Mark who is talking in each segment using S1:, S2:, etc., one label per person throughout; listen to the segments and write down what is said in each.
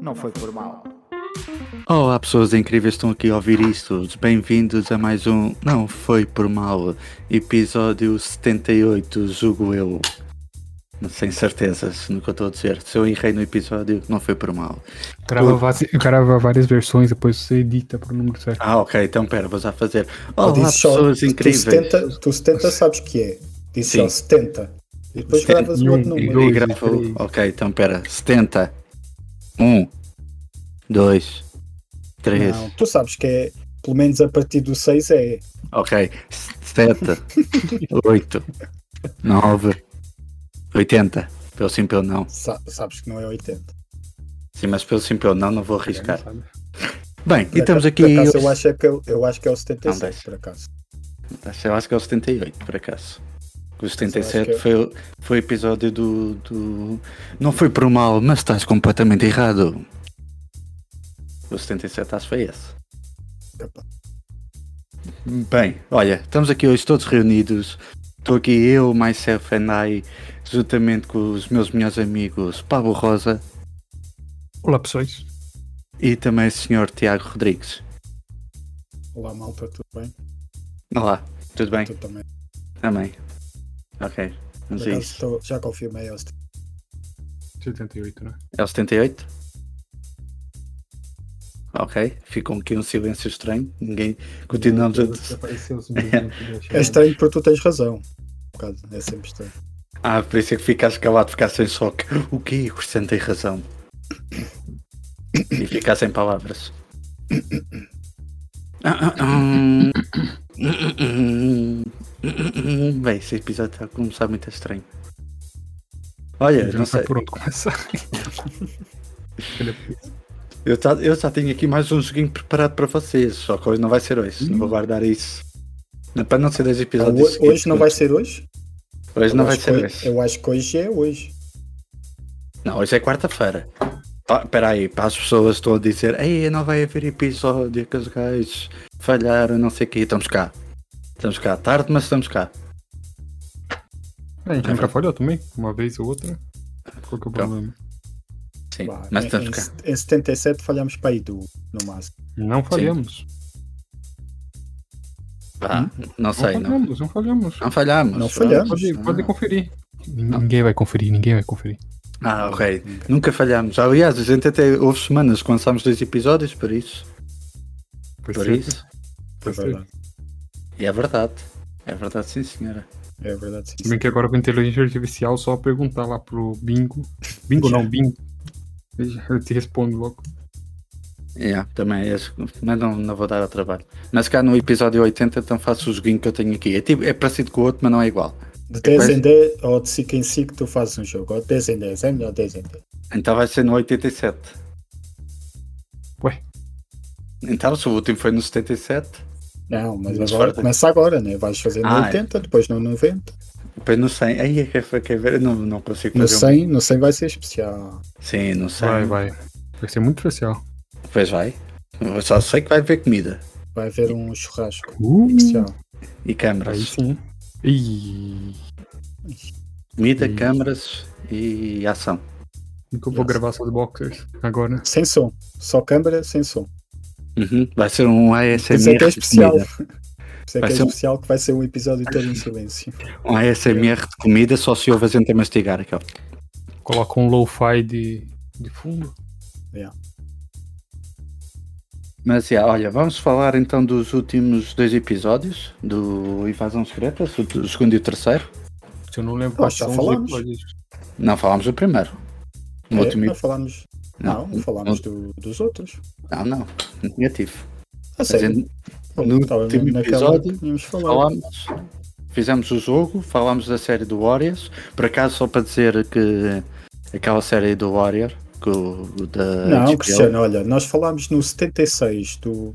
S1: Não foi por mal.
S2: Olá pessoas incríveis que estão aqui a ouvir isto, bem-vindos a mais um Não Foi Por Mal, episódio 78, julgo eu. Sem certezas no que eu estou a dizer, se eu errei no episódio, não foi por mal.
S3: Grava, vaz- grava várias versões, depois você edita pro número certo.
S2: Ah ok, então pera, vou já fazer.
S4: Ó,
S2: Olá
S4: diz só,
S2: pessoas
S4: tu
S2: incríveis.
S4: 70, tu 70 sabes que é. Diz
S2: Sim.
S4: só 70. E depois
S2: Setenta
S4: gravas
S3: e
S4: o outro
S3: um, e
S4: número.
S2: E
S3: dois,
S2: gravou.
S3: três.
S2: Ok, então pera. um, 70. 1, 2, 3.
S4: Não, tu sabes que é, pelo menos a partir do 6 é.
S2: Ok. 7, 8, 9, 80. Pelo sim, pelo não.
S4: sa- sabes que não é 80.
S2: Sim, mas pelo sim, pelo não, não vou arriscar. Bem,
S4: Por
S2: e
S4: acaso-
S2: estamos aqui.
S4: Por acaso, eu, acho é que eu, eu acho que é o 77,
S2: Não, deixa.
S4: por acaso.
S2: Eu acho que é o 78, por acaso. O 77
S4: que- é
S2: foi, o- foi o episódio do, do. Não foi por mal, mas estás completamente errado. O 77 acho que foi esse.
S4: Capaz.
S2: Bem, olha, estamos aqui hoje todos reunidos. Estou aqui eu, myself and I, juntamente com os meus melhores amigos Pablo Rosa
S3: Olá, pessoas.
S2: e também o senhor Tiago Rodrigues.
S4: Olá, malta, tudo bem?
S2: Olá, tudo bem?
S4: Tu também.
S2: Também. Ok,
S4: Por
S2: vamos a
S4: acaso,
S2: isso.
S4: estou- já confirmei. é o 70.
S3: 78, né?
S2: É o 78? Ok, ficou aqui um silêncio estranho. Ninguém. Continuamos a.
S3: Apareceu os
S4: É estranho porque tu tens razão. Por acaso, É sempre estranho.
S2: Ah, por isso é que ficaste calado, ficaste sem choque. O que? O Cristiano tem razão. E ficar sem palavras. Bem, esse episódio está a começar muito estranho. Olha, não sei,
S3: por onde começar.
S2: eu já, eu já tenho aqui mais um joguinho preparado para vocês, só que hoje não vai ser hoje, não vou guardar isso. Não, Para não ser dois
S4: Ah,
S2: episódios.
S4: ho- hoje não vai
S2: seguidos.
S4: ser hoje?
S2: Hoje não
S4: Eu
S2: vai
S4: acho
S2: ser
S4: que
S2: hoje.
S4: Eu acho que hoje é hoje.
S2: Não, hoje é quarta-feira. Pá, Peraí, para as pessoas estão a dizer, ei, não vai haver episódio, que os gajos falharam, não sei o quê, estamos cá. Estamos cá tarde, mas estamos cá.
S3: A gente nunca falhou também, uma vez ou outra. Qual que é o problema?
S2: Sim,
S4: Vá,
S2: mas
S4: em-
S2: estamos
S4: em,
S2: cá.
S4: se- em 77 falhamos para aí do, no máximo.
S3: Não falhamos.
S2: Vá, não
S3: Não
S2: sei, não.
S3: falhamos, não falhamos.
S2: Não falhamos.
S4: Não falhamos.
S3: Pode, pode
S2: Ah.
S3: conferir. Ninguém vai conferir, ninguém vai conferir.
S2: Ah, ok. Nunca falhámos. Aliás, a gente até houve semanas que lançámos dois episódios, por isso. Por isso.
S4: É verdade.
S2: E é verdade. É verdade, sim, senhora.
S4: É verdade, sim.
S3: Se bem que agora com inteligência artificial, só perguntar lá pro Bingo. Bingo não, Bingo. Ele já te responde logo.
S2: Yeah, também é, mas não, não vou dar ao trabalho. Mas cá no episódio 80, então faço o joguinho que eu tenho aqui. É, tipo, é parecido com o outro, mas não é igual.
S4: De 10
S2: Depois-
S4: em 10 ou de 5 em 5 tu fazes um jogo. Ou de 10 em 10, é melhor 10 em 10.
S2: Então vai ser no 87.
S3: Ué?
S2: Então, se o último foi no 77,
S4: Não, mas
S2: Mas
S4: agora
S2: fora-
S4: começa agora, né? Vais fazer no
S2: Ah, é.
S4: 80, depois no 90.
S2: depois no 100. Aí é que foi que ver. Não, não consigo
S4: No
S2: fazer. um-
S4: 100, no 100 vai ser especial.
S2: Sim, no 100.
S3: Vai, vai. Vai ser muito especial.
S2: Pois vai. Eu só sei que vai haver comida
S4: Vai haver um churrasco
S3: Uh,
S4: especial.
S2: e
S3: aí
S2: câmaras.
S3: sim. Ih,
S2: Comida,
S3: Hum.
S2: câmaras e ação.
S3: que eu vou gravar só os boxers agora.
S4: Sem som. Só câmera, sem som.
S2: Uhum. Vai ser um
S4: Por isso é
S2: ASMR.
S4: que é
S2: de
S4: especial.
S2: comida.
S4: Por isso é
S2: Vai
S4: que é
S2: ser um-
S4: especial que vai ser um episódio todo em silêncio.
S2: Um ASMR de comida, só se ouve a gente a mastigar. Aqui, ó.
S3: Coloca um lo-fi de, de fundo.
S2: Mas yeah, olha, vamos falar então dos últimos dois episódios do Invasão Secreta, o o segundo e o terceiro.
S3: Se eu não lembro
S4: Nós já
S3: são os
S4: falamos.
S3: episódios.
S2: Não falámos do primeiro. No
S4: É,
S2: último
S4: não falámos, não,
S2: um
S4: não falámos do- dos outros.
S2: Não, ah, não. Negativo.
S4: Ah, sério.
S2: Mas, é no
S4: Estava
S2: último
S4: mesmo naquela
S2: episódio,
S4: que tínhamos falado.
S2: falámos, fizemos o jogo, falámos da série do Warriors. Por acaso, só para dizer que aquela série do Warrior, que o, o da
S4: Não,
S2: HBO,
S4: Cristiano, olha, nós falámos no 76 do,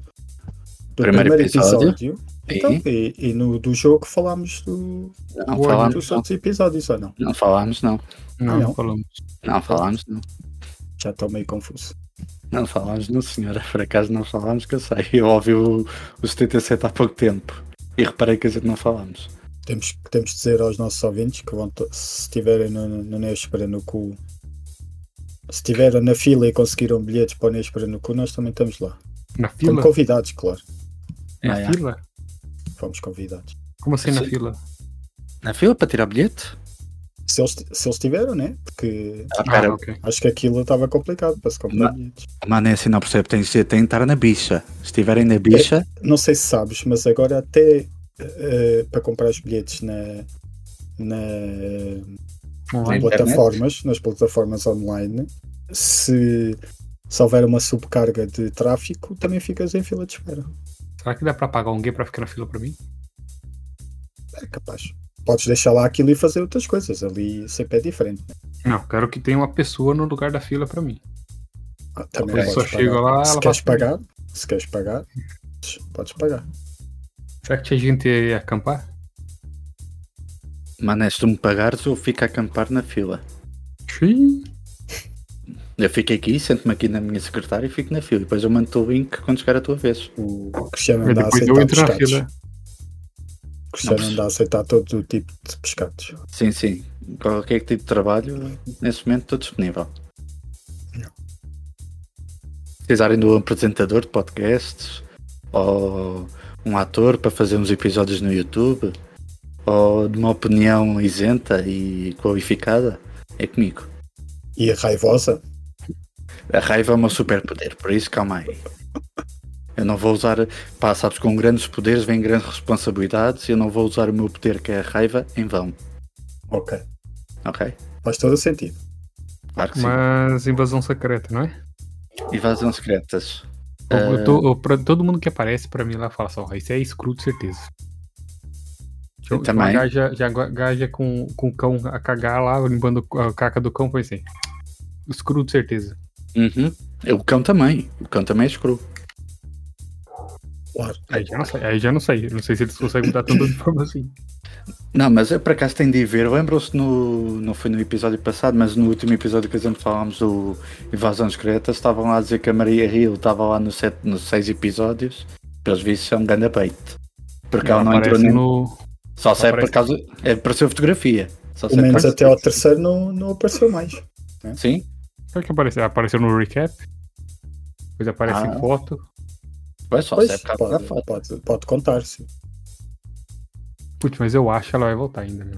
S4: do
S2: Primeiro
S4: primeiro,
S2: episódio.
S4: episódio.
S2: Sim.
S4: Então, e, e no do jogo falámos do,
S2: não,
S3: Warrior.
S2: falámos,
S4: dos
S2: não,
S4: outros episódios, ou não?
S2: não falámos, não.
S3: Não,
S4: Ah,
S3: não
S4: não.
S3: falamos.
S2: Não falámos, não.
S4: Já estou meio confuso.
S2: Não falámos, não, senhora. Por acaso não falámos, que eu sei. Eu ouvi o, o 77 há pouco tempo e reparei que a gente não falámos.
S4: Temos, temos de dizer aos nossos ouvintes que vão to- se estiverem no, no, no Neus para no cu Se estiveram na fila e conseguiram bilhetes para o Nespera no cu, nós também estamos lá.
S3: Na
S4: Como
S3: fila?
S4: convidados, claro.
S3: Na
S2: Ah, é.
S3: fila?
S4: Fomos convidados.
S3: Como assim na
S2: Sim.
S3: fila?
S2: Na fila para tirar bilhete?
S4: Se eles, se eles tiveram, né? Porque
S2: Ah,
S3: Ah,
S2: pera,
S3: ok.
S4: acho que aquilo estava complicado para se comprar
S2: Não.
S4: bilhetes.
S2: mano, é assim, não percebe, tem, que ser- tem que estar na bicha. Se estiverem na bicha,
S4: Não sei se sabes, mas agora até eh, para comprar os bilhetes na, na, em
S3: Online.
S2: Online.
S4: plataformas, nas plataformas online, se, se houver uma subcarga de tráfico, também ficas em fila de espera.
S3: Será que dá pra pagar alguém pra ficar na fila pra mim?
S4: É capaz. Podes deixar lá aquilo e fazer outras coisas. Ali sempre é diferente. né?
S3: Não, quero que tenha uma pessoa no lugar da fila pra mim.
S4: Ah,
S3: A
S4: Também
S2: Ok.
S3: pessoa
S4: podes pagar.
S3: chega lá,
S4: se
S3: ela
S4: queres
S3: fala,
S4: pagar, se queres pagar, podes pagar.
S3: Será que tinha gente ia acampar?
S2: mano, é, se tu me pagares, eu fico a acampar na fila.
S3: Sim.
S2: Eu fico aqui, sento-me aqui na minha secretária e fico na fila. E depois eu mando o link quando chegar a tua vez.
S4: O Cristiano
S3: E
S4: anda a
S3: depois eu
S4: aceitar
S3: entro na
S4: pescados.
S3: fila.
S4: O Cristiano anda a aceitar todo o tipo de pescados.
S2: Sim, sim. Qualquer tipo de trabalho, nesse momento estou disponível.
S4: Não.
S2: Se precisarem de um apresentador de podcasts, ou um ator para fazer uns episódios no YouTube, ou de uma opinião isenta e qualificada, é comigo.
S4: E a raivosa?
S2: A raiva é o meu superpoder, por isso calma aí. Eu não vou usar. Pá, sabes, com grandes poderes vêm grandes responsabilidades e eu não vou usar o meu poder, que é a raiva, em vão.
S4: Ok.
S2: Ok?
S4: Faz todo o sentido.
S2: Claro que sim.
S3: Mas invasão secreta, não é?
S2: Invasão secretas.
S3: Eu-
S2: Ah.
S3: Eu tô, eu- pra- todo mundo que aparece pra mim lá fala só, "Ó, esse é escroto, certeza.
S2: Eu
S3: Então,
S2: também.
S3: A gaja, já ga- gaja com, com o cão a cagar lá, limpando a caca do cão, foi assim. Escroto, certeza.
S2: Uhum. O cão também. O cão também é escuro.
S4: Claro.
S3: Aí já não sei, aí já não sei. Eu Não sei se eles conseguem mudar tanto de forma assim.
S2: Não, mas eu por acaso tenho de ir ver. Lembram-se no. Não foi no episódio passado, mas no último episódio que a gente falámos do Invasão Secretas, estavam lá a dizer que a Maria Hill estava lá no set, nos seis episódios. Pelos vistos, é um grande bait. Porque ela não entrou
S3: aparece
S2: nem.
S3: no.
S2: Só sai por
S3: aparece.
S2: causa. É por sua fotografia. Só
S4: Pelo
S3: é
S2: sai
S4: menos
S2: por-
S4: até ao terceiro não, não apareceu mais.
S2: Sim?
S3: Será é que apareceu? Apareceu no recap? Depois aparece
S2: Ah.
S3: em foto.
S2: Vai só
S4: Pois,
S2: sai por causa da
S4: pode,
S2: foto.
S4: pode, pode contar, sim.
S3: Putz, mas eu acho que ela vai voltar ainda, meu.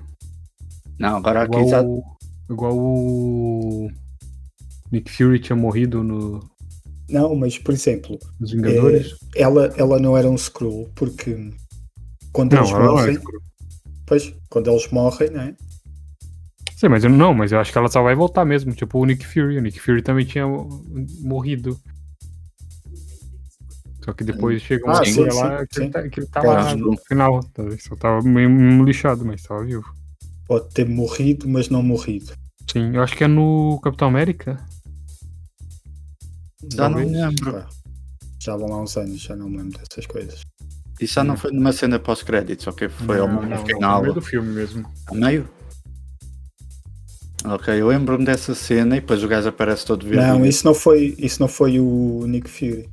S2: Não, agora aqui
S3: Igual,
S2: já.
S3: o- igual o. Nick Fury tinha morrido no,
S4: Não, mas por exemplo,
S3: nos Vingadores.
S2: É,
S4: ela, ela não era um Skrull porque quando
S3: Não,
S4: eles
S3: ela não é
S4: morrem,
S3: escrota.
S4: pois, quando eles morrem, né?
S3: Sim, mas eu não, mas eu acho que ela só vai voltar mesmo. Tipo o Nick Fury. O Nick Fury também tinha mo- morrido. Só que depois chegou uma
S4: Ah,
S3: hora
S4: sim,
S3: lá
S4: sim,
S3: que, Ele
S4: sim.
S3: tá, que ele tá lá
S2: Claro.
S3: no final. tá? Ele Só tava meio, meio lixado, mas tava vivo.
S4: Pode ter morrido, mas não morrido.
S3: Sim, eu acho que é no Capitão América.
S2: Já não
S4: Talvez,
S2: lembro.
S4: pá. Já vão lá uns anos, já não me lembro dessas coisas.
S2: Isso já não foi numa cena pós-créditos, ok? Foi ao
S3: Não,
S2: ao
S3: não, não, no
S2: final.
S3: meio do filme mesmo.
S2: A meio? Ok, eu lembro-me dessa cena e depois o gajo aparece todo verde.
S4: Não, isso não foi, isso não foi o Nick Fury.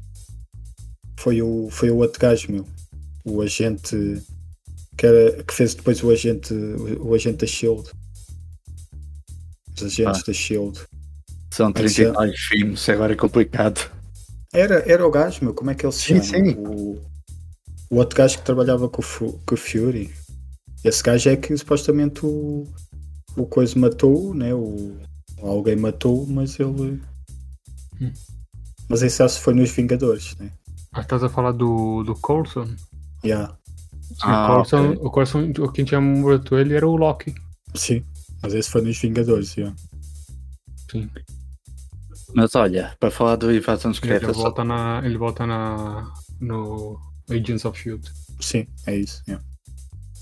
S4: Foi o, foi o outro gajo meu. O agente que, era, que fez depois o agente, o, o agente da Shield. Os
S2: Ah.
S4: agentes da Shield.
S2: São
S4: Mas
S2: 30 e tal filmes, agora é complicado.
S4: Era, era o gajo, meu, como é que ele se
S2: Sim,
S4: chama?
S2: sim.
S4: O, o outro gajo que trabalhava com o, Fu- com o Fury. Esse gajo é que supostamente o, o coisa matou, né? O, alguém matou, mas ele.
S3: Hum.
S4: Mas esse acho que foi nos Vingadores, né?
S3: Ah, estás a falar do, do Coulson?
S4: Yeah,
S3: Sim,
S2: Ah,
S3: o Coulson,
S2: ok.
S3: o Coulson, o- quem tinha morto ele era o Loki.
S4: sim. Mas esse foi nos Vingadores, yeah.
S3: Sim.
S2: Mas olha, para falar do Invasão
S3: Ele
S2: Secreta, só...
S3: volta na. Ele volta na. no Agents of Shield.
S4: Sim, é isso. yeah.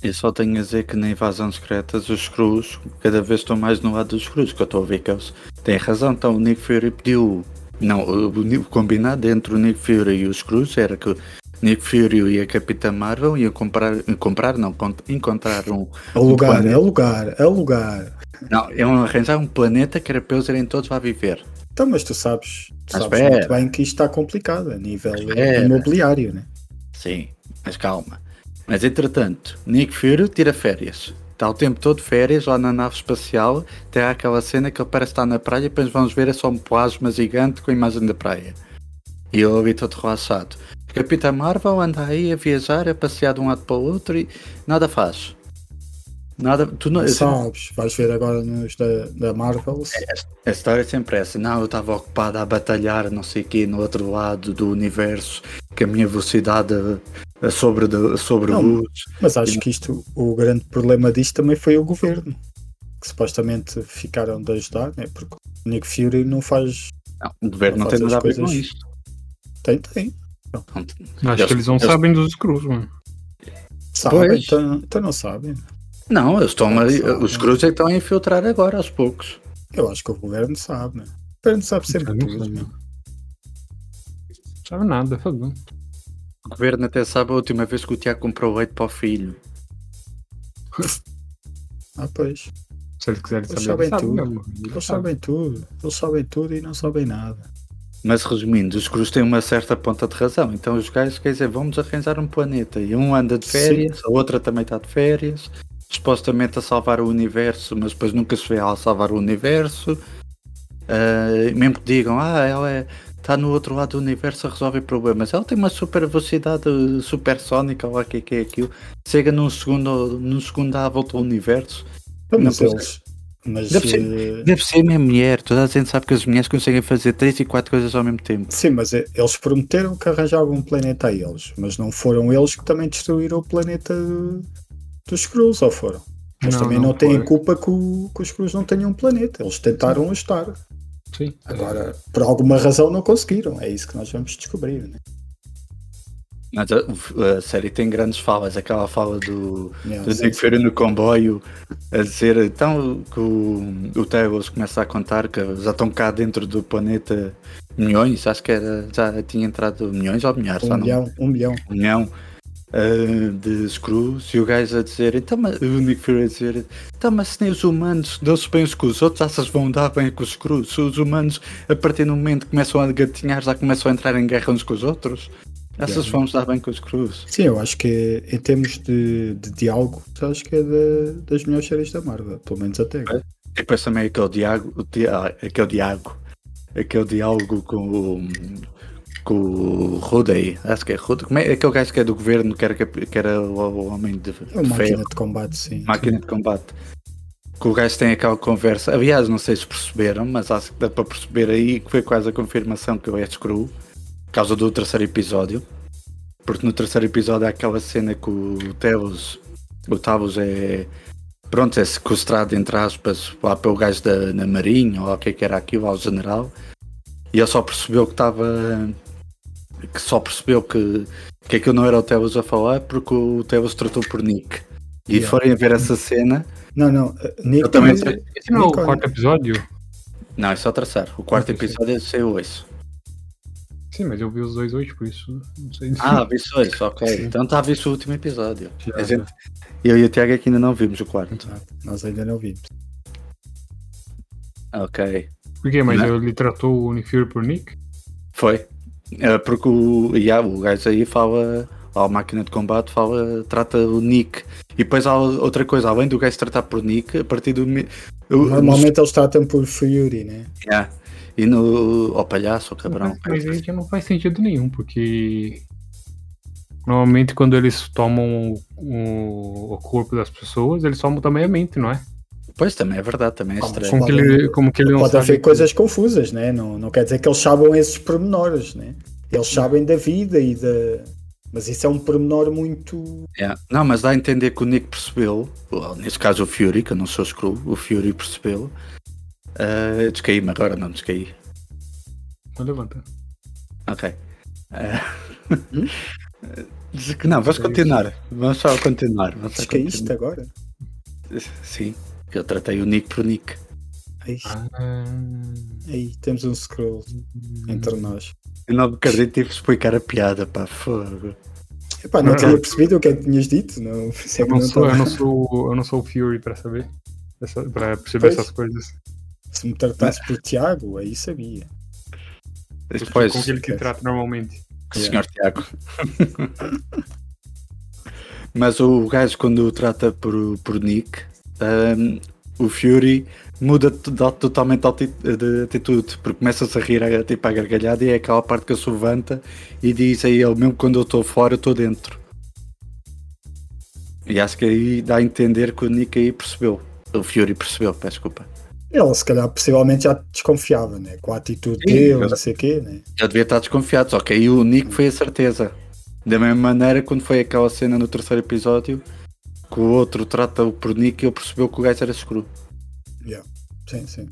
S2: eu só tenho a dizer que na Invasão Secreta os Cruz cada vez estão mais no lado dos Cruz, que eu estou a ver que eles têm razão. Então o Nick Fury pediu. Não, o, o ni- o combinado entre o Nick Fury e os Cruz era que o Nick Fury e a Capitã Marvel iam comprar, comprar não, con- encontrar um,
S4: Alugar,
S2: Muito bem.
S4: alugar, alugar.
S2: Não, eu arranjar um planeta que era para eles irem todos lá viver.
S4: Então, mas tu sabes, tu
S2: Mas
S4: sabes
S2: espera.
S4: muito bem que isto está complicado a nível
S2: Espera.
S4: imobiliário, né?
S2: Sim, mas calma. Mas entretanto, Nick Fury tira férias. Está o tempo todo de férias lá na nave espacial. Tem aquela cena que ele parece estar na praia e depois vamos ver é só um plasma gigante com a imagem da praia. E eu ali todo relaxado. Capitã Marvel anda aí a viajar, a passear de um lado para o outro e nada faz. Nada. Tu não,
S4: Sabes, vais ver agora nos da, da Marvel.
S2: a história é sempre essa. Não, eu estava ocupado a batalhar, não sei o quê, no outro lado do universo, que a minha velocidade a, a sobre, de, a sobre
S4: Não,
S2: luz.
S4: Mas acho que isto, o grande problema disto também foi o governo, que supostamente ficaram de ajudar, né? porque o Nick Fury não faz.
S2: Não, o governo
S4: não
S2: não tem
S4: faz as
S2: nada a ver com
S4: coisas.
S2: isto.
S4: Tem, tem.
S3: Acho
S2: Eles-
S3: que eles não
S2: eles-
S3: sabem dos Skrulls, mano.
S4: Sabem,
S2: Pois.
S4: então, então não sabem.
S2: Não, eles estão ali,
S4: Não,
S2: os
S4: não.
S2: cruzes é que estão a infiltrar agora, aos poucos.
S4: Eu acho que o governo sabe, né? O governo sabe cerca de
S3: Não
S4: tudo. né?
S3: sabe,
S4: meu.
S3: não. sabe nada, tá sabe não.
S2: O governo até sabe a última vez que o Tiago comprou leite para o filho.
S4: Ah, pois.
S3: Se eles quiserem
S4: Eles sabem
S3: saber, sabem,
S4: tudo.
S3: né, mano?
S4: Eles sabem tudo. Eles sabem tudo e não sabem nada.
S2: Mas resumindo, os cruz têm uma certa ponta de razão. Então os gajos, quer dizer, vamos arranjar um planeta. E um anda de
S4: Sim.
S2: férias, a outra também está de férias. Supostamente a salvar o universo, mas depois nunca se vê ela salvar o universo. Ah, mesmo que digam, ah, ela é- está no outro lado do universo a resolver problemas. Ela tem uma super velocidade eh, supersónica, lá que é que é aquilo. Chega num segundo, num segundo à volta ao universo.
S4: Então, mas
S2: Não,
S4: eles. Mas.
S2: Deve
S4: eh,
S2: Deve ser minha mulher, toda a gente sabe que as mulheres conseguem fazer três e quatro coisas ao mesmo tempo.
S4: Sim, mas eh, eles prometeram que arranjavam um planeta a eles, mas não foram eles que também destruíram o planeta dos Skrulls, ou foram? Eles
S3: Não,
S4: também
S3: não
S4: não, têm
S3: foi.
S4: culpa que, o- que os Skrulls não tenham um planeta, eles tentaram ajudar.
S3: Sim.
S4: Agora, por alguma razão não conseguiram, é isso que nós vamos descobrir, né?
S2: Mas a, a série tem grandes falas. Aquela fala do,
S4: Yeah,
S2: do
S4: sim,
S2: Nick Fury no comboio a dizer então que o, o Taylor começa a contar que já estão cá dentro do planeta milhões. Acho que era, já tinha entrado milhões ou milhares,
S4: um
S2: já não
S4: milhão, um milhão.
S2: união ah, de Screws e o gajo a dizer, então, mas, o Nick Fury a dizer, então, mas se nem os humanos dão-se bem os com os outros, achas que vão dar bem com os Screws? Se os humanos, a partir do momento que começam a gatinhar, já começam a entrar em guerra uns com os outros, achas que vamos dar bem com os Screws?
S4: Sim, eu acho que em termos de, de diálogo, acho que é da- das melhores séries da Marvel, pelo menos até agora.
S2: E depois também aquele diálogo, o dia- ah, aquele diálogo, aquele diálogo com o. Com o Rodei, acho que é Rodei, como é aquele gajo que é do governo, que era, cap- que era o o homem de,
S4: É
S2: de
S4: uma
S2: ferro.
S4: máquina de combate, sim.
S2: máquina de combate. Que o gajo tem aquela conversa. Aliás, não sei se perceberam, mas acho que dá para perceber aí que foi quase a confirmação que eu é Screw, por causa do terceiro episódio. Porque no terceiro episódio há aquela cena que o Telos, o Talos é. Pronto, é sequestrado, entre aspas, lá pelo gajo da na Marinha, ou o que é que era aquilo, ao general. E ele só percebeu que estava. que só percebeu que, que aquilo não era o Telos a falar, porque o Telos tratou por Nick. E
S4: Yeah.
S2: forem ver essa cena,
S4: Não, não, eh, Nick
S2: eu também sei.
S3: Esse não é o
S4: Nicole.
S3: quarto episódio?
S2: Não, é só traçar. O quarto
S3: Ok, sim.
S2: episódio é saiu hoje.
S3: Sim, mas eu vi os dois hoje, por isso não sei.
S2: Ah, visto hoje, ok.
S4: Sim.
S2: Então está visto o último episódio.
S3: Já,
S2: A gente- Eu e o Tiago aqui ainda não vimos o quarto.
S4: Exato, Nós ainda não vimos.
S2: Ok.
S3: Por quê? Mas
S2: Né?
S3: ele tratou o Nick Fury por Nick?
S2: Foi. É, porque o, e há- o gajo aí fala, a máquina de combate fala, trata o Nick. E depois há outra coisa, além do gajo tratar por Nick, a partir do. mi- o-
S4: Normalmente eles tratam por Fury, né?
S2: no- Yeah. E no. Ó palhaço, ó cabrão.
S3: Mas- Mas aí já não faz sentido nenhum, porque. Normalmente quando eles tomam o, o corpo das pessoas, eles tomam também a mente, não é?
S2: Pois também é verdade, também é
S4: Ah,
S2: estranho.
S3: Como que ele, como que ele não
S4: Pode
S3: sabe.
S4: haver
S3: que-
S4: coisas confusas, né? Não, não quer dizer que eles sabem esses pormenores, né? Eles sabem da vida e da. Mas isso é um pormenor muito.
S2: Yeah. Não, mas dá a entender que o Nick percebeu, ou, neste caso o Fury, que eu não sou Screw, o Fury percebeu. Ah, eu descaí-me agora, não descaí.
S3: Não levanta.
S2: Ok. Ah, diz que não, vamos continuar. Vamos só continuar. Vamos só
S4: Acho que é isto agora.
S2: continuar. Sim, que eu tratei o Nick por Nick.
S4: Aí,
S3: Ah,
S4: aí temos um scroll entre nós.
S2: Eu não acredito tive de explicar a piada, pá, fogo.
S4: Epá, não tinha percebido o que é que tinhas dito, não? Por isso é
S3: eu,
S4: que
S3: não
S4: não
S3: sou,
S4: tava-
S3: eu, não sou, eu não sou o Fury pra saber. Essa, pra perceber
S4: Pois.
S3: essas coisas.
S4: Se me tratasse por Tiago, aí sabia.
S3: Tipo,
S2: Depois,
S3: como que ele se trata normalmente.
S2: Senhor Tiago. Mas o gajo, quando o trata por, por Nick, ahm, o Fury muda to- dá totalmente de ati- de atitude, porque começa-se a rir a- tipo, à gargalhada e é aquela parte que ele se levanta e diz a ele: mesmo quando eu estou fora, eu estou dentro. E acho que aí dá a entender que o Nick aí percebeu. O Fury percebeu, peço desculpa.
S4: Ele se calhar possivelmente já desconfiava, né? Com a atitude dele, não sei o quê, né?
S2: Já devia estar desconfiado, só que aí o Nick foi a certeza. Da mesma maneira, quando foi aquela cena no terceiro episódio, que o outro trata-o por Nick e ele percebeu que o gajo era escuro.
S4: Sim, sim.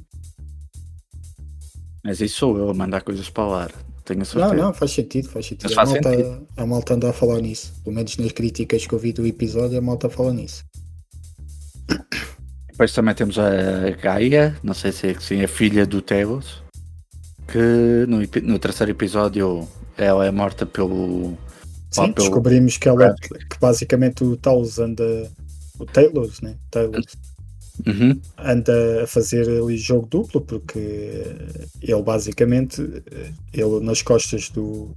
S2: Mas isso sou eu a mandar coisas para o ar, tenho a certeza.
S4: Não, não, faz sentido, faz sentido.
S2: Mas faz
S4: a, malta, a malta anda a falar nisso. Pelo menos nas críticas que eu vi do episódio, a malta fala nisso.
S2: Depois também temos a Gaia, não sei se é assim, a filha do Tails, que no, epi- no terceiro episódio ela é morta pelo.
S4: Sim,
S2: pelo-
S4: descobrimos que ela que basicamente o Talos anda. O Taylor, né? Taylor
S2: Uhum.
S4: anda a fazer ali jogo duplo porque ele basicamente ele nas costas do,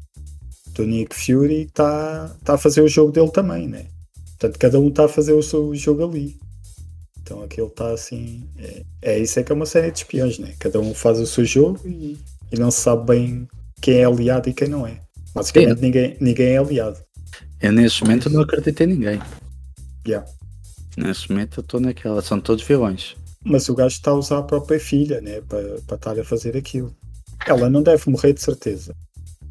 S4: do Nick Fury está tá a fazer o jogo dele também, né? Portanto, cada um está a fazer o seu jogo ali. Então aquilo está assim. É, é isso é que é uma série de espiões, né? Cada um faz o seu jogo e, e não se sabe bem quem é aliado e quem não é. Basicamente ninguém, ninguém é aliado.
S2: Eu neste momento não acredito em ninguém.
S4: Yeah.
S2: Neste momento eu estou naquela, são todos vilões.
S4: Mas o gajo está a usar a própria filha, né? Para para estar a fazer aquilo. Ela não deve morrer de certeza.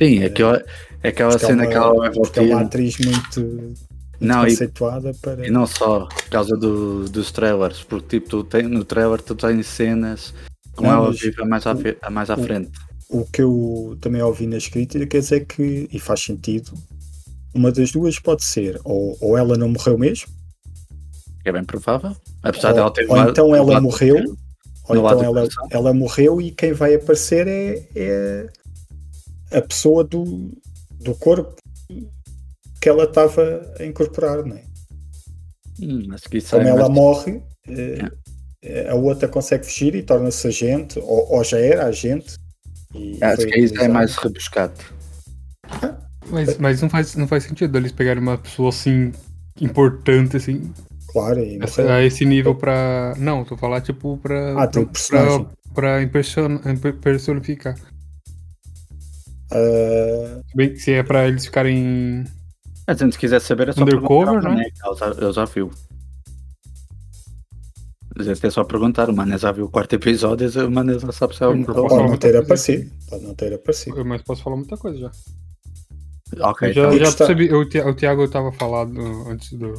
S2: Sim, aquela, aquela
S4: Porque é
S2: cena
S4: uma-
S2: que ela vai
S4: porque é uma
S2: voltar.
S4: atriz muito, muito
S2: Não, e,
S4: conceituada para.
S2: e não só por causa do- dos trailers, porque tipo, tu tem, no trailer tu tens cenas com
S4: Não,
S2: ela
S4: mas-
S2: viva mais à, fe- mais à
S4: o-
S2: frente.
S4: O que eu também ouvi nas críticas é que, e faz sentido, uma das duas pode ser, ou, ou ela não morreu mesmo,
S2: que é bem provável. Apesar
S4: Ou-
S2: dela ter
S4: ou
S2: lado-
S4: então
S2: ter
S4: ela
S2: lado-
S4: morreu. ou
S2: Do lado
S4: então
S2: do
S4: ela,
S2: coração.
S4: ela morreu e quem vai aparecer é, é a pessoa do, do corpo que ela estava a incorporar, não é?
S2: Hum, acho que isso
S4: Como
S2: é
S4: ela
S2: mais-
S4: morre, eh, a outra consegue fugir e torna-se agente, ou, ou já era agente. e
S3: Ah,
S2: Acho
S4: foi
S2: que isso é
S4: utilizada.
S2: mais rebuscado.
S3: Mas, mas não, faz, não faz sentido eles pegarem uma pessoa assim importante assim
S4: Claro, e
S3: essa- é
S4: morreu.
S3: a esse nível pra. Não, tô falando tipo pra.
S4: Ah, tem um
S3: pra-
S4: personagem.
S3: pra, pra impression- imper- personificar.
S4: Ah,
S3: Se Bem, que se é pra eles ficarem.
S2: Mas antes quiser saber é só
S3: Undercover,
S2: perguntar ao
S3: né?
S2: Mané, que Ele já, ele já viu. Às vezes é só perguntar, o Mané já viu o quarto episódio, e o Mané já sabe se é um
S3: Eu posso
S4: pode
S3: falar
S4: não
S3: muita
S4: ter
S3: coisa.
S4: aparecido. Pode não ter aparecido.
S3: Eu- Mas posso falar muita coisa já.
S2: Ok, tá.
S3: Eu já,
S4: então-
S3: já
S4: Está-
S3: percebi, eu, o Thiago tava falando antes do,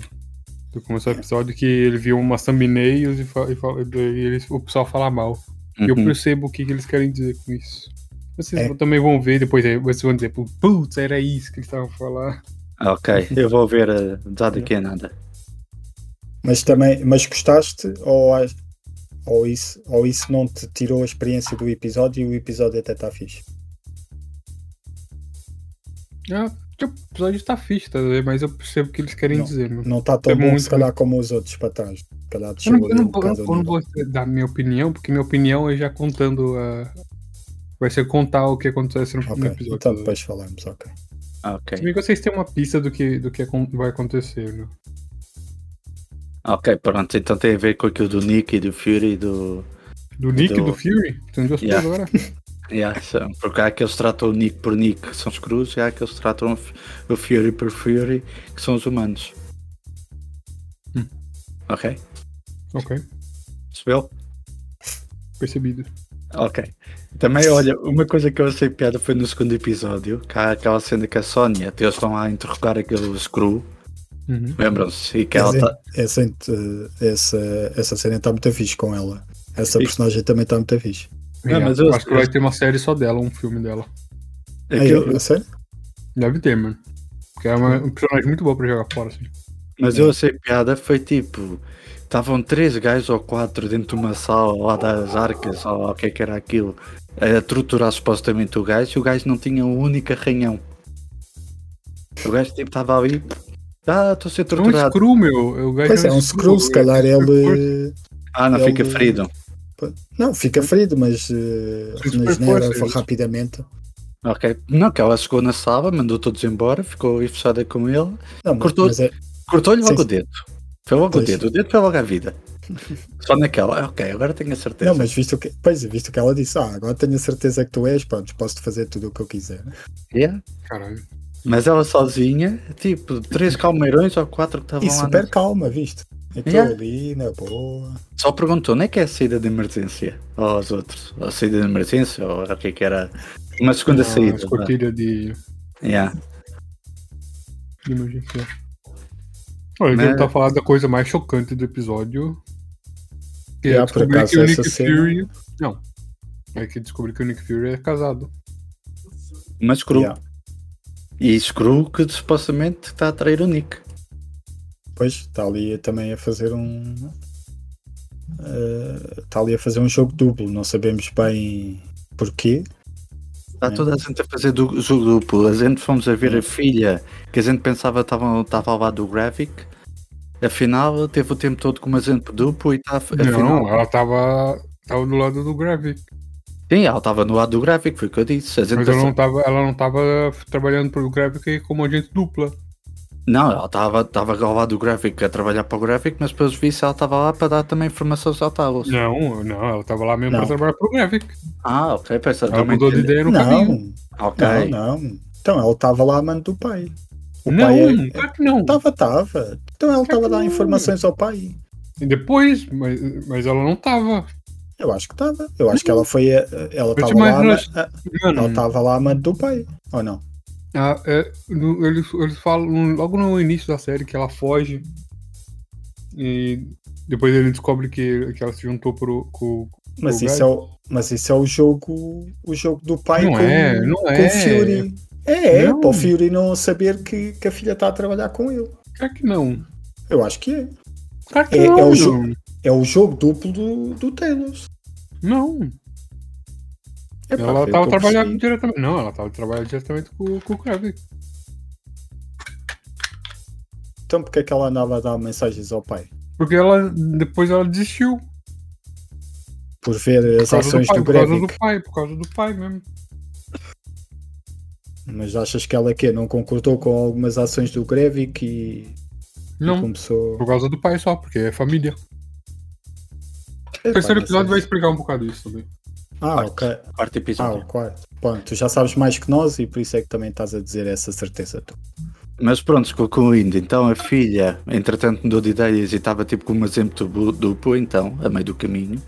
S3: do começar o episódio que ele viu umas thumbnails e, fa- e, fa- e eles, o pessoal fala mal. E eu
S2: Uhum.
S3: percebo o que, que eles querem dizer com isso. Vocês
S4: É.
S3: também vão ver depois, aí, vocês vão dizer, putz, era isso que eles estavam falando.
S2: Ok, eu vou ver eh, já daqui a nada.
S4: Mas também, mas gostaste ou, ach- ou, isso, ou isso não te tirou a experiência do episódio e o episódio até está fixe?
S3: Ah, tipo, o episódio tá fixe, tá vendo? Mas eu percebo o que eles querem
S4: Não.
S3: dizer, mano.
S4: Não está tão
S3: É
S4: bom
S3: muito-
S4: se calhar como os outros para trás. Se calhar
S3: Eu não,
S4: desceu
S3: eu
S4: ali
S3: não
S4: um
S3: vou, eu
S4: bocado
S3: não
S4: o
S3: vou- eu não
S4: nível.
S3: vou dar minha opinião, porque minha opinião é já contando a. Vai ser contar o que acontece no, no
S4: Ok,
S3: episódio.
S4: então depois falamos, ok.
S3: Se
S2: Ok,
S3: bem que vocês têm uma pista do que, do que acon- vai acontecer, né?
S2: ok, pronto. Então tem a ver com aquilo do Nick e do Fury e do.
S3: Do Nick e
S2: Do-
S3: do Fury? São duas
S2: Yeah.
S3: coisas agora.
S2: Yeah, são- porque há aqueles que tratam o Nick por Nick, que são os cruz, e há aqueles que tratam o F- o Fury por Fury, que são os humanos.
S3: Hum.
S2: Ok?
S3: Ok,
S2: Percebeu?
S3: percebido.
S2: Ok. Também, olha, uma coisa que eu achei piada foi no segundo episódio, que há aquela cena que a Sónia, eles estão lá a interrogar aquele Screw,
S3: Uhum.
S2: lembram-se? E que ela tá-
S4: Mas
S2: está.
S4: é- essa, ent- essa, essa cena está muito fixe com ela. Essa
S2: E-
S4: personagem também está muito fixe.
S2: Não, mas
S3: eu
S2: eu-
S3: acho que vai ter uma série só dela, um filme dela. É
S4: Aí,
S2: aquilo-
S4: a sério?
S3: Deve ter, mano. Porque é uma, um personagem muito bom pra jogar fora, assim.
S4: Uhum.
S2: Mas eu achei piada foi tipo. Estavam três gajos ou quatro dentro de uma sala lá das arcas, ou lá o que é que era aquilo, a torturar supostamente o gajo e o gajo não tinha um único arranhão. O gajo tipo estava ali. Ah, estou a ser
S3: É um
S2: torturado.
S3: screw, meu. Eu ganho
S4: Pois é, um screw, se calhar ele.
S2: ah, não
S4: ele-
S2: fica ferido.
S4: Não, fica ferido, mas eh,
S3: Super
S4: regenera
S3: força, é isso.
S4: rapidamente.
S2: Ok. Não, que ela chegou na sala, mandou todos embora, ficou ali fechada com ele.
S4: Não, mas,
S2: Cortou-
S4: mas é,
S2: Cortou-lhe logo
S4: Sim.
S2: o dedo. Foi logo
S4: Pois.
S2: o dedo. O dedo foi logo à vida. Só naquela. Ah, Ok, agora tenho a certeza.
S4: Não, mas visto que, pois, visto que ela disse, ah, agora tenho a certeza que tu és, pronto, posso fazer tudo o que eu quiser.
S2: Então Yeah.
S3: é, Caralho.
S2: Mas ela sozinha, tipo, três calmeirões ou quatro que estavam
S4: E
S2: lá.
S4: super
S2: na-
S4: calma, visto? Aquilo
S2: Yeah.
S4: ali, na boa.
S2: Só perguntou, não é que é a saída de emergência? Ou aos outros? Ou a saída de emergência? Ou o que é que era? Uma segunda
S3: Ah,
S2: saída. vá.
S3: Escotilha de,
S2: Yeah.
S3: de emergência. Olha,
S2: Né?
S3: ele tá falando da coisa mais chocante do episódio. Que
S4: Ah,
S3: é
S4: por
S3: descobrir
S4: acaso,
S3: que o
S4: essa
S3: Nick
S4: cena-
S3: Fury. Não. É que descobri que o Nick Fury é casado.
S2: Mas
S3: um
S2: cru.
S4: Yeah.
S2: E Screw que supostamente está a trair o Nick.
S4: Pois, está ali também a fazer um. eh, Está ali a fazer um jogo duplo, não sabemos bem porquê.
S2: Está
S4: É.
S2: toda a gente a fazer do, jogo duplo. A gente fomos a ver a filha que a gente pensava estava tava ao lado do Graphic. Afinal, teve o tempo todo com uma gente duplo e está.
S4: É
S3: Não,
S2: Afinal,
S3: ela tava. Tava do lado do Gravik.
S2: sim, ela estava no lado do Graphic, foi o que eu disse. A gente
S3: Mas
S4: tá
S2: pensa-
S3: ela não, tava, ela não tava trabalhando pro Graphic como agente dupla.
S2: Não, ela estava tava ao lado do Graphic a trabalhar para o Graphic, mas pelos vistos ela estava lá para dar também informações ao Talos.
S3: Não, não, ela tava lá mesmo
S4: Não.
S3: pra trabalhar pro Graphic.
S2: Ah, ok, pensava.
S3: Ela mudou de ideia no caminho.
S4: Não,
S2: Ok.
S4: não, não. Então, ela estava lá a mando do pai. O pai
S3: Não,
S4: é-
S3: claro que não.
S4: Tava, tava. Então ela estava a dar
S3: Não.
S4: informações ao pai.
S3: E depois, mas, mas ela não tava.
S4: Eu acho que estava. Eu acho que ela foi. a- a- Ela
S3: te
S4: estava lá, a
S3: imagino
S4: ma-
S3: assim.
S4: a- ela tá-
S3: Mano,
S4: estava lá a mando do pai. Ou não?
S3: a- é, no- eles, eles falam logo no início da série que ela foge. E depois ele descobre que, que ela se juntou pro, com,
S4: Mas
S3: O
S4: isso, é o, mas isso é o jogo. O jogo do pai
S3: Não
S4: com,
S3: é, não
S4: com
S3: é.
S4: o Fury. É, é
S3: Não.
S4: para o Fury não saber que, que a filha está a trabalhar com ele.
S3: Claro que não.
S4: Eu acho que é.
S3: Claro que
S4: É- é
S3: não.
S4: o
S3: não.
S4: jogo. É o jogo duplo do, do Thanos.
S3: não.
S4: É pá,
S3: Ela
S4: foi o
S3: tava
S4: que eu
S3: trabalhando
S4: percebi.
S3: diretamente. Não, ela tava trabalhando diretamente com, com o Kravik.
S4: Então porque é que ela andava a dar mensagens ao pai?
S3: Porque ela depois ela desistiu.
S4: Por ver as
S3: Por causa do
S4: ações
S3: pai,
S4: do,
S3: por causa
S4: Greg.
S3: do pai, por causa do pai mesmo.
S4: Mas achas que ela que não concordou com algumas ações do Grevik e, e
S3: Não,
S4: começou.
S3: por causa do pai só, porque é família.
S4: É pá,
S3: O terceiro
S4: não
S3: episódio vai
S4: sei.
S3: explicar um bocado isso também.
S4: Ah, ok.
S2: Quarto
S4: Ah,
S2: episódio.
S4: o quarto. Bom, tu já sabes mais que nós e por isso é que também estás a dizer essa certeza. Tu.
S2: Mas pronto, concluindo, então a filha, entretanto, mudou de ideias e estava tipo com um exemplo duplo- duplo, então, a meio do caminho.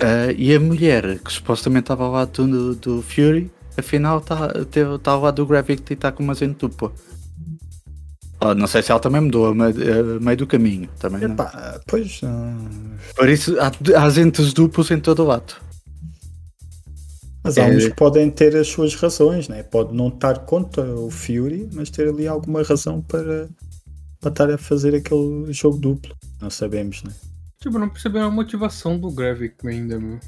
S2: Ah, e a mulher, que supostamente estava ao lado do, do Fury, afinal está tá ao lado do Gravity e está com um exemplo duplo. Ah, não sei se ela também mudou a meio, a meio do caminho. Também não.
S4: Epá, pois. hum,
S2: Por isso, há, há agentes duplos em todo o lado.
S4: Mas há
S2: É.
S4: uns que podem ter as suas razões, né? Pode não estar contra o Fury, mas ter ali alguma razão para, para estar a fazer aquele jogo duplo. Não sabemos, né?
S3: Tipo, não perceberam a motivação do Gravik ainda, meu.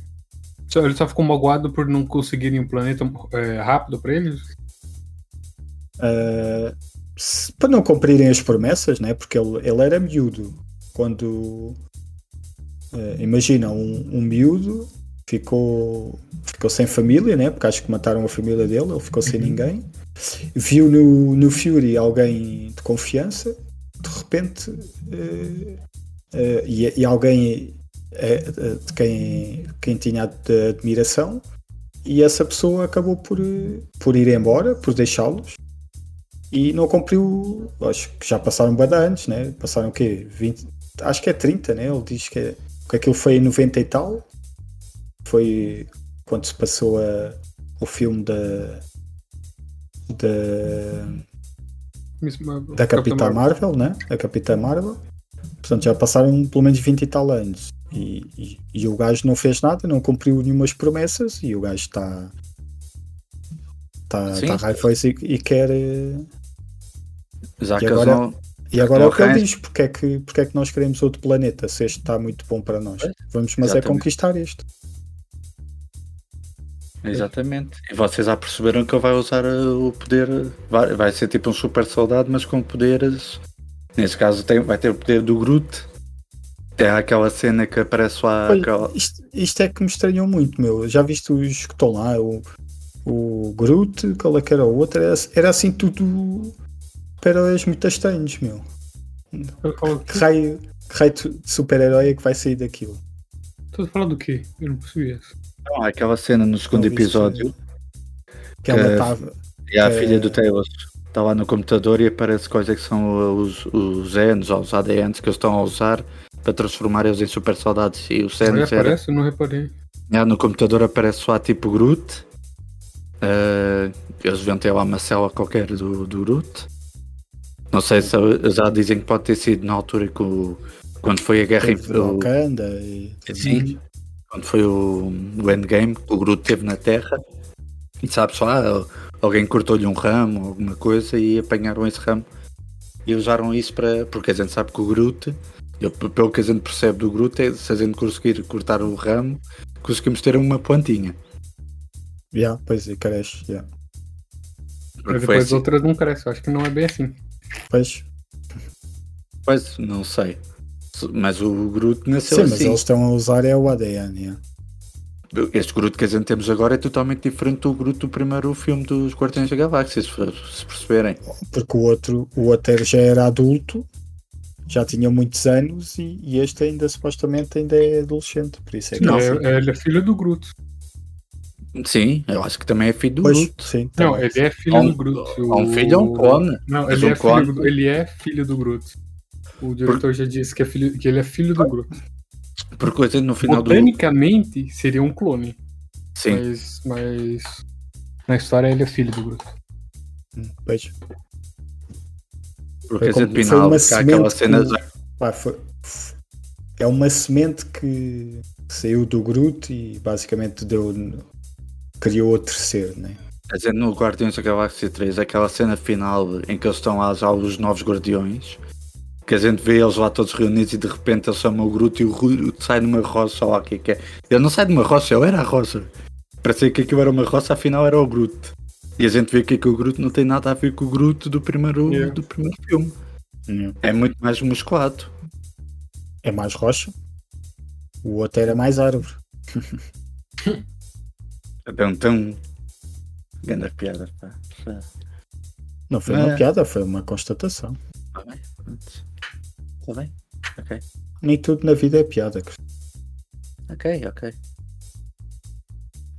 S3: Só- Ele só ficou magoado por não conseguirem um planeta é, rápido pra eles?
S4: Ah, se- para não cumprirem as promessas, né? Porque ele, ele era miúdo. Quando. ah, imagina, um, um miúdo ficou, ficou sem família, né? Porque acho que mataram a família dele, ele ficou sem ninguém. Viu no, no Fury alguém de confiança, de repente. ah, ah, e, e alguém eh, eh, de quem, quem tinha ad- admiração. E essa pessoa acabou por, eh, por ir embora, por deixá-los e não cumpriu. Acho que já passaram bada antes, né? Passaram o quê? 20, acho que é 30, né? Ele diz que, é, que aquilo foi em 90 e tal. Foi quando se passou a- o filme da. da,
S3: Miss Marvel,
S4: da
S3: Capitã
S4: Capitã Marvel, né? A Capitã Marvel. Portanto, já passaram pelo menos 20 e tal anos. E, e- e o gajo não fez nada, não cumpriu nenhumas promessas e o gajo está. Está
S2: Sim.
S4: tá raivoso e, e quer. eh,
S2: Já
S4: E
S2: que eles
S4: agora-
S2: não.
S4: E agora é o que ele
S2: Ok.
S4: diz, porque é que, porque é que nós queremos outro planeta, se este está muito bom para nós.
S2: Pois,
S4: Vamos, mas
S2: exatamente.
S4: é conquistar este.
S2: Exatamente. E vocês já perceberam que ele vai usar uh, o poder. uh, Vai, vai ser tipo um super soldado, mas com poderes. Nesse caso tem, vai ter o poder do Groot. Tem aquela cena que aparece lá.
S4: Olha,
S2: Ah, aquela-
S4: Isto, isto é que me estranhou muito, meu. Já viste os que estão lá, o, o Groot, qual é que era o outro? Era, era assim tudo para muito estranhos, meu.
S3: Eu falo,
S4: Que raio, que raio de de super-herói é que vai sair daquilo?
S3: tu fala do quê? Eu não percebi essa.
S2: Não, há aquela cena no segundo
S4: Não vi isso é-
S2: episódio
S4: Que é ela
S2: Que-
S4: estava.
S2: e a
S4: que-
S2: filha do Taylor está lá no computador e aparece coisas que são eh, os, os Ns ou os ADNs que eles estão a usar para transformar eles em super soldados. E os
S3: Mas
S2: Ns era
S3: aparece? Eu não reparei.
S2: Ah, no computador aparece só tipo Groot. Ah, eles deviam ter lá uma célula qualquer do, do Groot. Não sei se já dizem que pode ter sido na altura que o- quando foi a guerra
S4: teve
S2: em- o-
S4: Wakanda e.
S2: é Sim. quando foi o, o Endgame, que o Groot teve na Terra. E sabes lá, al- alguém cortou-lhe um ramo, alguma coisa, e apanharam esse ramo. E usaram isso para. Porque a gente sabe que o Groot, eu- p- pelo que a gente percebe do Groot, é se a gente conseguir cortar o ramo, conseguimos ter uma plantinha.
S4: Yeah, pois é, cresce. Yeah.
S2: Porque
S3: Mas
S2: foi
S3: depois
S2: assim.
S3: outras não crescem. Eu acho que não é bem assim.
S4: Pois.
S2: Pois, não sei. Se- Mas o Groot nasceu
S4: Sim, mas
S2: assim.
S4: eles estão a usar é o ADN. Yeah.
S2: Este Groot que a gente temos agora é totalmente diferente do Groot do primeiro filme dos Guardiões da Galáxia, se, for- se perceberem.
S4: Porque o outro, o outro já era adulto, já tinha muitos anos e, e este ainda supostamente ainda é adolescente. Por isso é que
S3: Não,
S2: Não.
S3: é, ele é filho do Groot.
S2: Sim, eu acho que também é filho do
S4: Pois,
S2: Groot.
S4: sim, tá
S3: Não,
S4: bem.
S3: ele é filho
S2: Há um-
S3: do Groot.
S2: Há um filho é um clone.
S3: Não,
S2: Mas
S3: ele,
S2: um
S3: é
S2: clone.
S3: filho do, ele é filho do Groot. O diretor já disse que, é filho, que ele é filho do Groot.
S2: Porque a gente no final do.
S3: Botanicamente, seria um clone.
S2: Sim,
S3: Mas, mas na história ele é filho do Groot.
S4: Hum, pois.
S2: porque
S4: foi
S2: a gente
S4: como- foi
S2: final
S4: uma
S2: há aquela
S4: semente
S2: cena.
S4: que-
S2: já-
S4: Pá, foi- f- é uma semente que saiu do Groot e basicamente deu, criou outro ser, né?
S2: A gente no Guardiões da Galáxia 3, aquela cena final em que eles estão lá já os novos Guardiões. Que a gente vê eles lá todos reunidos e de repente eles chamam o Groot e o Groot sai numa roça lá, o que é que é? Ele não sai de uma roça, ele era a roça. Parecia que aquilo era uma roça, afinal era o Groot. E a gente vê que aqui o Groot não tem nada a ver com o Groot do primeiro,
S3: Yeah.
S2: do primeiro filme.
S4: Yeah.
S2: É muito mais musculado.
S4: Hum, É mais rocha, o outro era mais árvore.
S2: Então, tão... Grande piada, pá.
S4: Não foi
S2: É.
S4: uma piada, foi uma constatação.
S2: Está bem? Está Tá bem? Ok.
S4: Nem tudo na vida é piada. Cristo.
S2: Ok, ok.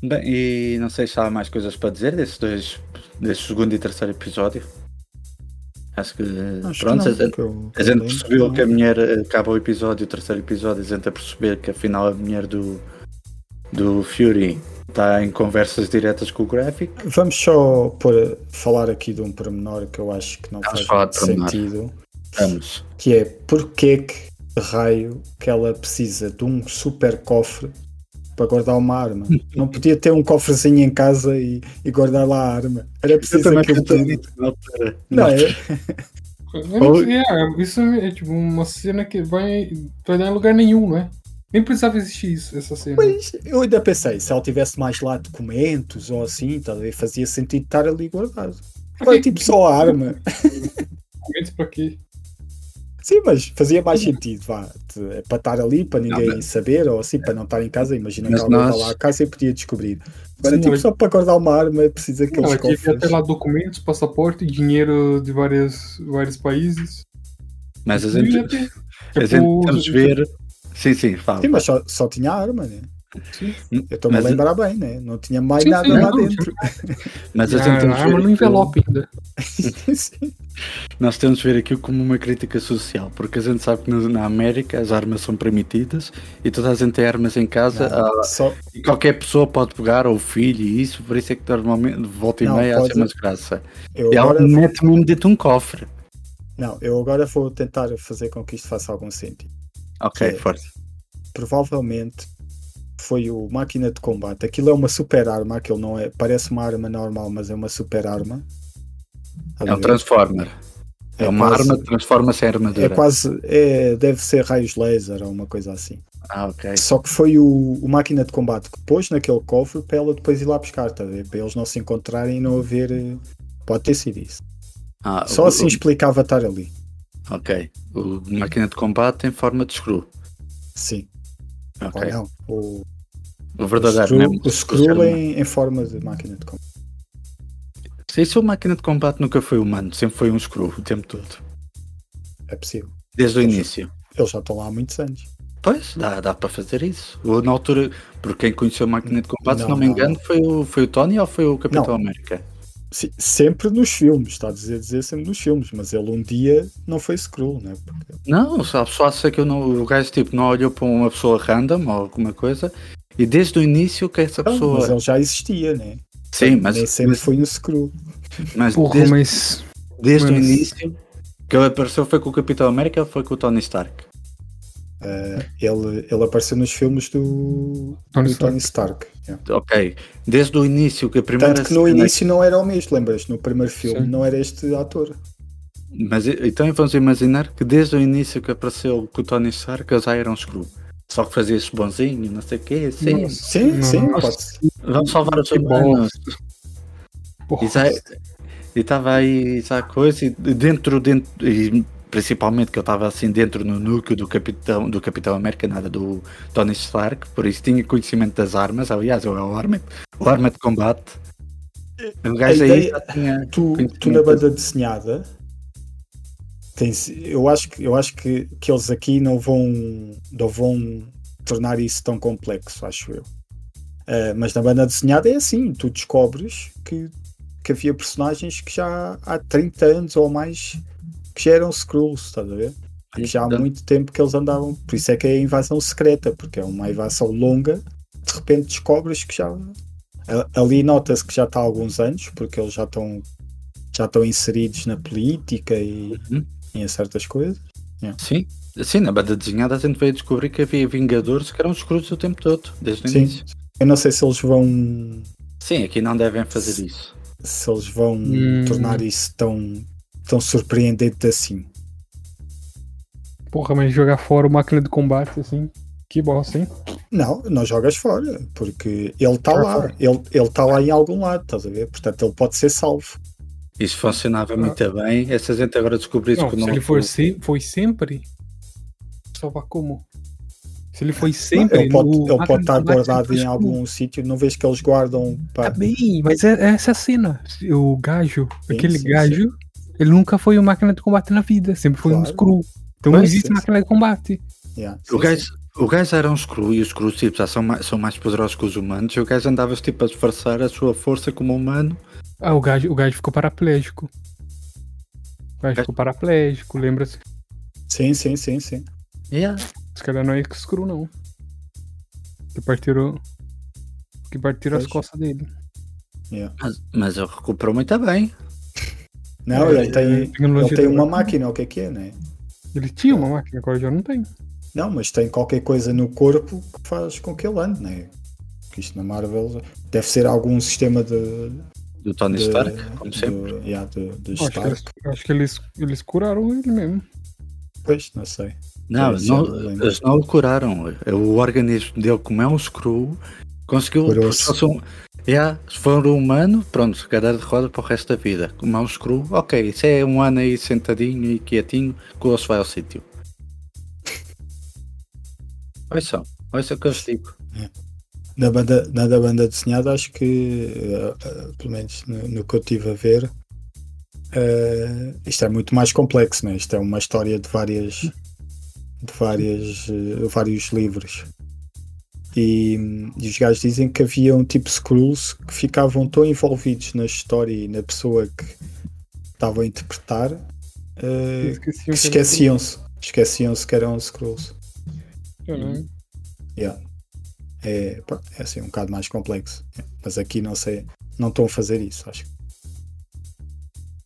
S2: Bem, e não sei se há mais coisas para dizer desses dois, desse segundo e terceiro episódio. Acho que
S4: Acho
S2: pronto,
S4: que
S2: a
S4: não,
S2: gente,
S4: que eu-
S2: a
S4: que eu
S2: gente
S4: lembro,
S2: percebeu
S4: não.
S2: que a mulher eh, acaba o episódio, o terceiro episódio, a gente a perceber que afinal a mulher do, do Fury está em conversas diretas com o Graphic.
S4: Vamos só por, falar aqui de um pormenor que eu acho que não faz
S2: Vamos falar
S4: muito
S2: de pormenor.
S4: sentido,
S2: Vamos.
S4: que é porque é que de raio que ela precisa de um super cofre para guardar uma arma. Não podia ter um cofrezinho em casa e, e guardar lá a arma. Era preciso aquilo tudo. Não, é,
S3: Eu não sei, é, isso é tipo uma cena que vai, vai dar em lugar nenhum, né? Nem precisava existir isso, essa cena.
S4: Pois, eu ainda pensei, se ela tivesse mais lá documentos ou assim, talvez fazia sentido estar ali guardado. Agora, tipo, só a arma.
S3: Documentos pra quê?
S4: Sim, mas fazia mais sentido, vá, de- é para estar ali, para ninguém
S2: Não,
S4: saber, ou assim, para não estar em casa, imagina que
S2: Mas
S4: alguém está
S2: nós-
S4: lá a casa e podia descobrir. Agora,
S3: Sim,
S4: tipo,
S3: mas-
S4: só para guardar uma arma precisa que
S3: Não,
S4: eles
S3: é que devia ter
S4: cofres.
S3: lá documentos, passaporte, dinheiro de várias, vários países.
S2: Mas a
S3: Devia
S2: gente,
S3: ter.
S2: a gente
S3: Tipo,
S2: temos de ver. Sim, sim, fala.
S4: Sim, mas só, só tinha a arma, né?
S3: Sim.
S4: Eu estou-me a
S2: Mas-
S4: lembrar bem, né? Não tinha mais
S3: Sim,
S4: nada
S3: sim,
S4: lá
S3: não,
S4: dentro.
S2: Mas a gente
S3: Ah,
S2: temos de
S3: arma
S2: ver
S3: no
S2: aquilo-
S3: envelope ainda.
S4: Sim.
S2: Nós temos de ver aquilo como uma crítica social, porque a gente sabe que na, na América as armas são permitidas e toda a gente tem armas em casa ah,
S4: Só,
S2: e qualquer pessoa pode pegar, ou filho e isso, por isso é que normalmente de volta e
S4: Não,
S2: meia
S4: pode-
S2: há uma desgraça.
S4: eu
S2: E ela
S4: agora
S2: mete mesmo dentro de um cofre.
S4: Não, eu agora vou tentar fazer com que isto faça algum sentido.
S2: Ok,
S4: Sim.
S2: forte.
S4: Provavelmente foi o máquina de combate. Aquilo é uma super arma, aquilo não é. Parece uma arma normal, mas é uma super arma.
S2: É um transformer. É, uma
S4: quase-
S2: arma que transforma-se em armadura.
S4: É quase. É, deve ser raios laser ou uma coisa assim.
S2: Ah, ok.
S4: Só que foi o, o máquina de combate que pôs naquele cofre para ela depois ir lá buscar, tá a ver? Para eles não se encontrarem e não haver. eh, Pode ter sido isso.
S2: Ah,
S4: Só
S2: o-
S4: assim explicava estar ali.
S2: Ok. O máquina de combate tem forma de screw.
S4: Sim.
S2: Ok.
S4: Ou não. O,
S2: O
S4: o
S2: verdadeiro
S4: screw,
S2: mesmo.
S4: o screw
S2: arma.
S4: em, em forma de máquina de combate.
S2: Sim, se a máquina de combate nunca foi humano, sempre foi um screw o tempo todo.
S4: É possível.
S2: Desde o início.
S4: Eles já estão lá há muitos anos.
S2: Pois, dá, dá para fazer isso. Ou na altura, por quem conheceu o Magneto de Combate, se
S4: Não,
S2: não me
S4: não.
S2: engano, foi o, foi o Tony ou foi o Capitão
S4: Não.
S2: América?
S4: Se- sempre nos filmes, está a dizer, dizer sempre nos filmes, mas ele um dia não foi Skrull, né? Porque
S2: Não, só, só sei que eu não, o gajo tipo, não olhou para uma pessoa random ou alguma coisa e desde o início que essa
S4: Não,
S2: pessoa.
S4: Ah, mas é um ele já existia, né?
S2: Sim, mas,
S4: Nem sempre foi um Skrull.
S2: mas
S3: Porra,
S2: desde,
S3: mas.
S2: desde o
S3: mas-
S2: início que ele apareceu foi com o Capitão América ou foi com o Tony Stark?
S4: Ele, ele apareceu nos filmes do
S3: Tony
S4: do
S3: Stark.
S4: Tony Stark. yeah.
S2: Ok. Desde o início que a primeira.
S4: Tanto que no
S2: cena-
S4: início não era o mesmo, lembras? No primeiro filme
S3: Sim.
S4: não era este ator.
S2: Mas e- então vamos imaginar que desde o início que apareceu com o Tony Stark eles já eram Screw. Só que fazia-se bonzinho, não sei o quê, sim.
S3: Nossa.
S4: Sim,
S3: Não,
S4: sim,
S3: não.
S4: pode ser.
S2: Vamos salvar os
S3: Que bom.
S2: humanos.
S3: Porra,
S2: E já- E estava aí essa coisa, e dentro, dentro, e principalmente que eu estava assim dentro no núcleo do Capitão, do Capitão América, nada do Tony Stark, por isso tinha conhecimento das armas, aliás, é o arma, o arma de combate. O gajo
S4: A
S2: aí
S4: ideia-
S2: já tá tinha.
S4: Tu, tu na banda desenhada tens, eu acho que eu acho que, que eles aqui não vão não vão tornar isso tão complexo, acho eu. Ah, mas na banda desenhada é assim, tu descobres que, que havia personagens que já há 30 anos ou mais que já eram Skrulls, estás a ver? Que já há muito tempo que eles andavam, por isso é que é a invasão secreta, porque é uma invasão longa, de repente descobres que já a- ali nota-se que já está há alguns anos, porque eles já estão já estão inseridos na política e,
S2: Uhum.
S4: e em certas coisas.
S2: Sim, sim, na banda desenhada a gente veio descobrir que havia Vingadores que eram escuros o tempo todo, desde o
S4: Sim.
S2: início.
S4: Eu não sei se eles vão
S2: Sim, aqui não devem fazer isso.
S4: se eles vão
S3: Hum.
S4: tornar isso tão tão surpreendente assim.
S3: porra, mas jogar fora o máquina de combate, assim. Que bosta, hein?
S4: Não, não jogas fora, porque ele está
S3: Joga
S4: lá,
S3: fora.
S4: ele ele está lá em algum lado, estás a ver? Portanto, ele pode ser salvo.
S2: Isso funcionava muito bem. Essa gente agora descobriu
S3: Ah. Não,
S2: que
S3: se
S2: não.
S3: ele for assim, se... foi sempre. Salvar como? Se ele foi sempre.
S4: ele pode,
S3: no
S4: ele
S3: máquina
S4: pode
S3: de
S4: estar
S3: combate,
S4: guardado
S3: sempre
S4: em
S3: foi escuro.
S4: algum sítio, não vês que eles guardam
S3: Tá
S4: pá,
S3: bem, mas é, é essa a cena. O gajo,
S4: Sim,
S3: aquele
S4: sim,
S3: gajo, ele nunca foi uma máquina de combate na vida, sempre foi um
S4: Claro.
S3: screw. Então não
S4: Pois, é.
S3: existe
S4: sim,
S3: máquina de combate.
S4: yeah,
S2: O
S4: sim,
S2: gajo, o gajo era um screw e os screws tipo, já são mais, são mais poderosos que os humanos e o gajo andava tipo a disfarçar a sua força como humano.
S3: Ah, o gajo, o gajo ficou paraplégico. O gajo
S2: Gajo-
S3: ficou paraplégico, lembra-se?
S4: sim, sim, sim, sim.
S2: Yeah.
S3: Os caras não é screw, não. Que partiram. Que partiram as
S4: Pois.
S3: costas dele.
S2: Mas, mas ele recuperou muito bem.
S4: Não,
S3: É,
S4: ele tem,
S3: tecnologia
S4: ele tem uma
S3: da-
S4: máquina, o que é que é, né?
S3: Ele tinha uma máquina, agora já não tem.
S4: Não, mas tem qualquer coisa no corpo que faz com que ele ande, né? Porque isto na Marvel já- deve ser algum sistema de.
S2: Do Tony
S4: de-
S2: Stark, como
S4: de-
S2: sempre.
S4: yeah, de, de
S3: Acho que,
S4: Stark,
S3: eles, acho que eles, eles curaram ele mesmo.
S4: pois, não sei.
S2: Não,
S4: Sim,
S2: não,
S4: sim,
S2: eles não o curaram. O organismo dele, como é um screw, conseguiu.
S4: Curou-se.
S2: se fosse um- Yeah, se for um humano, pronto, cadeira de roda para o resto da vida. Como é um screw, ok, isso é um ano aí sentadinho e quietinho, que o osso vai ao sítio. Olha só, olha só o que eu vos digo.
S4: Na banda, na da banda desenhada, acho que, eh, eh, pelo menos no, no que eu estive a ver, eh, isto é muito mais complexo, né? Isto é uma história de várias. de várias, eh, vários livros. E, hum, e os gajos dizem que havia um tipo de Skrulls que ficavam tão envolvidos na história e na pessoa que estavam a interpretar eh,
S3: Esqueci
S4: que esqueciam-se. Esqueciam-se que eram Skrulls.
S3: né?
S4: Hum. É, pá, é assim, um bocado mais complexo. Mas aqui não sei, não estão a fazer isso, acho que.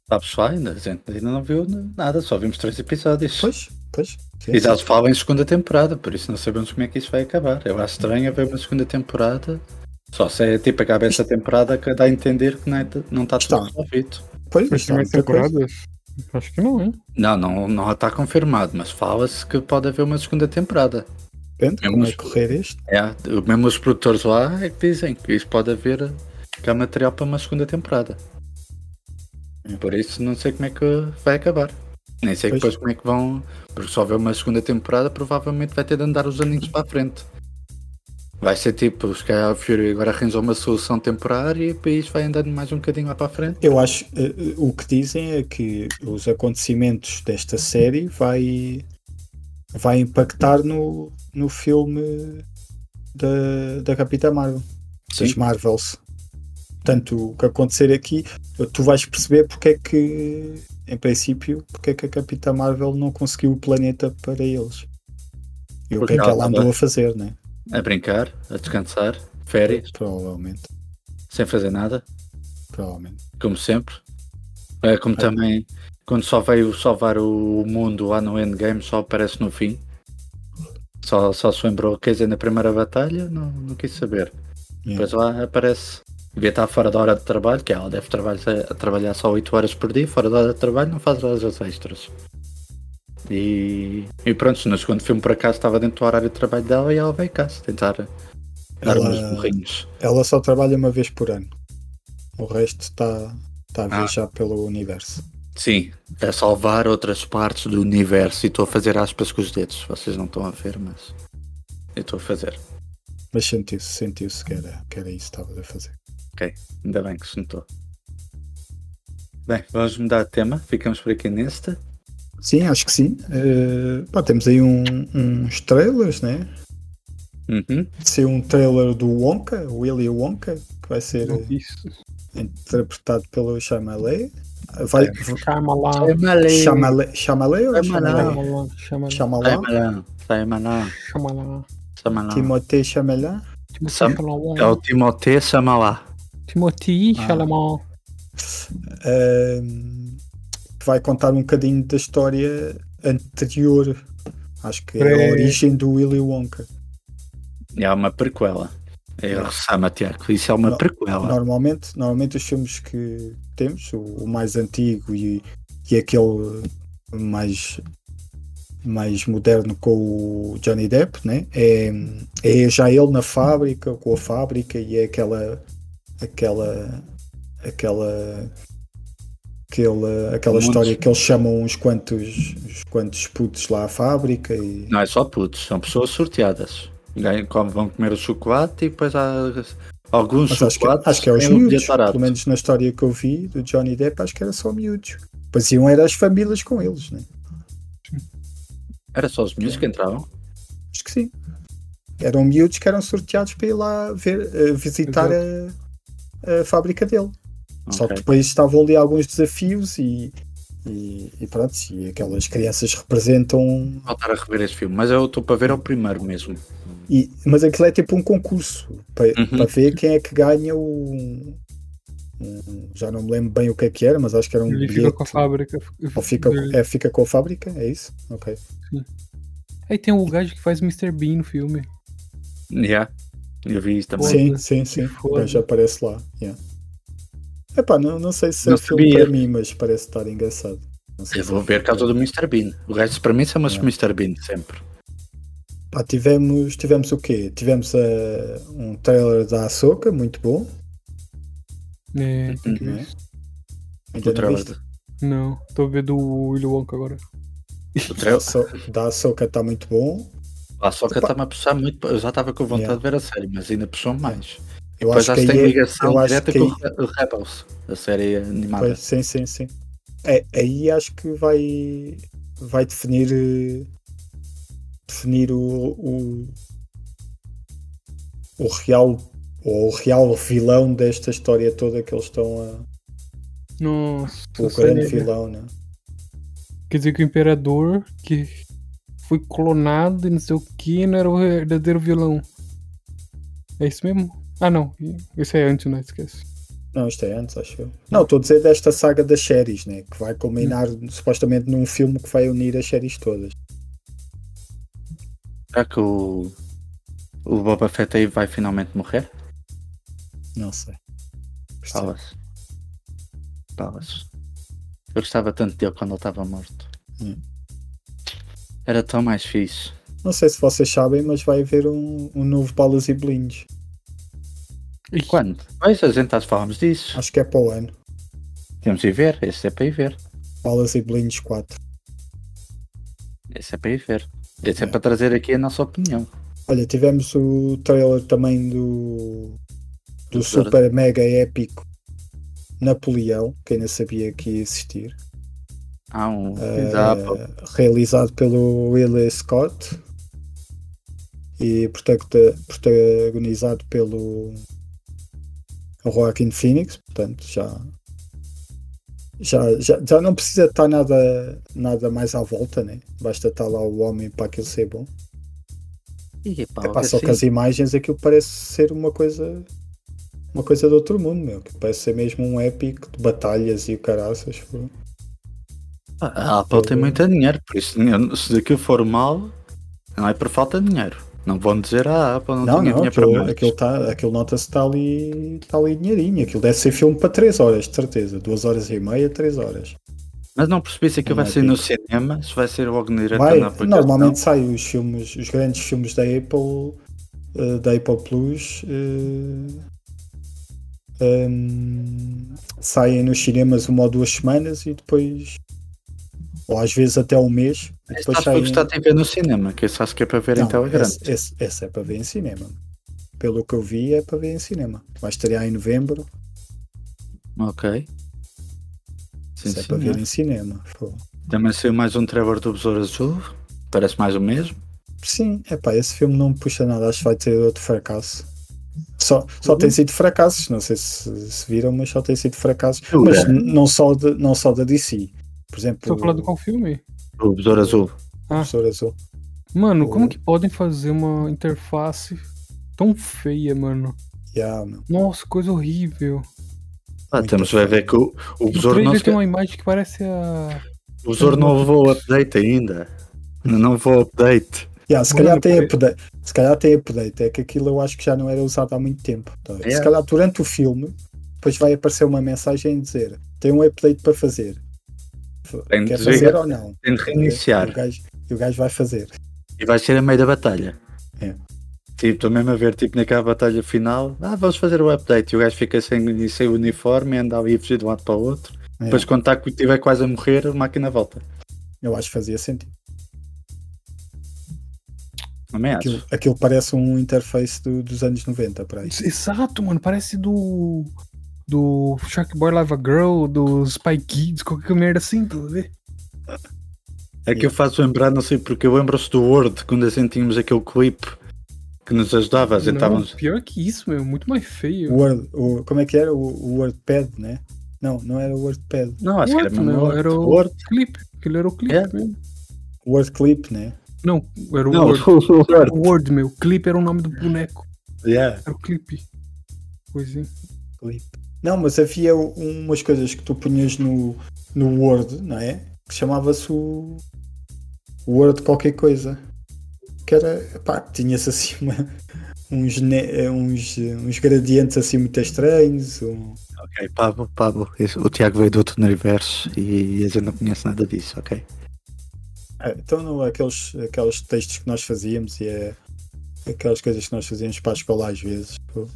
S2: Está pessoal, ainda, a gente ainda não viu nada, só vimos três episódios.
S4: Pois, pois. sim,
S2: E já
S4: sim.
S2: se fala em segunda temporada, por isso não sabemos como é que isso vai acabar. Eu acho estranho haver uma segunda temporada. Só se é tipo acaba esta temporada que dá a entender que não, é, não está tudo
S4: Está.
S2: resolvido.
S4: Pois,
S3: Mas
S4: isto é
S3: tem mais
S4: muita coisa.
S3: temporadas? Acho que não, hein?
S2: Não, não, não está confirmado, mas fala-se que pode haver uma segunda temporada.
S4: Depende
S2: É
S4: como é
S2: muito-
S4: correr este.
S2: É, mesmo os produtores lá é que dizem que isso pode haver que há material para uma segunda temporada. Por isso não sei como é que vai acabar. Nem sei
S4: Pois.
S2: depois como é que vão. Porque se houver uma segunda temporada, provavelmente vai ter de andar os aninhos para a frente. Vai ser tipo, se calhar o Fury agora arranjou uma solução temporária e depois vai andando mais um bocadinho lá para a frente.
S4: Eu acho, eh, eh, o que dizem é que os acontecimentos desta série vai, vai impactar no, no filme da, da Capitã Marvel, das Marvels. Portanto, o que acontecer aqui, tu vais perceber porque é que, em princípio, porque é que a Capitã Marvel não conseguiu o planeta para eles. E o que
S2: Porque
S4: é que
S2: ela
S4: ela andou
S2: andava-
S4: a fazer, né?
S2: A brincar, a descansar, férias,
S4: Provavelmente,
S2: sem fazer nada,
S4: provavelmente.
S2: como sempre. É como também quando só veio salvar o mundo lá no endgame, só aparece no fim. Só, só se lembrou, quer dizer, na primeira batalha, não, não quis saber.
S4: Yeah.
S2: Depois lá aparece. Devia estar fora da hora de trabalho, que ela deve trabalhar, trabalhar só 8 horas por dia, fora da hora de trabalho não faz horas extras. E, e pronto, no segundo filme por acaso estava dentro do horário de trabalho dela e ela veio cá se tentar dar
S4: Ela-
S2: uns burrinhos.
S4: Ela só trabalha uma vez por ano. O resto está tá a
S2: Ah.
S4: viajar pelo universo.
S2: Sim, a É salvar outras partes do universo. E estou a fazer aspas com os dedos. Vocês não estão a ver, mas. Eu estou a fazer.
S4: Mas sentiu-se, sentiu-se que era, que era isso que estava a fazer.
S2: Ainda bem que se notou. Bem, vamos mudar de tema. Ficamos por aqui neste.
S4: Sim, acho que sim. Eh, pá, temos aí um- uns trailers, né?
S2: Uhum.
S4: De ser um trailer do Wonka, Willy Wonka, que vai ser eh,
S3: Isso.
S4: interpretado pelo Chamalet. Vai,
S3: Chama lá.
S2: É.
S4: Chamalet, Chamalet ou
S2: Chalamet.
S4: Chamalet?
S3: Chama lá. Chama lá.
S4: Chamalet?
S2: Saimalã, Saimalã,
S3: Chama lá.
S2: Saimalã.
S4: Timothée Chamalet?
S3: Timothée
S2: Chama- É o
S3: Chalamet.
S2: Timothée Samalá.
S3: Timothée
S4: Ah.
S3: Chalamet.
S4: Ahm, que vai contar um bocadinho da história anterior. Acho que é
S3: Pre-
S4: a origem do Willy Wonka.
S2: É uma prequela. É o Sama Tiago. Isso é uma
S4: Não,
S2: prequela.
S4: Normalmente, normalmente os filmes que temos, o, o mais antigo e, e aquele mais, mais moderno com o Johnny Depp, né? é, é já ele na fábrica, com a fábrica, e é aquela aquela aquela aquela, aquela
S2: Muitos.
S4: história que eles chamam uns quantos, uns quantos putos lá à fábrica e
S2: Não é só putos, são pessoas sorteadas. Ganham- como Vão comer o chocolate e depois há alguns
S4: Mas acho que,
S2: chocolates.
S4: acho que é os
S2: têm um
S4: miúdos,
S2: bilhete barato.
S4: pelo menos na história que eu vi do Johnny Depp, acho que era só miúdos. Pois iam era as famílias com eles, né?
S2: Era só os miúdos que entravam.
S4: Acho que sim. Eram miúdos que eram sorteados para ir lá ver, eh, visitar a, a fábrica dele. Só que
S2: Ok.
S4: depois estavam ali alguns desafios e, e, e pronto, e aquelas crianças representam. um,
S2: Voltar a rever esse filme, mas eu estou para ver é o primeiro mesmo.
S4: E, mas aquilo é tipo um concurso para,
S2: Uhum.
S4: para ver quem é que ganha o. um- já não me lembro bem o que é que era, mas acho que era um
S3: Ele
S4: bilhete.
S3: fica com a fábrica.
S4: Ou fica, é, fica com a fábrica? É isso? Ok.
S3: Aí tem um gajo que faz Mr. Bean no filme.
S2: Yeah. Eu vi isso também.
S3: Foda-se.
S4: Sim, sim, sim. O gajo aparece lá. Yeah. Epá, não, não sei se é
S2: Não
S4: filme
S2: sabia.
S4: para mim, mas parece estar engraçado. Não sei
S2: Eu
S4: se
S2: vou
S4: é
S2: ver
S4: filme
S2: causa do Mr. Bean. O resto para mim chama-se
S4: Yeah.
S2: Mr. Bean sempre.
S4: para- Pá, tivemos, tivemos o quê? Tivemos eh, um trailer da Ahsoka, muito bom.
S3: É, tem que
S4: Uhum.
S3: ver isso.
S4: Ainda
S2: O
S4: não
S2: trailer,
S4: viste?
S3: Não, tô vendo o Willy Wonka agora.
S2: o trailer.
S4: So- da Ahsoka está muito bom.
S2: Ah, só que eu estava a puxar muito. Eu já estava com vontade de ver a série, mas ainda puxou mais.
S4: Eu acho
S2: Pois
S4: que
S2: acho que tem
S4: aí é-
S2: ligação
S4: eu acho
S2: direta
S4: que
S2: com
S4: aí-
S2: o Re- Rebels, a série animada.
S4: Pois, sim, sim, sim. É, aí acho que vai, vai definir eh, definir o, o o real ou o real vilão desta história toda que eles estão a
S3: Nossa,
S4: o
S3: essa
S4: grande
S3: série-
S4: vilão, né?
S3: Quer dizer que o imperador que foi clonado e não sei o que não era o verdadeiro vilão. É isso mesmo? Ah não, isso é antes, não esquece.
S4: Não, isto é antes, acho eu. Não, estou a dizer desta saga das séries, né? Que vai culminar supostamente num filme que vai unir as séries todas.
S2: Será que o, o Boba Fett aí vai finalmente morrer?
S4: Não sei.
S2: Palas. Palas. Eu gostava tanto dele quando ele estava morto.
S4: Hum.
S2: Era tão mais fixe.
S4: Não sei se vocês sabem, mas vai haver um, um novo Balas e Blindes.
S3: E
S2: Quando? Pois a gente já falámos disso.
S4: Acho que é para o ano.
S2: Temos de ir ver. Esse é para ir ver.
S4: Balas e Blindes 4.
S2: Esse é para ir ver. Esse é,
S4: É.
S2: para trazer aqui a nossa opinião.
S4: Olha, tivemos o trailer também do, do
S2: Do
S4: super mega épico Napoleão, que ainda sabia que ia existir.
S2: Ah, um.
S4: eh,
S2: da Apple.
S4: realizado pelo Ridley Scott e protagota- protagonizado pelo Joaquin Phoenix, portanto já já, já, já não precisa estar nada, nada mais à volta, né? basta estar lá o homem para aquilo ser bom.
S2: Ih, pá,
S4: É pá, só que as
S2: assim,
S4: imagens aquilo parece ser uma coisa uma coisa de outro mundo, meu. Que parece ser mesmo um épico de batalhas e o caraças. pô.
S2: pá, a Apple tem muito dinheiro, por isso dinheiro- se daqui for mal, não é por falta de dinheiro. Não vão dizer ah, a Apple não,
S4: Não,
S2: tinha
S4: não,
S2: dinheiro para
S4: aquilo,
S2: mais.
S4: aquilo, tá, aquilo nota-se que está ali, tá ali dinheirinho. Aquilo deve ser filme para 3 horas, de certeza. 2 horas e meia, 3 horas.
S2: Mas não percebi se aquilo
S4: Não
S2: vai
S4: é
S2: ser no cinema, se vai ser logo direto
S4: Vai,
S2: na aplicação.
S4: normalmente saem os filmes, os grandes filmes da Apple, eh, da Apple Plus, eh, ehm, saem nos cinemas uma ou duas semanas e depois, ou às vezes até um mês, e
S2: Esse
S4: depois
S2: está
S4: saem.
S2: a gostar de ver é no cinema, que esse acho que é para ver em
S4: tipo, Não,
S2: telegrama.
S4: esse, esse- esse é para ver em cinema. Pelo que eu vi, é para ver em cinema. Vai estrear em novembro.
S2: Ok. Sim,
S4: Isso é
S2: sim,
S4: para ver
S2: né?
S4: em cinema. Pô.
S2: Também saiu mais um Trevor do Besouro Azul. Parece mais o mesmo.
S4: Sim, epá, esse filme não me puxa nada, acho que vai ter outro fracasso. Só, só
S3: Uhum.
S4: tem sido fracassos, não sei se, se viram, mas só tem sido fracassos.
S2: Jura?
S4: Mas n- não só, de, não só da DC. Por exemplo,
S3: é. Estou a falar de
S4: o
S3: qual filme?
S2: O Besouro Azul.
S4: Professor Azul.
S3: Mano, como
S4: O-
S3: que podem fazer uma interface tão feia, mano?
S4: Yeah, meu.
S3: Nossa, coisa horrível.
S2: Ah,
S4: Muito
S2: temos vai
S4: feio.
S2: ver que o, o
S3: O
S2: Besouro não,
S3: trailer
S2: se-
S3: tem uma imagem que parece a.
S4: é
S2: o Besouro não levou o update ainda. Não vou update.
S4: Yeah, se,
S3: Mano,
S4: calhar tem
S3: porque-
S4: update, se calhar tem update, é que aquilo eu acho que já não era usado há muito tempo. Tá? Se
S2: Yeah.
S4: calhar durante o filme, depois vai aparecer uma mensagem a dizer: tem um update para fazer. F-
S2: Tem de
S4: Quer
S2: desligar.
S4: fazer ou não?
S2: Tem de reiniciar.
S4: E o gajo, e o gajo vai fazer.
S2: E vai ser a meio da batalha.
S4: É.
S2: Tipo, estou mesmo a ver, tipo, naquela batalha final, ah, vamos fazer o update. E o gajo fica sem, sem uniforme, anda ali fugir de um lado para o outro.
S4: É.
S2: Depois, quando tá- estiver quase a morrer, a máquina volta.
S4: Eu acho que fazia sentido.
S2: Também acho.
S4: Aquilo, aquilo parece um interface do- dos anos 90 para aí.
S3: Exato, mano, parece do. Do Shark Boy Lava Girl, do Spy Kids, qualquer merda assim, tá a ver?
S2: É que eu faço lembrar, não sei porque, eu lembro-se do Word, quando a gente tínhamos aquele clipe que nos ajudava, a gente
S3: Não,
S2: estávamos.
S3: pior que isso, meu, muito mais
S4: O
S3: feio.
S4: Word, o, como é que era? O, o WordPad, né? Não, não era o WordPad.
S2: Não, acho que era
S3: Word,
S2: mesmo
S3: meu,
S2: Word.
S3: era o-
S2: Word.
S3: Clipe, aquele era o clipe
S2: É?
S3: mesmo.
S4: O WordClip, né?
S3: Não, era o
S2: Não,
S3: Word.
S2: o Word.
S3: O Word, meu, clipe era o nome do boneco.
S2: Yeah.
S3: Era o clipe. Coisinha.
S4: Clip. Não, mas havia u- umas coisas que tu punhas no, no Word, não é? Que chamava-se o o Word qualquer coisa. Que era, pá, tinha-se assim uma- uns, ne- eh, uns, eh, uns gradientes assim muito estranhos. um-
S2: Ok, Pablo, Pablo, esse- o Tiago veio do outro universo e a gente não conhece nada disso, ok?
S4: Ah, Então não, aqueles, aqueles textos que nós fazíamos e é, aquelas coisas que nós fazíamos para a escola às vezes. pô.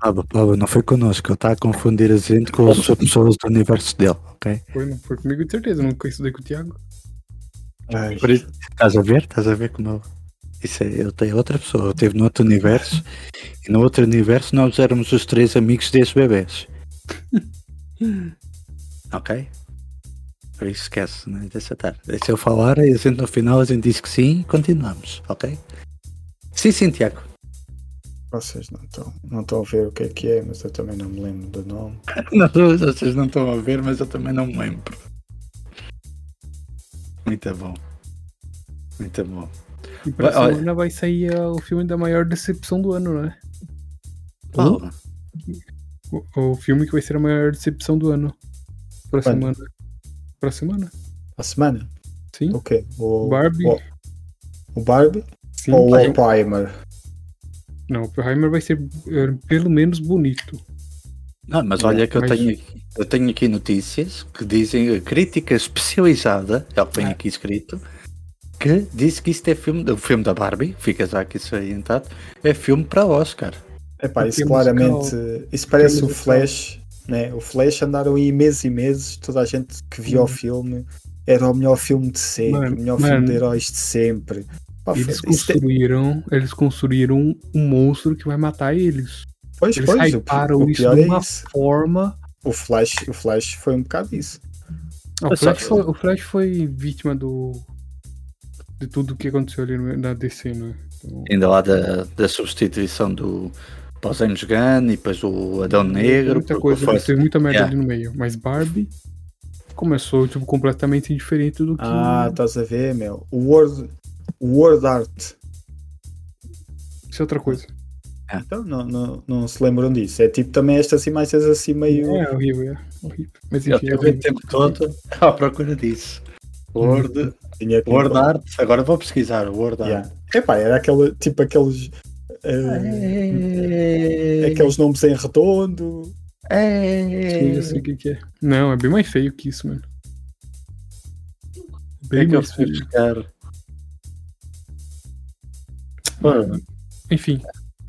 S2: Pablo, Pablo, não foi connosco, ele está a confundir a gente com as outras pessoas do universo dele, ok?
S3: Foi, não foi comigo de certeza, nunca estudei com o Thiago. Ah, é
S4: Ai,
S2: Por isso, estás a ver? Estás a ver como eu. Isso é, eu tenho outra pessoa, eu estive no outro universo e no outro universo nós éramos os três amigos desses bebês. ok? Por isso esquece, né? deixa estar. Deixa eu falar e a gente no final a gente diz que sim e continuamos, ok? Sim, sim, Tiago.
S4: vocês não estão não estão a ver o que é que é, mas eu também não me lembro do nome.
S2: Não, vocês não estão a ver, mas eu também não me lembro. Muito bom. Muito bom.
S3: E pra
S2: Vai, olha-
S3: semana vai sair ah, o filme da maior decepção do ano, né?
S2: Paulo,
S3: O, o filme que vai ser a maior decepção do ano. Pra
S4: Quando?
S3: semana. Pra semana?
S4: A semana?
S3: Sim.
S4: O quê? O
S3: Barbie?
S4: O, o Barbie
S3: Sim.
S4: ou o
S3: vai-
S4: Oppenheimer?
S3: Não, o Oppenheimer vai ser eh, pelo menos bonito.
S2: Não, mas olha que eu
S3: Mas-
S2: tenho aqui, eu tenho aqui notícias que dizem a crítica especializada, é o que tem
S3: Ah.
S2: aqui escrito, que diz que isto é filme, o filme da Barbie, fica já aqui salientado, é filme para Oscar.
S4: Epá,
S3: O
S4: isso
S3: filme
S4: claramente. Isso parece o
S3: filme musical.
S4: Flash, né? O Flash andaram aí meses e meses, toda a gente que via o
S3: Uhum.
S4: filme era o melhor filme de sempre,
S3: Mano,
S4: o melhor
S3: mano.
S4: filme de heróis de sempre. Pá, é,
S3: Eles
S2: é-
S4: foda-se, isso tem-
S3: construíram, eles construíram um monstro que vai matar eles.
S4: Pois,
S3: Eles
S4: pois, o, pi-
S3: hyparam
S4: o
S3: isso
S4: pior
S3: de
S4: é
S3: uma
S4: isso.
S3: forma.
S4: O Flash, o Flash foi um bocado isso.
S3: Não, o,
S2: Eu só-
S3: Flash foi, o Flash foi vítima do. de tudo que aconteceu ali no- na DC, né? Então,
S2: Ainda lá da, da substituição do Posen Gun e depois o Adão Negro.
S3: muita
S2: porque
S3: coisa,
S2: foi-
S3: mas teve muita merda
S2: É.
S3: ali no meio. Mas Barbie começou, tipo, completamente indiferente do que.
S4: Ah, estás a ver, meu. O Word, o word Art.
S3: Isso é outra coisa.
S4: Então, não, não, não se lembram disso. É tipo também estas imagens assim meio.
S3: É horrível, é horrível. Mas
S2: Eu
S3: enfim, é
S2: tive o
S3: horrível.
S2: tempo todo à procura disso. Word,
S4: Tinha que
S2: Word Art. Agora vou pesquisar Word Art.
S4: Yeah. Epá, era aquele, tipo aqueles. eh,
S3: é
S2: É
S4: Aqueles nomes em redondo.
S3: Sim, eu sei o que, que é. Não, é bem mais feio que isso, mano.
S2: O que é
S3: Bem
S2: que eu
S3: mais
S2: fui
S3: feio.
S2: buscar? Pô,
S3: Enfim.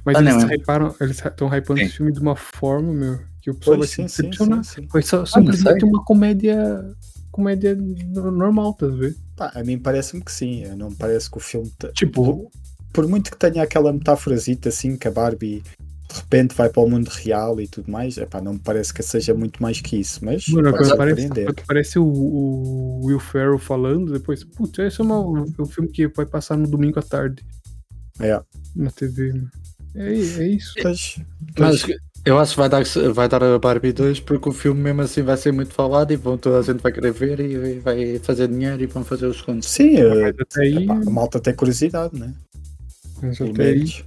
S3: Mas
S2: Ah,
S3: eles
S2: não, é.
S3: hyparam, eles estão hypando
S2: Sim.
S3: esse filme de uma forma, meu, que o pessoal
S4: Pois, sim,
S3: vai se
S4: sim,
S3: decepcionar.
S4: sim, sim.
S3: Foi só,
S2: simplesmente
S3: simplesmente Ah, uma comédia. Comédia no- normal, tá vendo?
S4: Pá, a mim parece-me que sim. Eu Não me parece que o filme. te-
S3: Tipo,
S4: Por muito que tenha aquela metáforasita assim que a Barbie de repente vai para o mundo real e tudo mais, epá, não me parece que seja muito mais que isso. Mas
S3: mano,
S4: pode
S3: quando parece,
S4: surpreender.
S3: quando parece o, o Will Ferrell falando, depois, putz, esse é uma, um filme que vai passar no domingo à tarde.
S4: Uhum. É.
S3: Na TV. mano. É, é isso.
S4: Mas-
S2: Mas eu acho que vai dar, vai dar a Barbie 2 porque o filme mesmo assim vai ser muito falado e vão, toda a gente vai querer ver e vai fazer dinheiro e vão fazer os contos.
S4: Sim, eh,
S3: Mas até aí.
S4: epá, a malta tem curiosidade, né?
S3: Mas
S4: Pelo
S3: até aí.
S4: menos.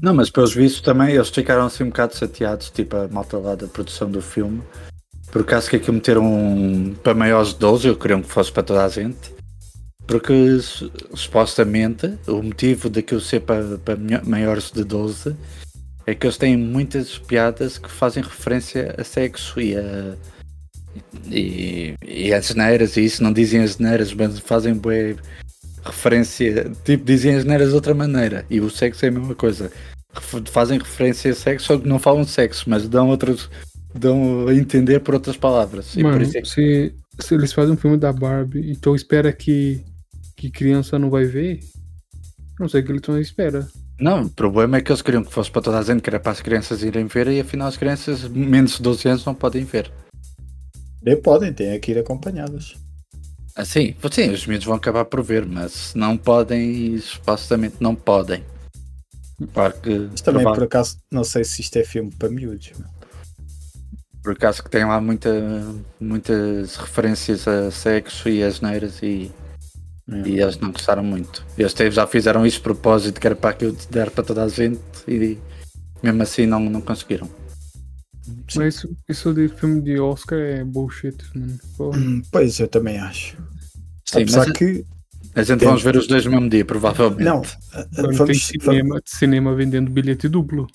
S2: Não, mas pelos vistos também eles ficaram assim um bocado chateados, tipo a malta lá da produção do filme, por causa que aquilo meteram um, para maiores de 12, eu queriam que fosse para toda a gente, porque su- supostamente o motivo daquilo ser para, para minho- maiores de 12 é que eles têm muitas piadas que fazem referência a sexo e a. E, e as neiras, e isso não dizem as neiras, mas fazem bué referência, tipo, dizem as neiras de outra maneira, e o sexo é a mesma coisa ref- fazem referência a sexo, só que não falam de sexo, mas dão outras. dão a entender por outras palavras. E por
S3: Mano,
S2: isso é que-
S3: se, se eles fazem um filme da Barbie, então espera que, que criança não vai ver, não sei o que eles estão à espera.
S2: Não, o problema é que eles queriam que fosse para toda a gente, que era para as crianças irem ver, e afinal as crianças menos de 12 anos não podem ver.
S4: Nem podem, têm que ir acompanhadas.
S2: Assim, sim, os miúdos vão acabar por ver, mas não podem, supostamente não podem. Claro que
S4: Mas também,
S2: prova-
S4: por acaso, não sei se isto é filme para miúdos. meu.
S2: por acaso que tem lá muita, muitas referências a sexo e asneiras e,
S4: né?
S2: e eles não gostaram muito. Eles te- já fizeram isso de propósito, que era para aquilo de dar para toda a gente e mesmo assim não, não conseguiram.
S4: Sim.
S3: Mas isso, isso de filme de Oscar é bullshit, mano. Pô,
S4: Hum, Pois, eu também acho.
S2: Sim,
S4: Apesar
S2: mas é-
S4: que.
S2: a gente
S4: tem-
S2: vamos ver os dois no mesmo dia, provavelmente.
S4: Não,
S3: mano, tem
S4: vamos, vamos,
S3: cinema, cinema vendendo bilhete duplo.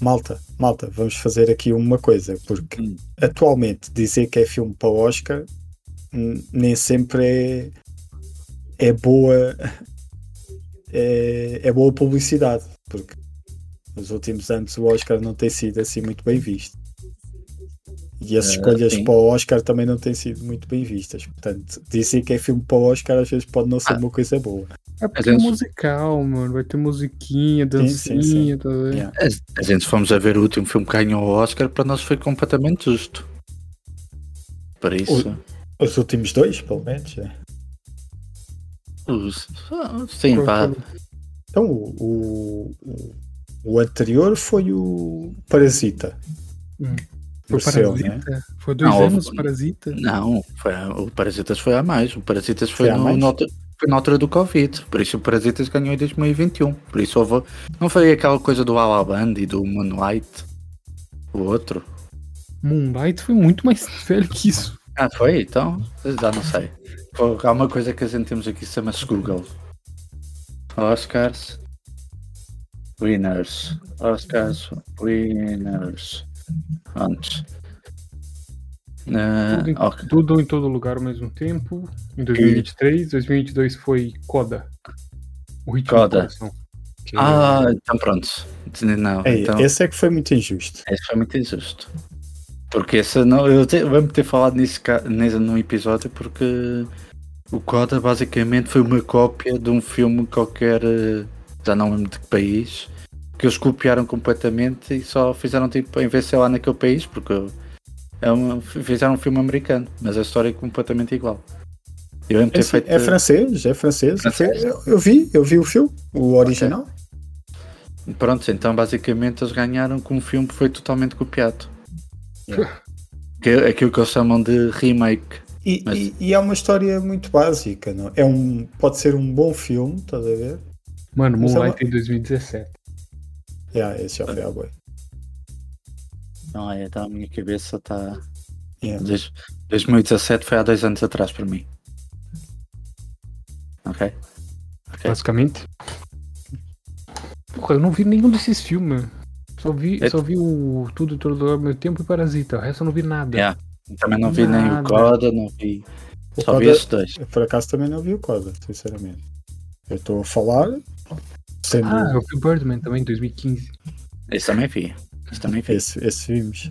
S4: Malta, malta, vamos fazer aqui uma coisa, porque
S2: Hum.
S4: atualmente dizer que é filme para o Oscar hum, nem sempre é, é boa é, é boa publicidade, porque nos últimos anos o Oscar não tem sido assim muito bem visto. E as
S2: Ah,
S4: escolhas
S2: sim.
S4: para o Oscar também não têm sido muito bem vistas. Portanto, dizer que é filme para o Oscar às vezes pode não ser
S2: Ah.
S4: uma coisa boa.
S3: É porque é
S2: gente-
S3: musical, mano. Vai ter musiquinha,
S4: Sim, sim, sim.
S3: dancinha, tá vendo?
S4: Yeah.
S2: A, a gente fomos a ver o último filme que ganhou o Oscar, para nós foi completamente justo. Para isso.
S4: Os últimos dois, pelo menos. é.
S2: os- ah, Sim, vá.
S4: Então, o, o, o anterior foi o Parasita.
S3: Hum.
S4: O
S3: Foi
S4: seu,
S3: Parasita?
S4: né?
S3: Foi dois
S2: Não,
S3: anos
S2: houve-
S3: Parasita?
S2: Não, foi, o Parasitas foi a mais. O Parasitas foi,
S4: Foi a
S2: no-
S4: mais?
S2: na altura- foi na altura do Covid. Por isso o Parasitas ganhou em 2021. Por isso houve, não foi aquela coisa do Alaband e do Moonlight. O outro.
S3: Moonlight foi muito mais velho que isso.
S2: Ah, foi? Então, já não sei. Pô, Há uma coisa que a gente temos aqui, chama-se Google. Oscars. Winners. Oscars. Winners. Antes. Ah,
S3: Tudo em-
S2: ok.
S3: Tudo em todo lugar ao mesmo tempo. Em 2023, 2022 foi Coda. O ritmo
S2: Coda.
S3: do coração. Que-
S2: Ah, então pronto. Não,
S4: Ei,
S2: então...
S4: Esse é que foi muito injusto.
S2: Esse foi muito injusto. Porque essa não. Eu te- lembro de ter falado nisso ca- nesse, num episódio porque o Coda basicamente foi uma cópia de um filme qualquer, eh, já não lembro de que país, que eles copiaram completamente e só fizeram tipo, em vez de ser lá naquele país, porque É uma, fizeram um filme americano, mas a história é completamente igual. Eu lembro de
S4: É,
S2: ter
S4: sim,
S2: feito.
S4: é francês, é francês.
S2: Francês.
S4: Eu, eu vi, eu vi o filme, o original.
S2: Pronto, então basicamente eles ganharam com um filme que foi totalmente copiado.
S4: Yeah.
S2: Que é aquilo que eles chamam de remake.
S4: E,
S2: Mas-
S4: e- e é uma história muito básica, não? É um, pode ser um bom filme, estás a ver?
S3: Mano,
S4: Mas é ela-
S3: Moonlight em 2017.
S4: Yeah, É, esse já foi à boa.
S2: Não, é, tá, a minha cabeça tá- está.
S4: Yeah.
S2: 2017 foi há dois anos atrás para mim. Ok? Ok.
S3: Basicamente. Porra, eu não vi nenhum desses filmes. Só vi,
S2: É-
S3: só vi o Tudo e Todo ao meu tempo e Parasita. O resto eu não vi nada.
S2: Yeah. Também não vi nem o
S3: Nada.
S2: Coda, não vi.
S4: O
S2: Só vi
S4: Coda-
S2: esses dois.
S4: Eu, por acaso também não vi o Coda, sinceramente. Eu estou a falar sendo
S3: Ah, eu vi o Birdman também em 2015.
S2: Esse também vi. Esse também vi.
S4: esse, esse filmes.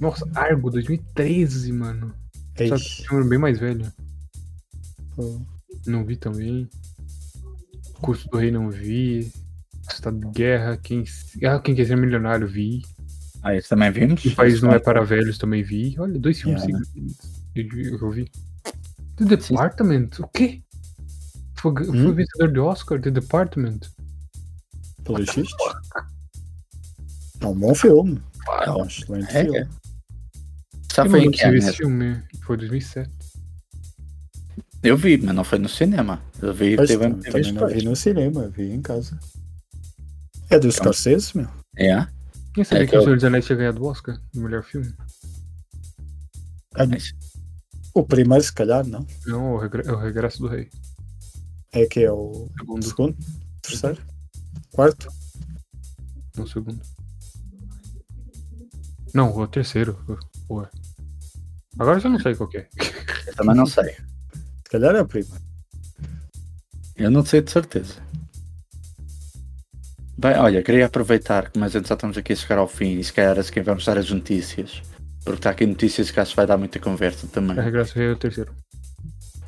S3: Nossa, Argo 2013, mano.
S4: Ei,
S3: Só que eu era bem mais velho.
S4: pô.
S3: Não vi também. Curso do Rei não vi. Estado de Guerra, quem, ah, quem quer ser milionário vi.
S2: Ah, esse tá- É, também vimos?
S3: O País Não É Para Velhos também vi. Olha, dois filmes
S2: né?
S4: Yeah.
S3: seguidos eu, eu vi. The Department? O quê? Foi, foi
S4: Hum?
S3: vencedor de Oscar, The Department.
S4: Pelos vistos. É um bom filme. É
S2: Pá,
S4: um excelente
S2: É,
S4: filme.
S2: Só
S3: Eu
S2: Tá, foi
S3: não
S2: em
S3: lembro
S2: que
S3: se eu
S2: ano?
S3: vi esse filme. Foi 2007.
S2: Eu vi, mas não foi no cinema. Eu vi
S4: Mas
S2: teve
S4: tam-
S2: MTV
S4: é, também não
S2: depois.
S4: vi no cinema, vi em casa. É do Scorsese, meu?
S2: É.
S3: Quem
S2: É
S3: sabia que
S2: que
S3: o
S2: eu-
S3: Senhor dos Anéis tinha ganhado o Oscar do melhor filme?
S4: O primeiro, se calhar, não.
S3: Não, o, regre- é o Regresso do Rei.
S4: É que é o
S3: Segundo.
S4: segundo, terceiro, quarto.
S3: No segundo. Não, o terceiro. Ué. Agora eu já não sei qual que é.
S2: Eu também não sei.
S4: Se calhar é o primeiro.
S2: Eu não sei de certeza. Bem, olha, queria aproveitar que mas antes já estamos aqui a chegar ao fim e se calhar assim vamos dar as notícias. Porque está aqui notícias que acho que vai dar muita conversa também.
S3: O Regresso do Rei é o terceiro.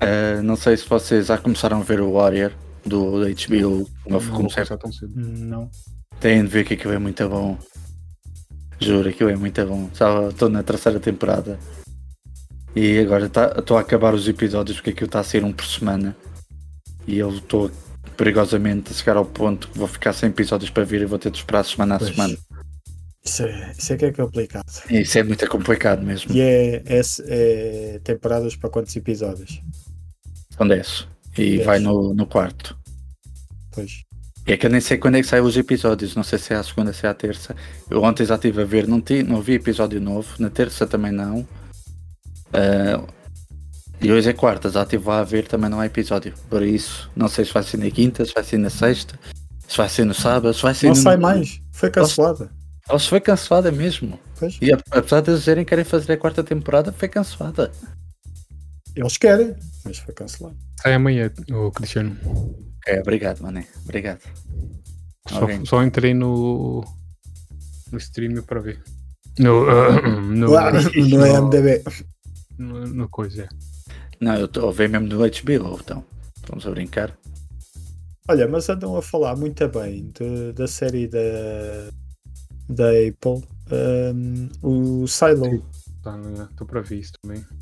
S2: Ah, não sei se vocês já começaram a ver o Warrior do HBO,
S3: Não
S2: novo
S3: vou
S2: como sempre.
S3: começar tão cedo.
S4: Não.
S2: Têm de ver que aquilo é muito bom. Juro, aquilo é muito bom. Já estou na terceira temporada. E agora estou a acabar os episódios porque aquilo está a ser um por semana. E eu estou perigosamente a chegar ao ponto que vou ficar sem episódios para vir e vou ter de esperar semana a
S4: Pois.
S2: semana.
S4: Isso é, isso é que é complicado.
S2: E isso é muito complicado mesmo.
S4: E é, é- é temporadas para quantos episódios?
S2: São 10. é E
S4: Dez.
S2: vai no, no quarto.
S4: Pois.
S2: E é que eu nem sei quando é que saem os episódios. Não sei se é à segunda, se é à terça. Eu ontem já estive a ver, não, ti, não vi episódio novo. Na terça também não. Ah, e hoje é quarta, já estive lá a ver, também não há episódio. Por isso, não sei se vai ser na quinta, se vai ser na sexta, se vai ser no sábado, se vai ser
S4: não
S2: no...
S4: sai mais. Foi cancelada.
S2: Ou se foi cancelada mesmo.
S4: Pois.
S2: E a- apesar de eles dizerem que querem fazer a quarta temporada, foi cancelada.
S4: Eles querem, mas foi cancelada.
S3: Sai amanhã, o Cristiano.
S2: É, obrigado, mané. Obrigado. Alguém.
S3: Só, só entrei no. no stream pra ver. No. ah, no,
S4: Uau, Não é MDB.
S3: no, no coisa. é.
S2: Não, eu estou a ver mesmo no HBO, então. Estamos a brincar.
S4: Olha, mas andam a falar muito bem de- da série da, da Apple, hum, o Silo.
S3: Tá, né? Tô pra ver isso também. Tem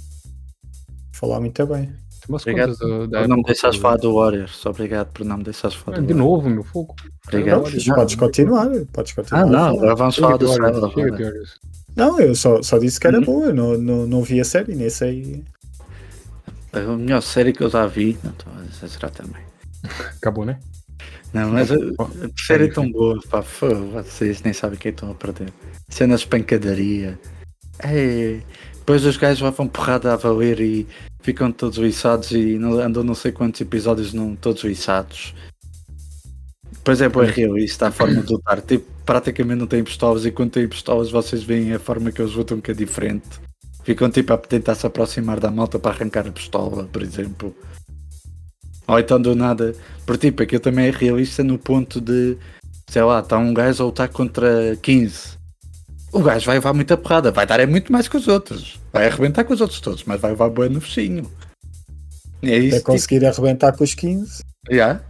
S4: Falar muito bem.
S3: umas
S2: Obrigado.
S3: coisas da, da
S2: Por não me
S3: época
S2: deixares
S3: que-
S2: falar do Warrior, só obrigado por não me deixares
S3: Ah,
S2: falar do
S3: De
S2: Warrior.
S3: novo, meu fogo.
S2: Obrigado.
S4: Não,
S3: Olha,
S4: mas
S3: não,
S4: podes
S3: não.
S4: continuar, podes continuar.
S2: Ah,
S4: a
S2: não,
S4: falar.
S2: agora vamos falar
S3: Chega
S2: do né?
S3: de olhos,
S2: Silo
S3: chega de
S2: agora.
S3: olhos.
S4: Não, eu só, só disse que era
S2: Uhum.
S4: boa, eu não, não, não vi a série, nem sei.
S2: É A melhor série que eu já vi. Não estou a exagerar também.
S3: Acabou, né?
S2: Não, mas a,
S3: Ó,
S2: a série é tão boa, pá, fô, vocês nem sabem quem estão a perder. Cenas de pancadaria. É. Depois os gajos levam porrada a valer e ficam todos viçados e não- andam não sei quantos episódios não, todos viçados. Depois é boa realista a forma de lutar. Tipo, praticamente não têm pistolas e quando têm pistolas vocês veem a forma que eles lutam que é diferente. Ficam tipo a tentar se aproximar da malta para arrancar a pistola, por exemplo. Ou então do nada. Por tipo, aquilo também é realista no ponto de, sei lá, está um gajo a lutar contra 15. O gajo vai levar muita porrada, vai dar é muito mais que os outros. Vai arrebentar com os outros todos, mas vai levar boa no focinho. E É isso.
S4: Até
S2: tipo,
S4: conseguir arrebentar com os 15.
S2: já.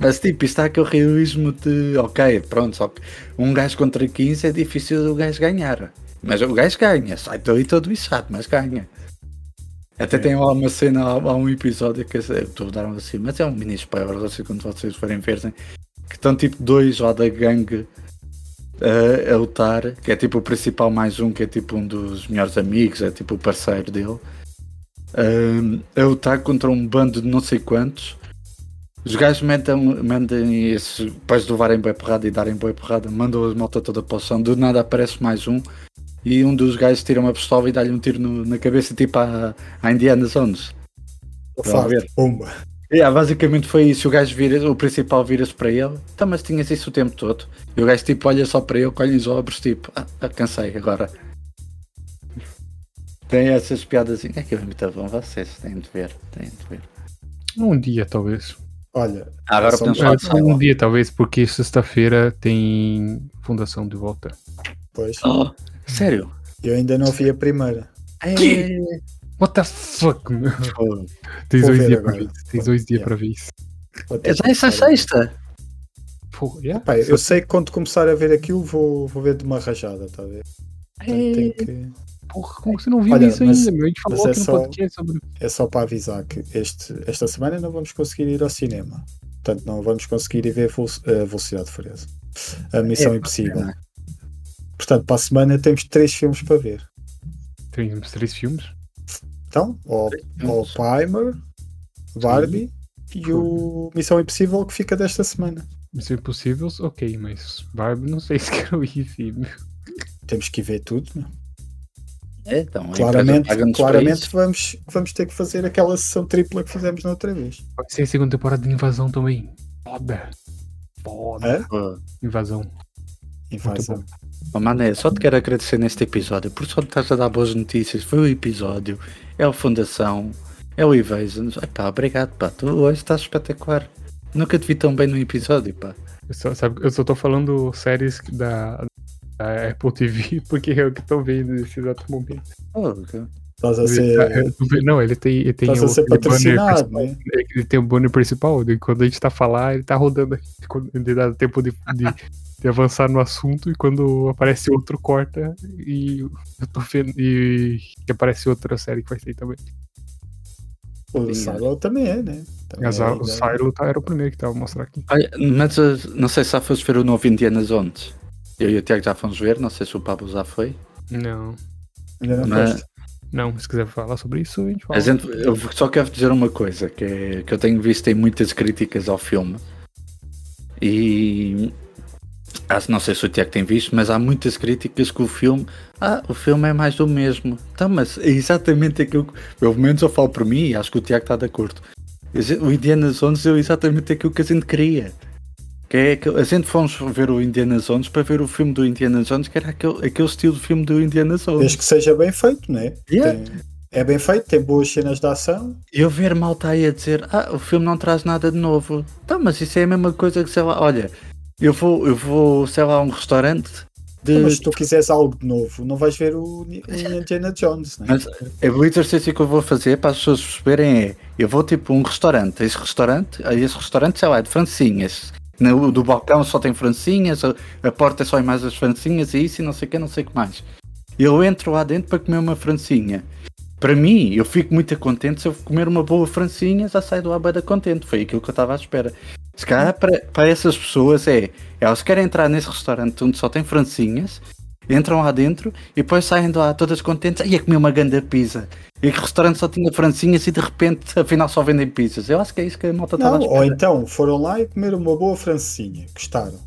S2: Mas tipo, isto há aquele realismo de ok, pronto, só que um gajo contra 15 é difícil o gajo ganhar. Mas o gajo ganha, sai daí todo bichado, mas ganha. Até tem lá uma cena, há há um episódio que eu estou a dar uma assim, mas é um mini spoiler, vocês quando vocês forem ver, tem- que estão tipo dois lá da gangue a, a lutar, que é tipo o principal mais um, que é tipo um dos melhores amigos, é tipo o parceiro dele, Ahm, a lutar contra um bando de não sei quantos. Os gajos metem, metem esse, depois de levarem boi porrada e darem boi porrada, mandam a malta toda para o chão, do nada aparece mais um e um dos gajos tira uma pistola e dá-lhe um tiro no- na cabeça, tipo à, à Indiana Jones.
S4: Eu
S2: Vamos
S4: falo,
S2: ver.
S4: pumba.
S2: Yeah, basicamente foi isso, o gajo vira, o principal vira-se para ele, tá, mas tinhas isso o tempo todo. E o gajo tipo olha só para ele, colhe os obras, tipo, ah, ah, cansei agora. Tem essas piadas, é que é muito bom, vocês têm de ver, têm de ver.
S3: Um dia, talvez.
S4: Olha,
S2: Agora
S4: São
S2: podemos
S4: Já Paulo.
S2: falar
S3: Ah,
S2: de
S4: sei
S3: um
S2: Silo.
S3: dia, talvez, porque sexta-feira tem Fundação de Volta.
S4: pois,
S2: Oh, sério?
S4: eu ainda não vi a primeira.
S2: Que?
S3: What the fuck, meu? Tens
S4: Vou
S3: dois
S4: ver
S3: dias pra
S4: agora.
S3: ver isso. Tens dois dias
S4: Yeah.
S3: pra ver isso.
S4: Vou ter
S2: É já
S4: que
S2: essa
S4: começar a ver.
S2: sexta?
S3: Pô, yeah.
S4: Pá, eu sei que quando começar a ver aquilo vou, vou ver de uma rajada, está a ver?
S3: É.
S4: Portanto, tem que-
S3: Porra, como você não viu
S4: Olha,
S3: isso
S4: mas-
S3: ainda, meu? A gente falou
S4: mas é
S3: aqui no
S4: só-
S3: podcast sobre.
S4: É só para avisar que este, esta semana não vamos conseguir ir ao cinema. Portanto, não vamos conseguir ir ver Vel- a Velocidade Furiosa. A
S2: É,
S4: Missão Impossível.
S2: pena.
S4: Portanto, para a semana temos três filmes para ver.
S3: Tem uns três filmes.
S4: Então, o Oppenheimer, Barbie e o Missão Impossível que fica desta semana.
S3: Missão Impossível, ok, mas Barbie, não sei se quero ir, sim.
S4: Temos que ver tudo. não é?
S2: É, então, a empresa
S4: Claramente,
S2: paga-nos para
S4: claramente
S2: isso.
S4: vamos, vamos ter que fazer aquela sessão tripla que fizemos na outra vez.
S3: Vai ser a segunda temporada de Invasão também. Foda. Foda.
S4: Hã?
S2: Pô.
S3: Invasão.
S4: Invasão.
S2: Oh, Mané, só te quero agradecer neste episódio por só estás a dar boas notícias. Foi o episódio, é a Fundação, é o Evasions. Ai, pá, obrigado, pá. Tu hoje estás espetacular. Nunca te vi tão bem num episódio, pá.
S3: Eu só, sabe, eu só tô falando séries que da, da Apple TV porque é o que tô vendo nesse exato momento.
S2: Oh, ok.
S4: Estás a
S3: Ele tá-
S4: ser,
S3: eu tô vendo- não, ele tem, ele tem
S4: estás a ser
S3: aquele
S4: patrocinado,
S3: banner
S4: né?
S3: principal. É Ele tem o banner principal. E quando a gente tá falando, ele tá rodando aqui. Quando ele dá tempo de, de- de avançar no assunto. E quando aparece outro, corta. E eu tô vendo. E, e aparece outra série que vai ser também.
S4: O
S2: Sim,
S4: Silo também é, né? Também
S3: Mas a-
S4: é,
S3: o
S4: né?
S3: Silo tá- era o primeiro que tava mostrando aqui.
S2: Ai, mas uh, não sei se já foste ver o novo Indiana Jones. Eu e o Tiago já fomos ver, não sei se o Pablo já foi.
S3: Não.
S4: Ainda não
S2: Mas-
S4: foste.
S3: Não, mas se quiser falar sobre isso, a gente fala.
S2: A gente, eu só quero dizer uma coisa, que, é- que eu tenho visto tem muitas críticas ao filme. E ah, não sei se o Tiago tem visto, mas há muitas críticas que o filme. Ah, o filme é mais do mesmo. Tá, mas é exatamente aquilo que. Pelo menos eu falo por mim e acho que o Tiago está de acordo. A gente- O Indiana Jones é exatamente aquilo que a gente queria. Que é que a gente fomos ver o Indiana Jones para ver o filme do Indiana Jones, que era aquele, aquele estilo de filme do Indiana Jones.
S4: Desde que seja bem feito, né?
S2: Yeah.
S4: Tem- é bem feito, tem boas cenas de ação.
S2: E eu ver malta aí a dizer, ah, o filme não traz nada de novo. Tá, mas isso é a mesma coisa que, sei lá, olha, eu vou, eu vou, sei lá, a um restaurante de.
S4: Então, Mas se tu quiseres algo de novo, não vais ver o, Ni- o Indiana Jones, né?
S2: Mas é o exercício que eu vou fazer para as pessoas perceberem é, eu vou tipo a um restaurante, esse restaurante, a esse restaurante, sei lá, é de francinhas. No, do balcão só tem francinhas, a, a porta é só mais as francinhas e isso e não sei o que, não sei o que mais. Eu entro lá dentro para comer uma francinha. Para mim, eu fico muito contente se eu comer uma boa francinha, já saio do Abada contente. Foi aquilo que eu estava à espera. Se calhar para, para essas pessoas é, elas querem entrar nesse restaurante onde só tem francinhas, entram lá dentro e depois saem de lá todas contentes, ia comer uma ganda pizza. E que o restaurante só tinha francinhas e de repente afinal só vendem pizzas. Eu acho que é isso que a malta estava à
S4: Não, ou
S2: espera.
S4: então foram lá e comeram uma boa francinha, gostaram.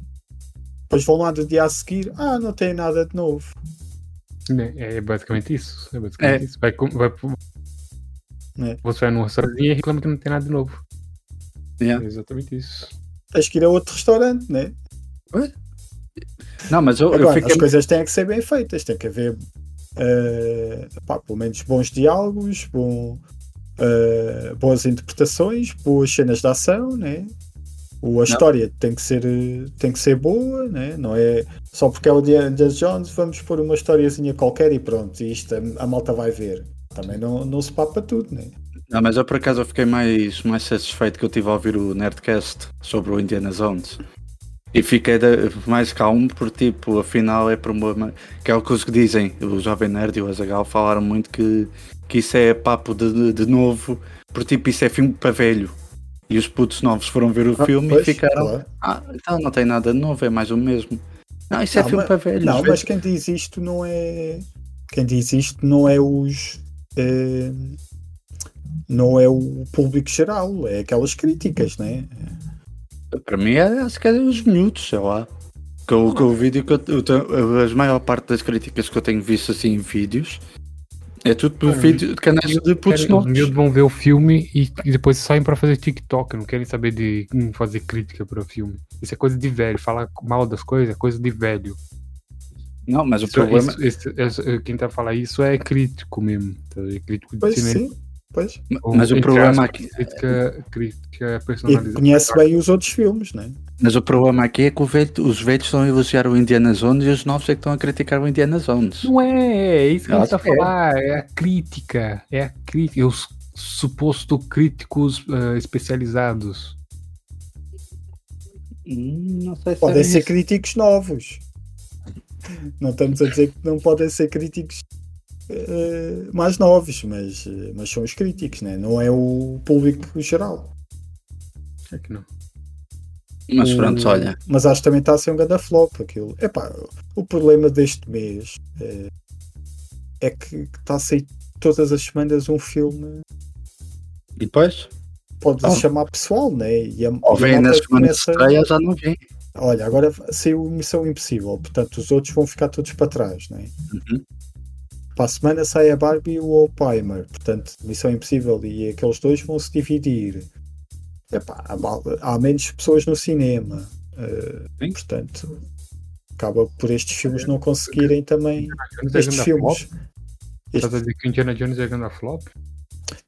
S4: Depois vão lá do dia a seguir, ah, não tem nada de novo.
S3: Né, É basicamente isso. É basicamente
S2: É.
S3: isso. Vai, com- vai, pro-
S4: É.
S3: Você vai num restaurante e reclama que não tem nada de novo.
S2: Yeah.
S3: É exatamente isso.
S4: Tens que ir a outro restaurante, né?
S2: Não, mas eu, eu
S4: Agora,
S2: fico
S4: as coisas têm que ser bem feitas, tem que haver eh, pá, pelo menos bons diálogos, bom, eh, boas interpretações, boas cenas de ação, né? Ou a história tem que ser, eh, tem que ser boa, né? não é só porque é o Indiana Jones, vamos pôr uma historiazinha qualquer e pronto, e isto a, a malta vai ver. Também não, não se papa tudo, né?
S2: Não, Ah, mas eu por acaso eu fiquei mais, mais satisfeito que eu tive a ouvir o Nerdcast sobre o Indiana Jones. E fiquei da- mais calmo porque, tipo, afinal é para uma. Que é o que os que dizem, o Jovem Nerd e o Azagal falaram muito que, que isso é papo de, de- de novo, porque, tipo, isso é filme para velho. E os putos novos foram ver o filme
S4: Ah, Pois,
S2: e ficaram.
S4: claro.
S2: Ah, então não tem nada de novo, é mais o mesmo. Não, isso é
S4: Não,
S2: filme
S4: mas-
S2: para velhos.
S4: Não,
S2: vê-
S4: mas quem diz isto não é. Quem diz isto não é os. eh, não é o público geral, é aquelas críticas, né?
S2: Para mim, é, acho que é os minutos, sei lá. Que eu, que eu vídeo que eu, eu tenho- as maior parte das críticas que eu tenho visto assim em vídeos é tudo por
S3: Ah,
S2: vídeo, canais de putos
S3: Querem- Os
S2: novos.
S3: miúdos vão ver o filme e, e depois saem pra fazer TikTok, não querem saber de hum, fazer crítica pro filme. Isso é coisa de velho, falar mal das coisas é coisa de velho.
S2: Não, mas o
S3: Isso- é-
S2: problema.
S3: isso- isso- isso- quem tá falando isso é crítico mesmo, tá? ligado? É crítico de
S4: Pois
S3: cinema.
S4: sim, pois.
S3: Ou,
S2: Mas o
S3: entre
S2: problema
S3: aspas,
S2: aqui.
S3: Crítica, crítica é
S4: E
S3: personalizada.
S4: conhece bem os outros filmes, né?
S2: Mas o problema aqui é que o velho- os velhos estão a elogiar o Indiana Jones e os novos é que estão a criticar o Indiana Jones.
S3: Não é, é isso que
S2: Eu
S3: a gente tá
S2: acho que é.
S3: falar, é a crítica, é a crítica, é os suposto críticos ah, especializados.
S2: Hum, Não sei se
S4: Podem
S2: é
S4: ser
S2: isso.
S4: críticos novos. Não estamos a dizer que não podem ser críticos eh, mais novos, mas, eh, mas são os críticos, né? não é o público geral.
S3: Será É que não?
S2: Mas
S4: O-
S2: pronto, olha.
S4: Mas acho que também está a ser um grande flop aquilo. Epá, o problema deste mês eh, é, que que está a sair todas as semanas um filme
S2: E depois?
S4: pode
S2: Ah.
S4: chamar pessoal, né? E a,
S2: Ou
S4: e a
S2: Oh, vem
S4: malta
S2: nas semanas de
S4: começa-
S2: estreia, já não vem.
S4: Olha, agora saiu Missão Impossível, portanto os outros vão ficar todos para trás, né?
S2: Uhum.
S4: Para a semana sai a Barbie e o Oppenheimer, portanto Missão Impossível e aqueles dois vão se dividir. Epá, há, mal- há menos pessoas no cinema, eh,
S2: Sim.
S4: portanto acaba por estes filmes não conseguirem também.
S3: Jones é
S4: Estes
S3: grande
S4: filmes
S3: flop? Tá dizendo que Indiana Jones é grande flop?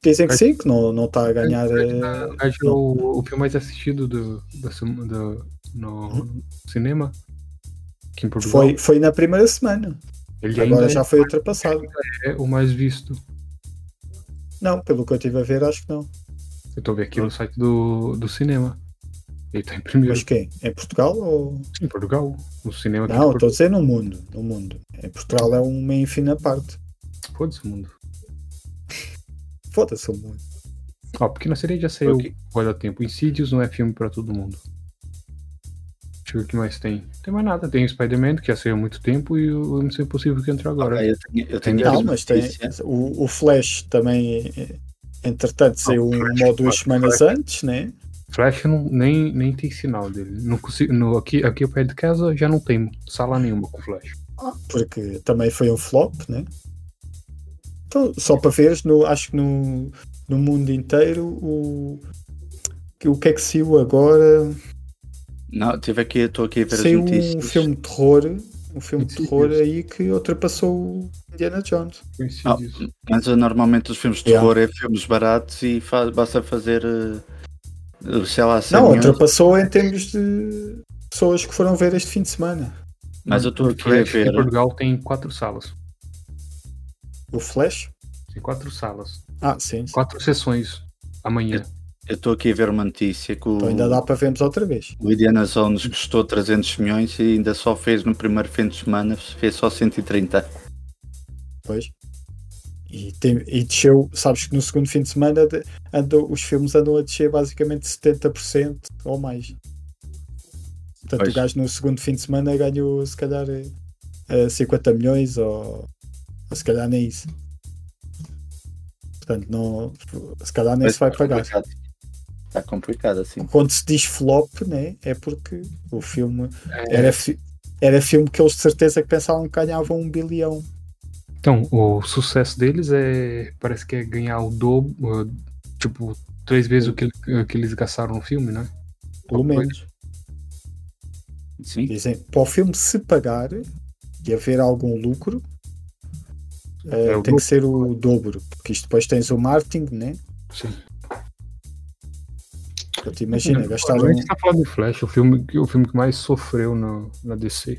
S4: dizem que sim, que não, não está a ganhar. eh,
S3: Acho que é o, o filme mais assistido do, da sema- do- no cinema. Aqui em Portugal.
S4: foi, foi na primeira semana,
S3: Ele
S4: agora
S3: ainda
S4: já foi ultrapassado.
S3: é o mais visto.
S4: Não, pelo que eu estive a ver, acho que não.
S3: Eu tô
S4: Ah.
S3: vendo aqui no site do, do cinema. Ele tá em primeiro.
S4: Mas quem? Em Portugal ou.
S3: Em Portugal. No cinema aqui em
S4: Não, estou a
S3: Portugal.
S4: dizer no mundo, no mundo. Em Portugal é uma infina parte.
S3: Foda-se o mundo.
S4: Foda-se o mundo.
S3: Ó, porque na série já saiu
S2: Ok.
S3: Roda Tempo. Insidious não é filme pra todo mundo. Deixa eu ver o que mais tem. Não tem mais nada. Tem o Spider-Man, que já saiu há muito tempo, e o Missão Impossível que entrou agora.
S2: Ah, eu tenho, eu tenho
S4: Não,
S2: aqui
S4: mas tem.
S2: notícia.
S4: O, o Flash também, eh, entretanto, saiu uma ou duas semanas antes, né?
S3: Flash não, nem, nem tem sinal dele. Não consigo, no, aqui, aqui perto de casa já não tem sala nenhuma com Flash.
S4: Porque também foi um flop, né? Então, só para veres, no, acho que no, no mundo inteiro, o, que- o que é que saiu agora?
S2: Não, tive aqui, estou aqui a ver
S4: Saiu
S2: as
S4: um
S2: notícias.
S4: filme de terror, um filme de
S3: Insidious.
S4: terror aí que ultrapassou o Indiana Jones.
S2: Ah,
S3: Coincide isso.
S2: mas ah, normalmente os filmes de
S4: Yeah.
S2: terror é filmes baratos e fa- basta fazer. eh, sei lá, 100
S4: Não,
S2: milhões.
S4: ultrapassou em termos de pessoas que foram ver este fim de semana.
S2: Mas eu estou aqui a
S4: é
S3: Flash
S2: ver.
S3: Em Portugal tem quatro salas.
S4: O Flash?
S3: Tem quatro salas.
S4: Ah, sim. sim.
S3: Quatro sessões amanhã.
S4: É.
S2: Eu estou aqui a ver uma notícia que o,
S4: Então ainda dá para vermos outra vez.
S2: o Indiana Jones custou 300 milhões e ainda só fez no primeiro fim de semana, fez só 130.
S4: Pois. E, tem, e desceu, sabes que no segundo fim de semana de- andam, os filmes andam a descer basicamente 70% ou mais. Portanto,
S2: Pois.
S4: o gajo no segundo fim de semana ganhou se calhar eh, eh, 50 milhões ou, ou se calhar nem isso. Portanto, não, se calhar nem se vai pagar.
S2: Está Tá complicado assim.
S4: quando se diz flop, né, é porque o filme
S3: É,
S4: era, fi- era filme que eles de certeza que pensavam que ganhavam um bilhão.
S3: Então, o sucesso deles é. Parece que é ganhar o dobro. uh, Tipo, três vezes o que, o que eles gastaram no filme, né?
S4: Pelo
S3: Alguma
S4: menos.
S2: Sim.
S4: Dizem, para o filme se pagar e haver algum lucro, eh,
S3: É o
S4: tem
S3: dobro.
S4: que ser o dobro. Porque isto depois tens o marketing, né?
S3: Sim.
S4: Portanto, imagina,
S3: É,
S4: gastaram. um-
S3: A gente tá falando do Flash, o filme, que- o filme que mais sofreu na, na DC.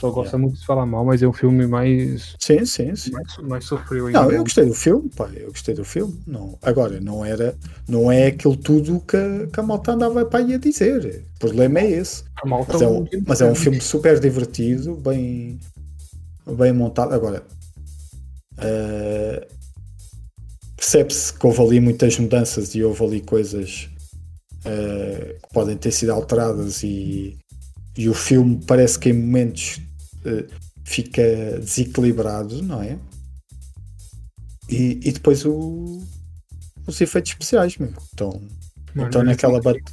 S3: só gosta muito de falar mal, mas é um filme mais.
S4: Sim, sim, sim.
S3: mais, mais sofreu ainda.
S4: Não, eu gostei do filme, pá, eu gostei do filme. Não, agora, não era, não é aquilo tudo que, a- que a malta andava para aí a dizer. O problema é esse.
S3: A malta
S4: Mas é um,
S3: ouvinte,
S4: mas é um
S3: né?
S4: filme super divertido, bem, bem montado. Agora, eh, percebe-se que houve ali muitas mudanças e houve ali coisas eh, que podem ter sido alteradas e, e o filme parece que em momentos eh, fica desequilibrado, não é? E, e depois o- os efeitos especiais, meu. Então,
S3: Mano,
S4: então
S3: eu
S4: naquela
S3: sei
S4: bat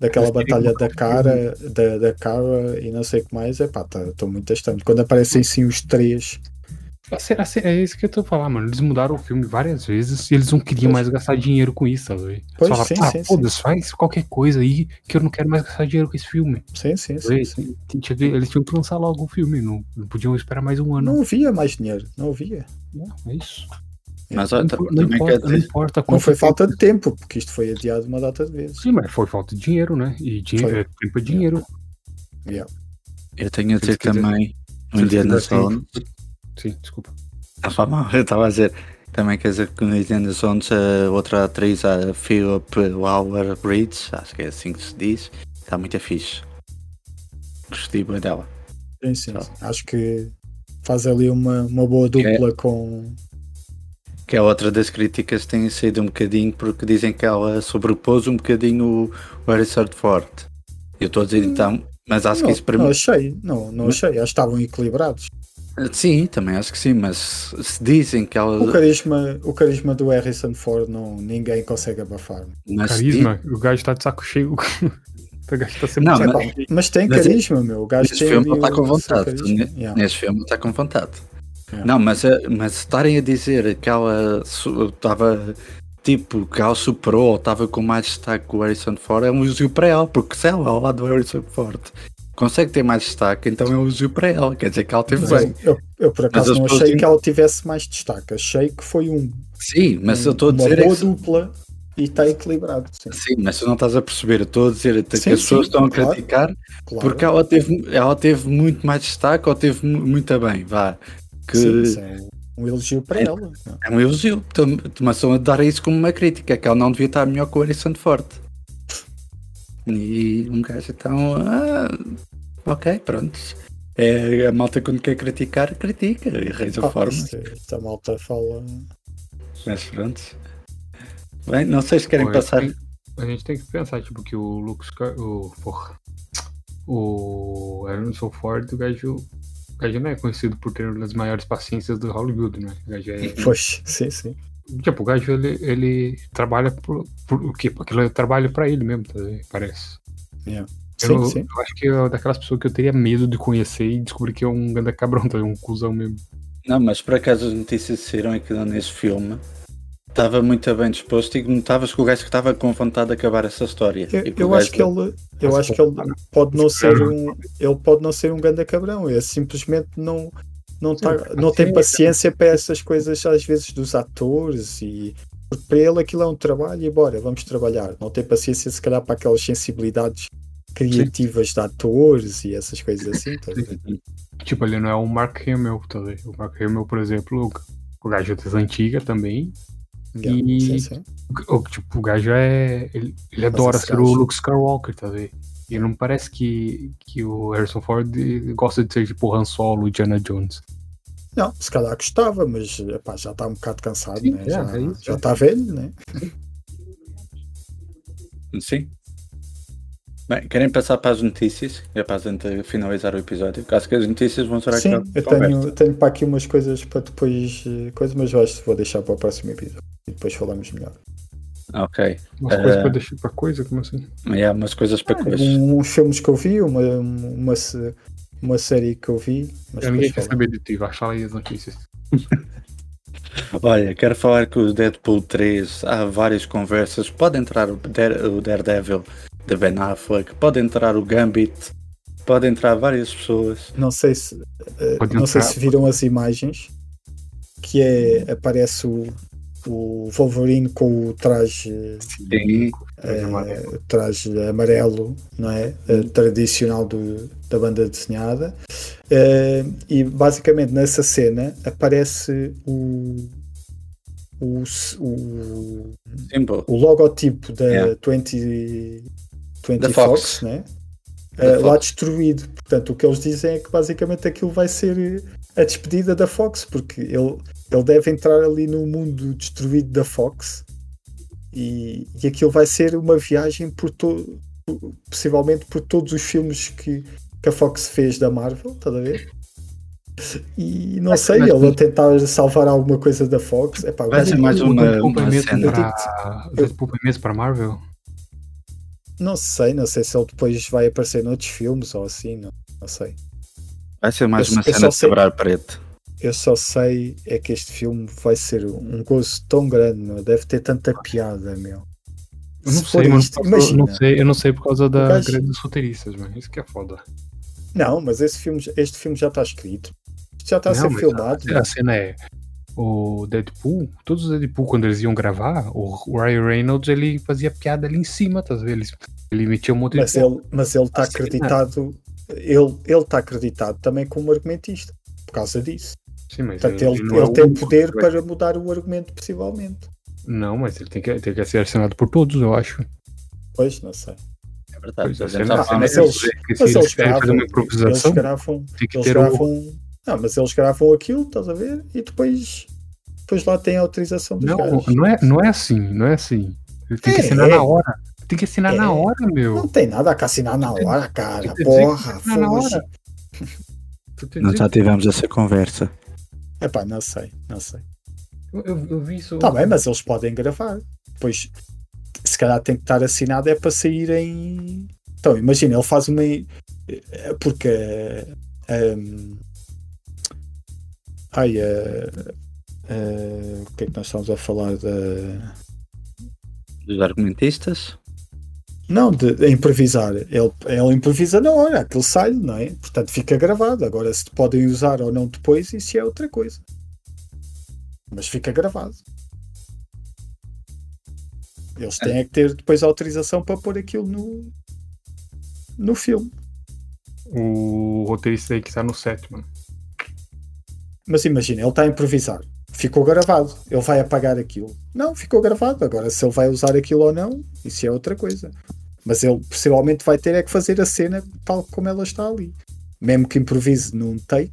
S4: daquela
S3: é Mas tem
S4: batalha
S3: uma
S4: da
S3: coisa
S4: cara, da, da cara e não sei o que mais, é pá, estou muito estranho. Quando aparecem sim os três,
S3: que- a cena- a cena- É isso que eu tô falando, mano. Eles mudaram o filme várias vezes e eles não queriam mais gastar dinheiro com isso, sabe?
S4: Pois,
S3: Falaram,
S4: sim,
S3: ah,
S4: sim, sim.
S3: foda-se, faz qualquer coisa aí que eu não quero mais gastar dinheiro com esse filme.
S4: sim, sim, sim.
S3: Eles, tinha que- eles tinham que lançar logo o filme, não, não podiam esperar mais um ano.
S4: Não havia mais dinheiro, não havia.
S3: Não, é isso.
S2: Mas olha,
S3: não,
S2: tam-
S3: não
S2: Ah, tá, também quer
S3: importa, não
S2: dizer.
S3: importa
S4: Não
S3: quanto
S4: foi
S3: tempo-
S4: falta de tempo, porque isto foi adiado uma data de vezes.
S3: Sim, mas foi falta de dinheiro, né? E dinheiro,
S4: Foi.
S3: é, tempo é dinheiro.
S2: Eu tenho a dizer
S3: Se quiser-
S2: também. O
S3: se
S2: Indiana
S3: quiser, sim.
S2: Jones.
S3: Sim, desculpa.
S2: Não faz Tá mal, eu estava a dizer. Também quer dizer que no Indiana Jones a outra atriz, a Philip Waller Bridge, acho que é assim que se diz, está muito fixe. Gostei bem dela.
S4: Sim, sim,
S2: Tá.
S4: sim. Acho que faz ali uma, uma
S2: É.
S4: boa dupla com.
S2: Que é outra das críticas que tem sido um bocadinho porque dizem que ela sobrepôs um bocadinho o Harrison Ford. Eu estou a dizer então, mas acho
S4: Não,
S2: que isso para
S4: não
S2: mim.
S4: achei, não, não achei. Acho que estavam equilibrados.
S2: Sim, também acho que sim, mas se dizem que ela.
S4: O carisma, o carisma do Harrison Ford não, ninguém consegue abafar.
S2: mas se di-
S3: Carisma, o gajo tá de saco cheio. o gajo tá sempre
S2: Não,
S3: de
S4: É,
S3: saco
S4: pá,
S2: mas-
S3: cheio.
S4: mas tem
S2: mas
S4: carisma, meu. O gajo
S2: Neste
S4: tem
S2: filme
S4: ali
S2: ele está
S4: o-
S2: com
S4: o seu
S2: vontade. né?
S4: carisma.
S2: ne-
S4: Yeah.
S2: Neste filme ele está com vontade.
S4: Yeah.
S2: Não, mas, eh, mas estarem a dizer que ela estava tipo que ela superou ou estava com mais destaque que o Harrison Ford é um elogio para ela, porque se ela ao lado do Harrison Ford consegue ter mais destaque, então é um elogio para ela. Quer dizer que ela teve
S4: Mas é
S2: bem.
S4: Eu, eu, por acaso
S2: as
S4: não
S2: pessoas
S4: achei
S2: têm-
S4: que ela tivesse mais destaque. Achei que foi um,
S2: Sim, mas eu
S4: um-
S2: estou a
S4: uma
S2: dizer. é
S4: boa
S2: que-
S4: dupla e está equilibrado. Sim,
S2: Sim, mas tu não estás a perceber. Eu estou a dizer que
S4: Sim,
S2: as
S4: sim,
S2: pessoas estão a
S4: claro.
S2: criticar
S4: claro.
S2: porque ela teve, ela teve muito mais destaque ou teve mu- muito bem. Vá. Que,
S4: Sim, isso é um elogio para
S2: É-
S4: ela. não.
S2: É um elogio, tam- mas estão a dar a isso como uma crítica, que ele não devia estar melhor que o Harrison Ford. E um gajo então. Ah, ok, pronto. É, a malta quando quer criticar, critica e arranja
S4: Ah,
S2: forma.
S4: isso- Esta malta fala.
S2: Mas pronto. Bem, não sei se querem
S3: Pô,
S2: passar.
S3: A gente, tem, a gente tem que pensar, tipo, que o Luke Skywalker. O, porra. O Harrison Ford, o gajo. O gajo não é conhecido por ter uma das maiores paciências do Hollywood, né? O gajo é.
S4: Pois, sim, sim.
S3: Tipo, o gajo ele, ele trabalha por, por o quê? Porque ele trabalha pra ele mesmo, tá ligado? parece.
S4: Sim,
S3: eu,
S4: sim.
S3: eu acho que é daquelas pessoas que eu teria medo de conhecer e descobrir que é um ganda cabrão, tá ligado? um cuzão mesmo.
S2: Não, mas por acaso as notícias saíram aqui nesse filme. Estava muito bem disposto e notavas que o gajo que estava com vontade de acabar essa história.
S4: Eu,
S2: E o
S4: eu
S2: gajo-
S4: acho que ele, eu
S3: Mas
S4: acho que ele
S3: pode-
S4: pode não
S3: mas
S4: ser
S3: claro.
S4: um, ele pode não ser um grande cabrão. Ele simplesmente não não, tá-
S3: Sim,
S4: não tem
S3: sim.
S4: paciência para essas coisas às vezes dos atores e porque para ele aquilo é um trabalho e bora, vamos trabalhar. Não tem paciência se calhar para aquelas sensibilidades criativas de atores e essas coisas assim. tá a ver?
S3: Tipo, ele não é o Mark Hamill, tá ligado? O Mark Hamill, por exemplo, o, o gajo é das antigas também.
S4: Yeah,
S3: E-
S4: sim, sim.
S3: O, o- tipo, o gajo é. Ele, ele adora
S4: esse
S3: ser o
S4: gajo-
S3: Luke Skywalker, tá ligado? E não parece que, que o Harrison Ford gosta de ser tipo Han Solo, Indiana Jones.
S4: Não, se calhar gostava, mas epá, já está um bocado cansado,
S3: Sim,
S4: né?
S3: é,
S4: já,
S3: é isso,
S4: já
S3: é.
S4: está velho, né?
S2: Sim. Bem, querem passar para as notícias? É para a gente finalizar o episódio. Acho que as notícias vão ser
S4: Sim,
S2: aquela
S4: eu
S2: conversa.
S4: tenho, tenho para aqui umas coisas para depois. eh, Coisas, mas eu acho que vou deixar para o próximo episódio e depois falamos melhor.
S2: Ok.
S3: Umas
S2: É.
S3: coisas que eu deixei pra coisa, como assim?
S2: E há umas coisas
S3: Ah,
S2: para coisas.
S4: Um- uns filmes que eu vi, uma, uma, se- uma série que eu vi. Mas
S3: Eu
S4: depois
S3: ninguém quer
S4: falamos.
S3: saber de ti, vai falar aí as notícias.
S2: Olha, quero falar que o Deadpool 3 há várias conversas. Pode entrar o, Dare- o Daredevil de Ben Affleck, pode entrar o Gambit, pode entrar várias pessoas.
S4: Não sei se, eh,
S3: Pode
S4: não sei
S3: entrar.
S4: se viram as imagens que é, aparece o, o Wolverine com o traje,
S2: Sim.
S3: Traje amarelo.
S4: eh, traje amarelo, não é? Eh, tradicional do, da banda desenhada. Eh, e basicamente nessa cena aparece o, o, o,
S2: Simple.
S4: o logotipo da
S2: Yeah.
S4: 20, 20
S2: Da
S4: Fox,
S2: Fox.
S4: né?
S2: Da
S4: Eh, lá
S2: Fox.
S4: destruído. Portanto, o que eles dizem é que basicamente aquilo vai ser eh, a despedida da Fox, porque ele, ele deve entrar ali no mundo destruído da Fox e, e aquilo vai ser uma viagem por todo possivelmente por todos os filmes que, que a Fox fez da Marvel, estás a ver? E não sei,
S2: mas-
S4: ele a tentar salvar alguma coisa da Fox. Epá,
S2: Vai ser
S4: eu-
S2: mais
S3: o
S2: uma-
S3: Deadpool
S2: uma
S3: é mesmo
S2: cena.
S3: pra- o Deadpool é mesmo pra Marvel?
S4: Não sei, não sei se ele depois vai aparecer noutros filmes ou assim, não, não sei.
S2: Vai ser mais
S4: Eu-
S2: uma
S4: eu
S2: cena
S4: só
S2: de
S4: sei-
S2: quebrar preto.
S4: Eu só sei é que este filme vai ser um gozo tão grande, meu. deve ter tanta piada, meu.
S3: Eu não
S4: Se for
S3: sei, mas
S4: isto,
S3: eu não-
S4: imagina.
S3: não sei, eu não sei por causa da
S4: gajo-
S3: greve dos roteiristas, mano. Isso que é foda.
S4: Não, mas esse filme, este filme já está escrito. Isto já está a
S3: Não,
S4: ser
S3: mas
S4: filmado.
S3: A cena é o Deadpool, todos os Deadpool quando eles iam gravar, o o Ryan Reynolds ele fazia piada ali em cima, tá vendo? Ele, ele metia um monte
S4: Mas
S3: de
S4: ele, mas ele está
S3: Assim, não.
S4: acreditado, ele ele está acreditado também como argumentista por causa disso.
S3: Sim, mas
S4: Portanto, tá, ele,
S3: não é
S4: ele
S3: o
S4: tem
S3: único
S4: poder
S3: que vai-
S4: para mudar o argumento possivelmente.
S3: Não, mas ele tem que, tem que ser assinado por todos, eu acho.
S4: Pois não sei.
S2: É
S4: Tá,
S2: verdade.
S3: Pois é,
S2: Por
S3: sei
S2: exemplo,
S3: lá,
S2: a cena
S4: mas
S2: que-
S4: eles-
S3: que se
S4: Mas
S3: eles
S4: eles
S3: querem fazer
S4: gravam,
S3: uma
S4: eles
S3: improvisação,
S4: gravam,
S3: tem que
S4: eles
S3: ter o.
S4: gravam. Não, mas eles gravam aquilo, estás a ver? E depois, depois lá tem a autorização dos
S3: Não,
S4: gajos.
S3: não é, não é assim, não é assim. Ele tem que
S4: É,
S3: assinar
S4: é.
S3: na hora. Tem que assinar
S4: É.
S3: na hora, meu.
S4: Não tem nada a que assinar na hora, cara.
S3: Tem que dizer que
S4: Porra,
S3: assinar na
S4: foge.
S3: hora. Tu tem
S2: Nós
S3: que-
S4: tá.
S2: já tivemos essa conversa.
S4: Epá, não sei, não sei.
S3: Eu, eu- eu vi isso.
S4: Está bem, mas eles podem gravar. Depois, se calhar tem que estar assinado é para sair em. Então, imagina, ele faz uma. eh, Porque. eh, hum, Ai, eh, eh, o que é que nós estamos a falar da.
S2: Dos argumentistas.
S4: Não, de, de improvisar. Ele, ele improvisa na hora, aquilo sai, não é? Portanto, fica gravado. Agora, se podem usar ou não depois, isso é outra coisa. Mas fica gravado. Eles têm é que ter depois autorização para pôr aquilo no, no filme.
S3: O roteirista aí que tá no set, mano.
S4: Mas imagina, ele está a improvisar. Ficou gravado. Ele vai apagar aquilo. Não, ficou gravado. Agora, se ele vai usar aquilo ou não, isso é outra coisa. Mas ele possivelmente vai ter é que fazer a cena tal como ela está ali. Mesmo que improvise num take,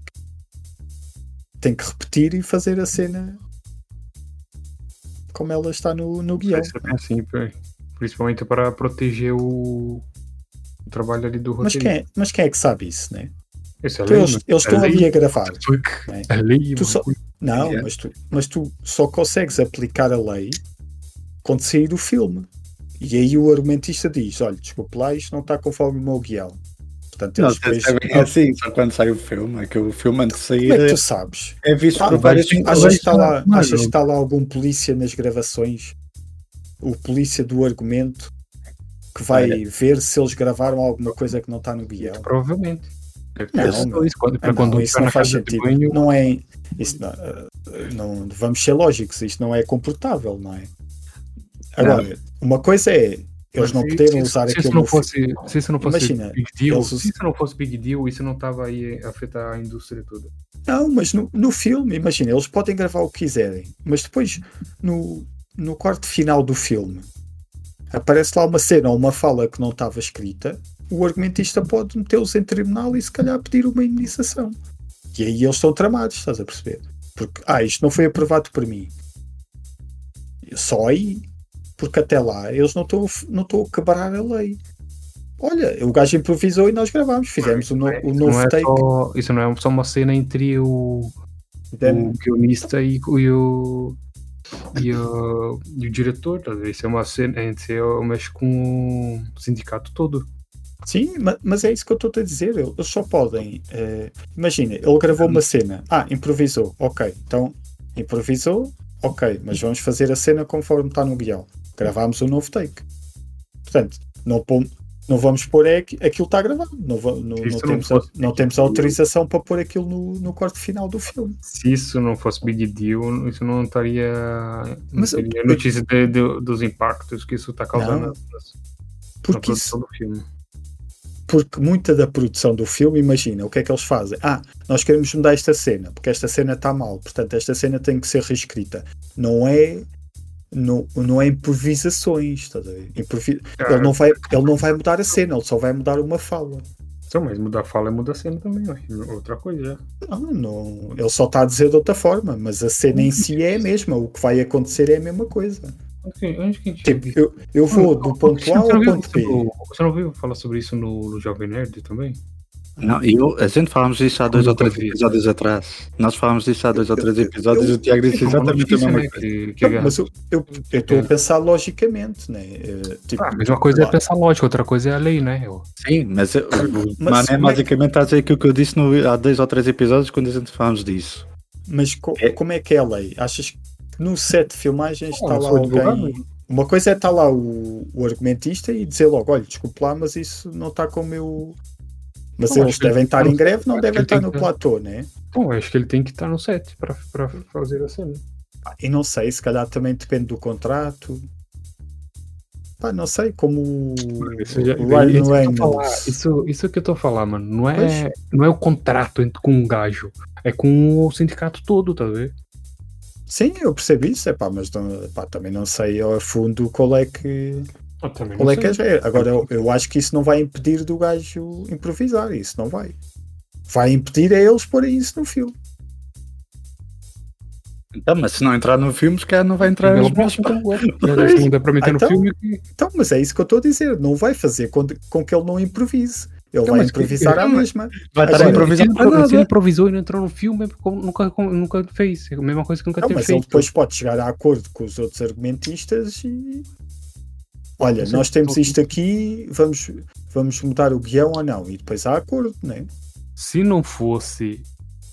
S4: tem que repetir e fazer a cena como ela está no, no guião.
S3: Vai ser bem assim, pri- principalmente para proteger o, o trabalho ali do
S4: Mas
S3: roteirista.
S4: quem, mas quem é que sabe isso, né?
S3: Esse é
S4: Então,
S3: lei,
S4: eles,
S3: mano.
S4: eles
S3: É
S4: estão
S3: lei,
S4: ali a gravar.
S3: fuck.
S4: né?
S3: É lei,
S4: Tu
S3: mano.
S4: só- Não,
S2: Yeah.
S4: mas, tu, mas tu só consegues aplicar a lei quando sair o filme. E aí o argumentista diz: olha, desculpe lá, isto não está conforme o meu guião. Portanto,
S2: Não,
S4: eles
S2: é
S4: depois.
S2: bem assim, só quando sai o filme, é que o filme antes de
S4: Como é que tu
S2: sair
S4: sabes?
S2: é visto
S4: Ah,
S2: por vários
S4: Achas que, está lá,
S2: Não,
S4: achas que
S2: não.
S4: está lá algum polícia nas gravações? O polícia do argumento que vai
S2: Olha.
S4: ver se eles gravaram alguma coisa que não está no guião?
S3: Provavelmente. Deve ter
S4: Não,
S3: sido
S4: mano.
S3: isso, quando,
S4: Ah,
S3: pra quando
S4: não,
S3: entrar
S4: isso não
S3: na
S4: faz
S3: casa de
S4: sentido.
S3: banho,
S4: Não é. Isso não, ah, não- vamos ser lógicos, isto não é comportável, não é? Agora, uma coisa é eles
S3: Mas
S4: não
S3: se-
S4: poderem
S3: se-
S4: usar
S3: se
S4: aquilo
S3: isso não
S4: no
S3: fosse se isso não fosse
S4: Imagina,
S3: big deal
S4: eles us-
S3: se isso não fosse big deal isso não tava aí a afetar a indústria toda
S4: Não, mas no, no filme, imagina, eles podem gravar o que quiserem, mas depois no, no quarto final do filme aparece lá uma cena ou uma fala que não estava escrita, o argumentista pode metê-los em tribunal e se calhar pedir uma indenização. E aí eles estão tramados, estás a perceber? Porque, ah, isto não foi aprovado por mim. Só aí. Porque até lá eles não estão a f- não estão a quebrar a lei. Olha, o gajo improvisou e nós gravámos, fizemos o, no- o
S3: Isso
S4: novo
S3: não é
S4: take.
S3: só, isso não é só uma cena entre o,
S4: Demos-
S3: o guionista e, o- e o e o, e o diretor tá vendo? isso é uma cena entre eu mexo com o sindicato todo
S4: Sim, ma- mas é isso que eu estou a dizer. ele- Eles só podem. eh, imagina, ele gravou uma cena. Ah, improvisou. Ok, então improvisou. Ok, mas vamos fazer a cena conforme está no guião. Gravámos um novo take. Portanto, não, pom- não vamos pôr é que aquilo está gravado. Não, va- não,
S3: Isso
S4: não
S3: não
S4: temos, a-
S3: fosse-
S4: não temos autorização para pôr aquilo no, no corte final do filme.
S3: se isso não fosse big deal isso não estaria não
S4: Mas eu-
S3: teria notícia de- de- dos impactos que isso está causando
S4: Não,
S3: nas- nas- na
S4: Porque isso,
S3: produção do filme
S4: porque muita da produção do filme, imagina, o que é que eles fazem? Ah, nós queremos mudar esta cena, porque esta cena está mal, portanto esta cena tem que ser reescrita. Não é não, não é improvisações, estás a ver? Improvi-
S1: Cara.
S4: ele, não vai, ele não vai mudar a cena, ele só vai mudar uma fala.
S1: Então, mas mudar a fala é mudar a cena também, ó. outra coisa.
S4: Não, Ah, não, ele só está a dizer de outra forma, mas a cena em si é a mesma, o que vai acontecer é a mesma coisa.
S1: Onde que, onde que a gente
S4: Tipo,
S1: viu isso?
S4: eu, eu vou do ponto
S1: Você
S4: A
S1: não
S4: ao
S1: viu
S4: ponto
S1: isso
S4: B.
S1: no- Você não ouviu falar sobre isso no, no Jovem Nerd também?
S2: Não, eu, a gente falámos disso há dois
S1: Eu
S2: ou três
S1: nunca vi.
S2: episódios atrás. Nós falámos disso há dois ou três episódios e o Tiago disse
S1: Como
S2: exatamente a
S1: difícil,
S2: mesma
S1: né,
S2: coisa.
S1: que- que
S4: Não, Mas eu eu- eu estou a
S1: É.
S4: pensar logicamente, né? Eh, tipo,
S3: Ah, mas uma coisa é pensar lógico, outra coisa é a lei, né? Eu-
S2: Sim, mas, eu,
S4: Mas
S2: mano, é
S4: como é que-
S2: basicamente a dizer aquilo que eu disse no- há dois ou três episódios quando a gente falámos disso.
S4: Mas co-
S2: É.
S4: como é que é a lei? Achas que no set de filmagens
S1: Ah,
S4: está
S1: eu
S4: lá
S1: sou advogado.
S4: alguém. Uma coisa é estar lá o, o argumentista e dizer logo: olha, desculpe lá, mas isso não está com o meu. Mas
S3: Não,
S4: eles
S3: acho que-
S4: devem estar em
S3: não,
S4: greve, não
S3: acho
S4: devem
S3: que tem
S4: estar no
S3: que-
S4: platô, né?
S3: Então, eu acho que ele tem que estar no set pra, pra fazer a cena.
S4: Pá, E não sei, se calhar também depende do contrato. Pá, não sei, como o
S1: é
S3: Isso, já- é
S4: o Ryan
S3: isso, que eu tô falar-
S4: Reynolds.
S3: isso, isso que eu tô falando, mano. Não é,
S4: Pois.
S3: não é o contrato entre- com um gajo. É com o sindicato todo, tá vendo?
S4: Sim, eu percebi isso, é pá, mas não- pá, também não sei ao fundo qual é que.
S1: Eu também não
S4: Qual é
S1: sei.
S4: que é a regra? Agora, eu, eu acho que isso não vai impedir do gajo improvisar, isso não vai. Vai impedir é eles porem isso no filme.
S2: Então, mas se não entrar no filme, se calhar não vai entrar
S3: Pelo
S2: nos
S3: menos
S2: meus
S3: pra agora. Não dá pra meter no
S4: Então,
S3: filme que.
S4: Então, mas é isso que eu estou a dizer, não vai fazer com, com que ele não improvise. Ele
S3: Então,
S4: vai
S3: mas que-
S4: improvisar à
S2: mas-
S4: mesma.
S2: Vai estar
S4: Agora,
S2: improvisando
S3: se
S2: para
S3: ele, impro-
S4: né?
S3: se ele
S2: nada.
S3: improvisou e não entrou no filme, é porque nunca, nunca fez. É a mesma coisa que nunca
S4: Não,
S3: teve
S4: Então, mas ele
S3: feito.
S4: depois pode chegar a acordo com os outros argumentistas e. Olha,
S3: Mas
S4: nós
S3: eu-
S4: temos isto aqui, vamos, vamos mudar o guião ou não? E depois há acordo, né?
S3: Se não fosse.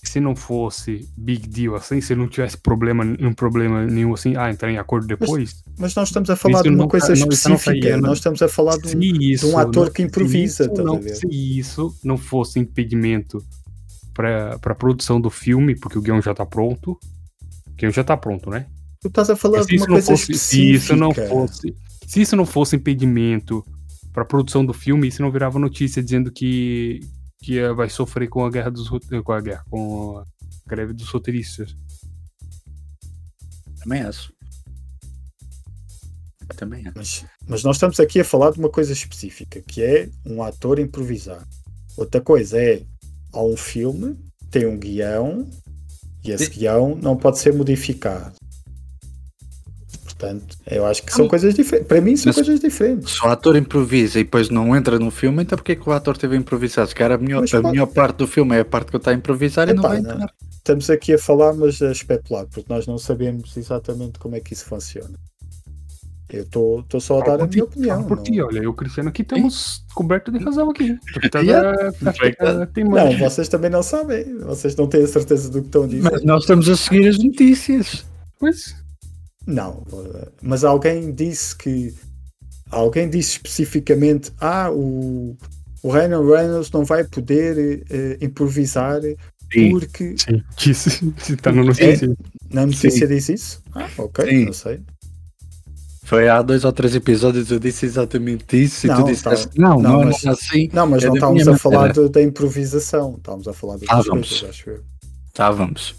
S3: Se não fosse big deal assim, se não tivesse problema, nenhum problema nenhum assim, ah, entrar em acordo depois.
S4: Mas nós estamos a falar
S3: Isso
S4: de uma
S3: não
S4: coisa
S3: tá- não- isso não tá
S4: específica,
S3: aí, não.
S4: nós estamos a falar de um,
S3: se isso,
S4: de um ator
S3: não-
S4: que improvisa, tá
S3: se isso,
S4: estás a
S3: não,
S4: ver?
S3: se isso não fosse impedimento pra, pra produção do filme, porque o guião já tá pronto. O guião já tá pronto, né?
S4: Tu estás a falar
S3: Mas
S4: de uma
S3: se isso não
S4: coisa
S3: fosse, se
S4: específica.
S3: isso não fosse, se isso não fosse impedimento para produção do filme, isso não virava notícia dizendo que que eh, vai sofrer com a guerra dos rote- com a guerra com a greve dos roteiristas.
S2: Também acho. Também acho.
S4: Mas, mas nós estamos aqui a falar de uma coisa específica, que é um ator improvisar. Outra coisa é, há um filme, tem um guião, e esse guião não pode ser modificado. Portanto, eu acho
S3: Hum.
S4: que são coisas diferentes. Para mim, são
S2: Mas-
S4: coisas diferentes.
S2: Se o ator improvisa e depois não entra no filme, então porque que o ator teve a improvisar? Se calhar a melhor,
S4: Mas
S2: a
S4: pode-
S2: melhor parte do filme é a parte que eu estou a improvisar e não
S4: Epá,
S2: vai
S4: não.
S2: entrar.
S4: Estamos aqui a falar, mas a especular, porque nós não sabemos exatamente como é que isso funciona. Eu estou só a
S3: Fala
S4: dar a
S3: por ti,
S4: minha opinião.
S3: Fala por
S4: não- é?
S3: ti, olha, eu e o Cristiano aqui estamos coberto de casal aqui. Tu tá-
S2: Yeah.
S3: tá- tá- tem
S4: é?
S3: mais-
S4: Não, vocês também não sabem. Vocês não têm a certeza do que estão a dizer.
S2: Mas nós estamos a seguir as notícias.
S3: Pois,
S4: Não, eh, mas alguém disse que. Alguém disse especificamente: ah, o, o Ryan Reynolds não vai poder eh, improvisar porque.
S3: sim, que se, se tá
S4: É,
S3: na notícia.
S4: Na notícia diz isso? Ah, ok,
S2: Sim.
S4: não sei.
S2: Foi há dois ou três episódios eu disse exatamente isso e
S4: Não,
S2: tu disseste
S4: tá-
S2: não, não,
S4: não,
S2: não,
S4: mas-
S2: é assim.
S4: Não, mas
S2: É
S4: não
S2: da
S4: estávamos
S2: minha
S4: a falar
S2: maneira.
S4: de- da improvisação, estávamos a falar de
S2: Ah,
S4: outras
S2: vamos.
S4: coisas, acho eu.
S2: Tá, vamos.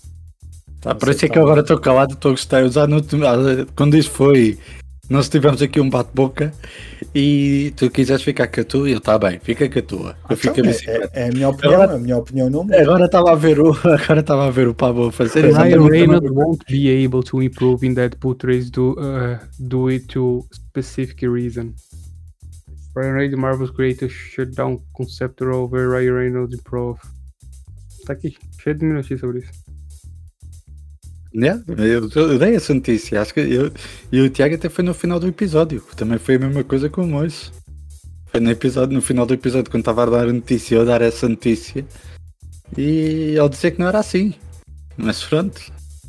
S2: Tá,
S4: Não
S2: por
S4: sei
S2: isso é
S4: se
S2: que
S4: tá
S2: agora
S4: bom.
S2: estou calado, estou a gostar. Eu já no último- ah, quando isso foi, nós tivemos aqui um bate-boca e tu quiseres ficar com a tua e eu tá bem, fica com a tua. Eu assim, fico a
S4: Então,
S2: minha
S4: é,
S2: bicicleta.
S4: é- é a minha opinião,
S2: Agora-
S4: a minha opinião não muda.
S2: É, Agora estava a ver o agora estava a ver o Pablo fazer
S3: Ryan
S4: um
S2: exatamente a mesma
S3: Reynolds won't be able to improve in Deadpool 3 do, uh, do it to specific reason. Ryan Reynolds, Marvel's creator, shutdown conceptual over Ryan Reynolds improve. Tá aqui, cheio de minutinhos sobre isso.
S2: Yeah, eu, É, eu dei essa notícia. Acho que eu, e o Tiago até foi no final do episódio. Também foi a mesma coisa com o Mois. Foi no, episódio, no final do episódio, quando estava a dar a notícia, eu dar essa notícia. E ele dizer que não era assim. Mas pronto.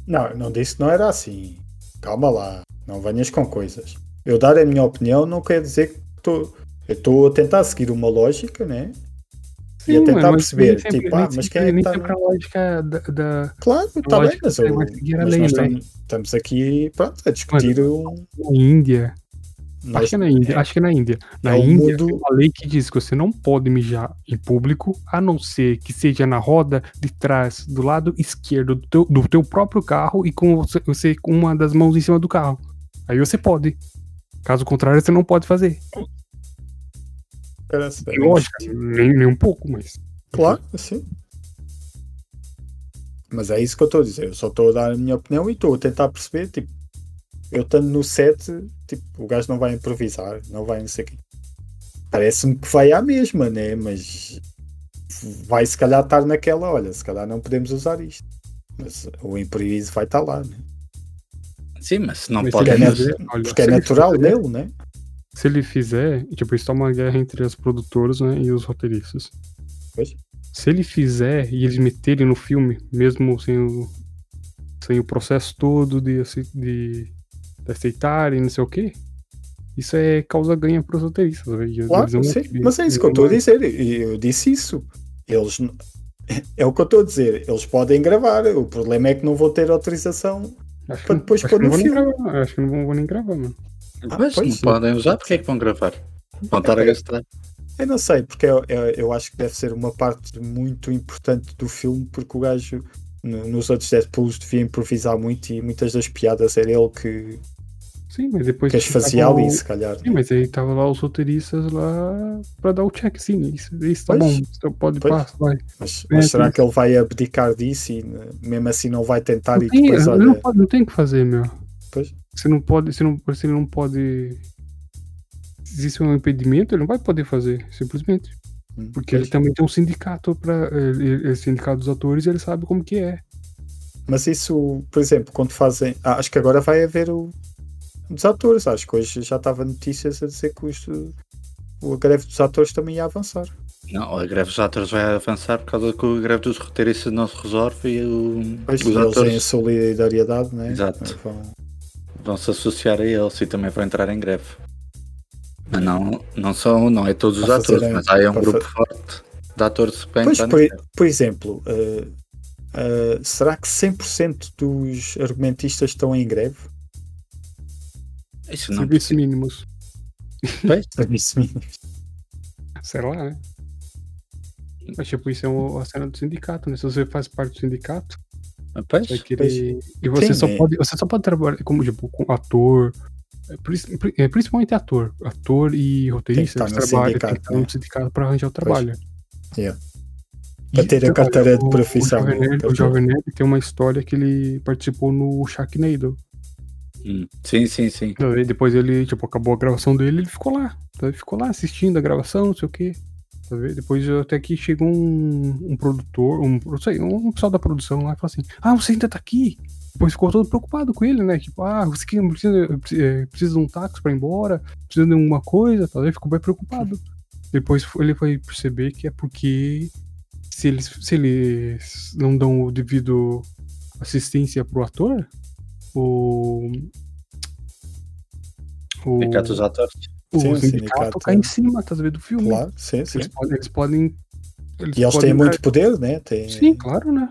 S4: Não, eu não disse que não era assim. Calma lá, não venhas com coisas. Eu dar a minha opinião não quer dizer que tô, eu estou a tentar seguir uma lógica, né? Ia tentar
S3: mas
S4: perceber,
S3: nem sempre-
S4: tipo, ah,
S3: nem
S4: mas
S3: sempre-
S4: quem é que
S3: nem
S4: tá
S3: sempre
S4: na-
S3: a lógica da. da-
S4: Claro, está bem,
S3: lógico,
S4: mas,
S3: você
S4: eu-
S3: vai seguir a né?
S4: mas
S3: lei,
S4: nós
S3: né?
S4: tam- estamos aqui pronto, a discutir um.
S3: Índia. Acho que é na Índia. tá Acho que é na Índia. Na
S4: é o
S3: Índia,
S4: mundo-
S3: tem uma lei que diz que você não pode mijar em público, a não ser que seja na roda de trás, do lado esquerdo do teu, do teu próprio carro e com você, você com uma das mãos em cima do carro. Aí você pode. Caso contrário, você não pode fazer.
S4: Parece bem.
S3: Lógico, nem, nem um pouco, mas.
S4: Claro, sim. Mas é isso que eu estou a dizer. Eu só estou a dar a minha opinião e estou a tentar perceber. Tipo, eu estando no set, tipo, o gajo não vai improvisar, não vai não sei o quê. Parece-me que vai à mesma, né? Mas vai se calhar estar naquela, olha, se calhar não podemos usar isto. Mas o improviso vai estar lá, né?
S2: Sim, mas se não
S3: mas
S2: pode.
S3: se ele
S4: né?
S3: fizer, olha,
S4: Porque é
S3: se ele
S4: natural
S3: fizer-
S4: dele, né?
S3: Se ele fizer, tipo, isso é uma guerra entre as produtoras né, e os roteiristas.
S4: Pois.
S3: Se ele fizer e eles meterem no filme, mesmo sem o, sem o processo todo de, ace- de, de aceitarem, não sei o quê, isso é causa ganha para os roteiristas. né, e
S4: Claro,
S3: eles vão-
S4: sim,
S3: eles-
S4: mas é isso que eu
S3: eles
S4: estou
S3: vão-
S4: a dizer. e Eu disse isso. Eles. n- É o que eu estou a dizer. Eles podem gravar. O problema é que não vou ter autorização.
S3: Acho que
S4: pra
S3: não-
S4: depois
S3: acho
S4: pôr
S3: que não
S4: no
S3: vou nem
S4: filme.
S3: gravar, Acho que não vão- vou nem gravar, mano.
S4: Ah,
S2: Mas
S4: pois
S2: não
S4: sim.
S2: podem usar, porque é que vão gravar? Vão estar a gastar.
S4: Eu não sei, porque eu, eu, eu acho que deve ser uma parte muito importante do filme, porque o gajo no- nos outros Deadpools devia improvisar muito e muitas das piadas era ele que,
S3: Sim, mas depois.
S4: que as
S3: ficava
S4: fazia ali,
S3: o-
S4: se calhar.
S3: é Sim, mas aí tava lá os roteiristas lá pra dar o check, sim, isso, isso tá
S4: Pois.
S3: bom, isso pode
S4: Pois.
S3: passar, vai.
S4: Mas, mas
S3: É,
S4: será
S3: sim.
S4: que ele vai abdicar disso e né, mesmo assim não vai tentar
S3: Não
S4: e
S3: tem,
S4: depois
S3: não,
S4: olha.
S3: pode, não tem o que fazer, meu.
S4: Pois.
S3: Você não pode, você não, se ele não pode. Se existe um impedimento, ele não vai poder fazer, simplesmente.
S4: hum,
S3: Porque
S4: pois.
S3: ele também tem um sindicato para Esse é sindicato dos atores, ele sabe como que é.
S4: Mas isso, por exemplo, quando fazem. ah, acho que agora vai haver o. dos atores. Acho que hoje já estava notícias a dizer que os, o greve dos atores também ia avançar.
S2: Não, a greve dos atores vai avançar por causa que a greve dos roteiristas não se resolve e o-
S4: Pois,
S2: os
S4: eles em
S2: atores
S4: solidariedade, né?
S2: Exato.
S4: Vão-
S2: vão se associar a eles e também vão entrar em greve. Mas não, não são, não é todos os
S4: Para
S2: atores,
S4: fazerem-
S2: mas aí é um
S4: para
S2: grupo forte de atores que vai
S4: Pois,
S2: entrar
S4: por,
S2: em greve.
S4: por exemplo, eh, eh, será que 100% dos argumentistas estão em greve?
S2: Isso não
S3: Serviços mínimos.
S4: Serviço mínimo.
S3: Sei lá, né? Mas tipo, isso é o- a cena do sindicato, né? Se você faz parte do sindicato.
S2: Ah, Pois,
S3: Vai querer- E você
S4: Sim,
S3: só
S4: é.
S3: pode. Você só pode trabalhar como tipo, com ator. é, pris- pri- é, Principalmente ator. Ator e roteirista
S4: Tem que estar no
S3: eles trabalham, tem que
S4: sindicato,
S3: estar no
S4: né?
S3: sindicato para arranjar o trabalho.
S4: Yeah.
S3: E,
S4: Pra ter a
S3: cara,
S4: carteira de
S3: o-
S4: profissão,
S3: O Jovem,
S4: né?
S3: Nerd, o Jovem Nerd tem uma história que ele participou no Sharknado.
S2: Hum, Sim, sim, sim.
S3: Daí depois ele, tipo, acabou a gravação dele ele ficou lá. Tá? Ele ficou lá assistindo a gravação, não sei o quê. Tá vendo? Depois até que chega um, um produtor, um, não sei, um pessoal da produção lá e fala assim: Ah, você ainda tá aqui? Depois ficou todo preocupado com ele, né? Tipo, ah, você que precisa, eh, precisa de um táxi pra ir embora, precisa de alguma coisa, tá? Ele ficou bem preocupado. Depois fo- ele foi perceber que é porque se eles, se eles não dão o devido assistência pro ator, o. O,
S2: Sindicato dos atores.
S3: o
S4: Sim, o
S3: sindicato
S4: sindicato,
S3: cai
S4: né?
S3: em cima, tá vendo, do filme.
S4: Claro, sim, sim.
S3: Eles podem. Eles podem eles
S4: E eles
S3: podem
S4: têm muito poder, né? Têm-
S3: Sim, claro, né?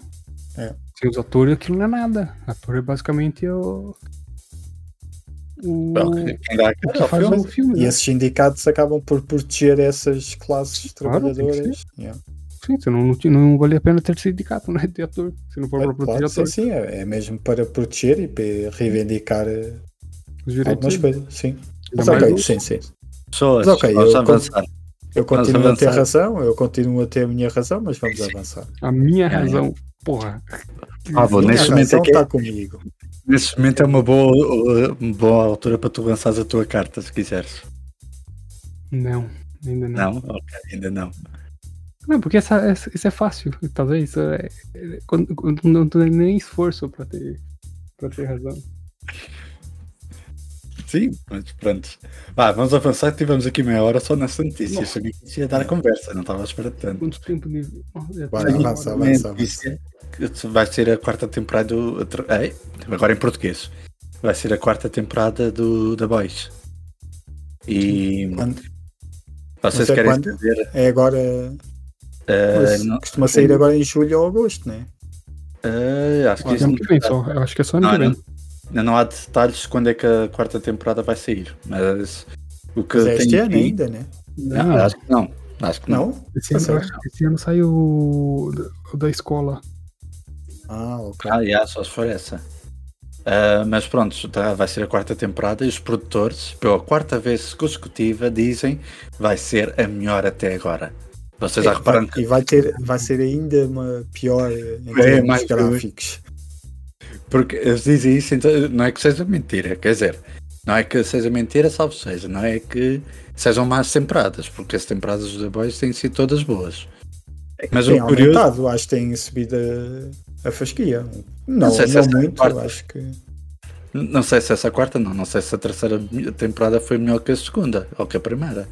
S4: É.
S3: Sem os atores, aquilo não é nada. Ator é basicamente o. O,
S2: Bom, quem dá a cara
S3: o que
S2: ao
S3: faz
S2: filme.
S3: o filme,
S4: É, E
S3: né?
S4: esses sindicatos acabam por proteger essas classes
S3: Claro, tem que
S4: trabalhadoras. Yeah.
S3: Sim, senão não, ti- não vale a pena ter sindicato, né? De ator. Se não for
S4: É,
S3: para proteger
S4: claro, sim,
S3: ator,
S4: sim, é, é mesmo para proteger e para reivindicar eh,
S3: os direitos.
S4: algumas
S3: dele.
S4: coisas. Sim.
S3: Ainda
S4: Mas
S3: mais
S4: ok,
S3: os-
S4: sim, sim.
S2: Pessoas,
S4: Mas ok,
S2: vamos
S4: eu-
S2: avançar.
S4: Eu
S2: Vamos
S4: continuo a ter
S2: avançar.
S4: razão, eu continuo a ter a minha razão, mas vamos avançar.
S3: A minha
S2: É.
S3: razão. Porra.
S2: Ah, vou
S4: A minha
S2: nesse momento
S4: razão
S2: aqui-
S4: então está comigo.
S2: Neste momento é uma boa, uh, boa altura para tu lançares a tua carta, se quiseres.
S3: Não, ainda não.
S2: Não? Ok, ainda não.
S3: Não, porque essa, essa- isso é fácil, talvez. Isso é, é- quando, quando não tem nem esforço pra ter, pra ter razão.
S2: Sim, mas pronto. Vá, vamos avançar que tivemos aqui meia hora só nessa notícia. Isso
S3: Nossa.
S2: aqui ia dar conversa, não estava à espera de tanto.
S3: Quanto tempo de. tá Olha,
S4: Vai,
S3: tem-
S4: avança, avança, avança.
S2: Notícia é que Vai ser a quarta temporada do. Ei, agora em português. Vai ser a quarta temporada do The Boys. E
S4: Quando- Mas
S2: vocês
S4: é
S2: querem
S4: quando?
S2: saber.
S4: É agora.
S2: eh,
S4: mas
S2: não-
S4: costuma sair agora em julho ou agosto, né?
S2: eh, acho que
S3: Acho que
S2: isso
S3: é
S2: não
S3: ano que vem só. Eu acho que é só ano
S2: Ah, Não,
S3: que vem.
S2: Ainda não há detalhes de quando é que a quarta temporada vai sair, mas O que
S4: Mas
S2: eu
S4: é este
S2: tenho
S4: ano
S2: aqui-
S4: ainda, né?
S2: Não,
S3: Ah.
S2: acho que não. Acho que não.
S4: Não?
S3: Esse ano,
S4: Sim.
S3: eu acho que esse ano saiu o da- o da escola.
S4: Ah, ok.
S2: Ah, já, só se for essa. Ah, mas pronto, tá, vai ser a quarta temporada e os produtores, pela quarta vez consecutiva, dizem vai ser a melhor até agora. Vocês já
S4: E É, vai,
S2: repararam tá que
S4: e vai ter, vai ser ainda uma pior eh, em
S2: É,
S4: termos
S2: mais
S4: gráficos.
S2: Porque eles dizem isso, então não é que seja mentira, quer dizer, não é que seja mentira, salvo seja, não é que sejam más temporadas, porque as temporadas dos The Boys têm sido todas boas. Mas
S4: tem
S2: o curioso,
S4: aumentado, acho que tem subido a, a fasquia. Não, não,
S2: Não sei se essa
S4: muito,
S2: parte-
S4: acho que.
S2: não sei se essa quarta, não, não sei se a terceira temporada foi melhor que a segunda, ou que a primeira.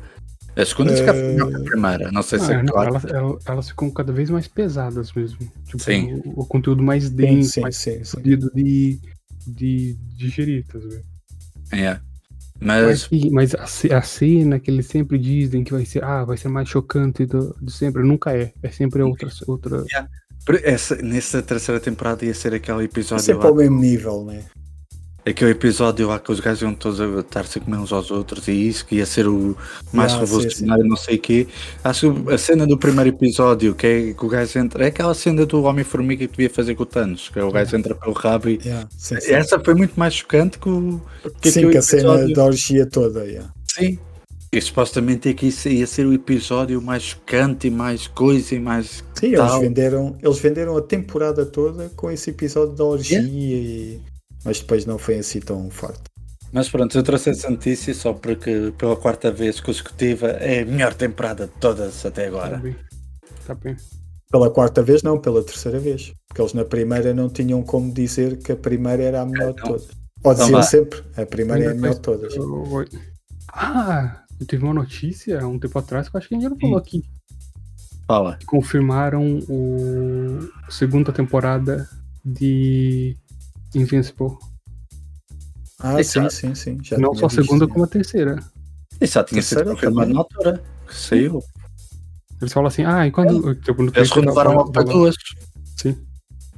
S2: A segunda se calhar foi melhor que a primeira, não sei se
S3: Ah,
S2: a
S3: não,
S2: quarta.
S3: elas, el- elas ficam cada vez mais pesadas mesmo. Tipo,
S2: Sim.
S3: O, o conteúdo mais
S4: Sim,
S3: denso,
S4: sim,
S3: mais
S4: sim. sim.
S3: fodido de, de digerir, tá vendo?
S2: É.
S3: Mas,
S2: Mas,
S3: e- mas a, ce- a cena que eles sempre dizem que vai ser, ah, vai ser mais chocante do, de sempre, nunca é. É sempre outra. outra...
S2: por- essa, nessa terceira temporada ia ser aquele
S4: É
S2: episódio
S4: sempre
S2: lá
S4: ao mesmo nível, né?
S2: Aquele episódio lá que os gajos iam todos a estar-se a comer uns aos outros e isso que ia ser o mais
S4: Ah,
S2: revolucionário, não sei o quê. Acho que a cena do primeiro episódio, que é que o gajo entra. É aquela cena do Homem-Formiga que devia fazer com o Thanos, que é o gajo entra pelo rabo e.
S4: Yeah, sim, Uhum. sim.
S2: Essa foi muito mais chocante que É, o. Que
S4: Sim,
S2: aquele
S4: que a cena
S2: episódio-
S4: da orgia toda. yeah.
S2: Sim. E supostamente é que isso ia ser o episódio mais chocante e mais coisa e mais.
S4: Sim, eles
S2: Tal.
S4: venderam, eles venderam a temporada toda com esse episódio da orgia e. Mas depois não foi assim tão forte.
S2: Mas pronto, eu trouxe essa notícia só porque pela quarta vez consecutiva é a melhor temporada de todas até
S3: Tá
S2: agora.
S3: bem. Tá bem.
S4: Pela quarta vez, não, pela terceira vez. Porque eles na primeira não tinham como dizer que a primeira era a melhor de
S2: Então-
S4: todas. Ou
S2: então
S4: diziam
S2: vá.
S4: sempre, a primeira é a
S3: Ainda
S4: melhor
S3: faz-
S4: de todas.
S3: Eu- eu- Ah, eu teve uma notícia há um tempo atrás que eu acho que a gente não
S4: Hum.
S3: falou aqui.
S2: Fala.
S3: que Confirmaram o segunda temporada de Invincible.
S4: Ah, sim,
S2: Exato.
S4: sim, sim. já
S3: não
S4: tinha
S3: só a
S4: visto,
S3: segunda,
S4: sim.
S3: como a terceira.
S2: Isso já tinha sido
S4: Terceira também?
S2: confirmado na altura. Que saiu.
S3: Eles falam assim, ah, e
S4: É.
S3: quando. Tipo, no
S2: Eles
S3: Twitter,
S2: renovaram
S3: fala-
S2: logo para
S3: fala-
S2: duas.
S3: Sim.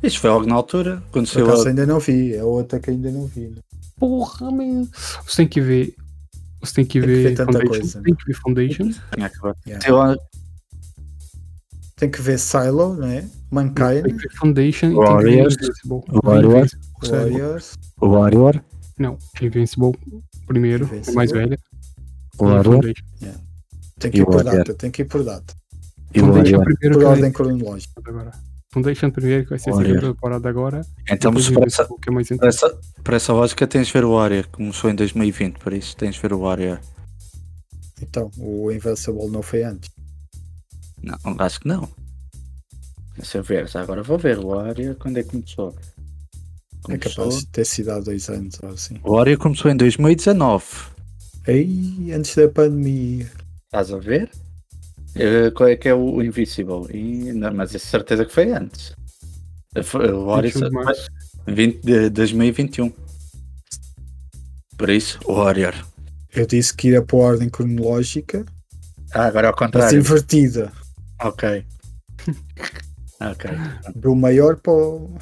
S2: Isso foi logo na altura. Quando
S4: Por
S2: saiu
S4: acaso
S2: a...
S4: ainda não vi, é outra que ainda não vi. né?
S3: Porra, man. Você tem que ver. Você tem que
S4: Tem que
S3: ver
S4: ver tanta
S3: Foundation.
S4: coisa, né?
S3: Tem que ver Foundation.
S2: Tinha acabado.
S4: Yeah.
S2: Saiu a-
S4: é? Tem que ver Silo, né?
S3: Tem
S4: Mankind,
S3: que ver Foundation e tem que ver
S5: Warriors.
S3: Invincible.
S5: Warriors.
S3: Sério.
S4: Warriors,
S5: Warrior,
S3: Não, Invincible primeiro, é mais
S4: Invincible.
S3: velha.
S2: Uhum.
S3: E
S5: Warrior
S3: Foundation.
S4: tem que
S5: E
S4: ir por
S5: Warrior.
S4: data, tem que ir por data.
S5: e
S3: Foundation
S5: Warrior.
S3: primeiro
S4: Por
S3: que vai
S4: ordem cronológica.
S3: ser agora. Foundation primeiro que vai ser a
S5: Warrior.
S3: segunda temporada agora.
S2: Então,
S3: depois
S2: se por essa,
S3: Invincible, que é mais
S2: por,
S3: antiga.
S2: essa, por essa lógica, tens de ver o Warrior. Começou em 2020, por isso tens de ver o Warrior.
S4: Então, o Invincible não foi antes. É
S2: Não, acho que não. Deixa eu ver. já Agora vou ver o Warrior. Quando é que começou?
S4: É
S2: começou...
S4: capaz de ter sido há dois anos ou assim.
S2: O Warrior começou em 2019.
S4: Aí, antes da pandemia.
S2: Estás a ver? Eh, qual é que é o, o Invisible? E, não, mas é certeza que foi antes. Eh, Foi, o Warriors
S3: 21 de março.
S2: 20 de 2021. Por isso, Warrior.
S4: Eu disse que ia por ordem cronológica,
S2: Ah, agora ao
S4: mas
S2: contrário.
S4: invertida.
S2: Ok. ok.
S4: Do maior para o...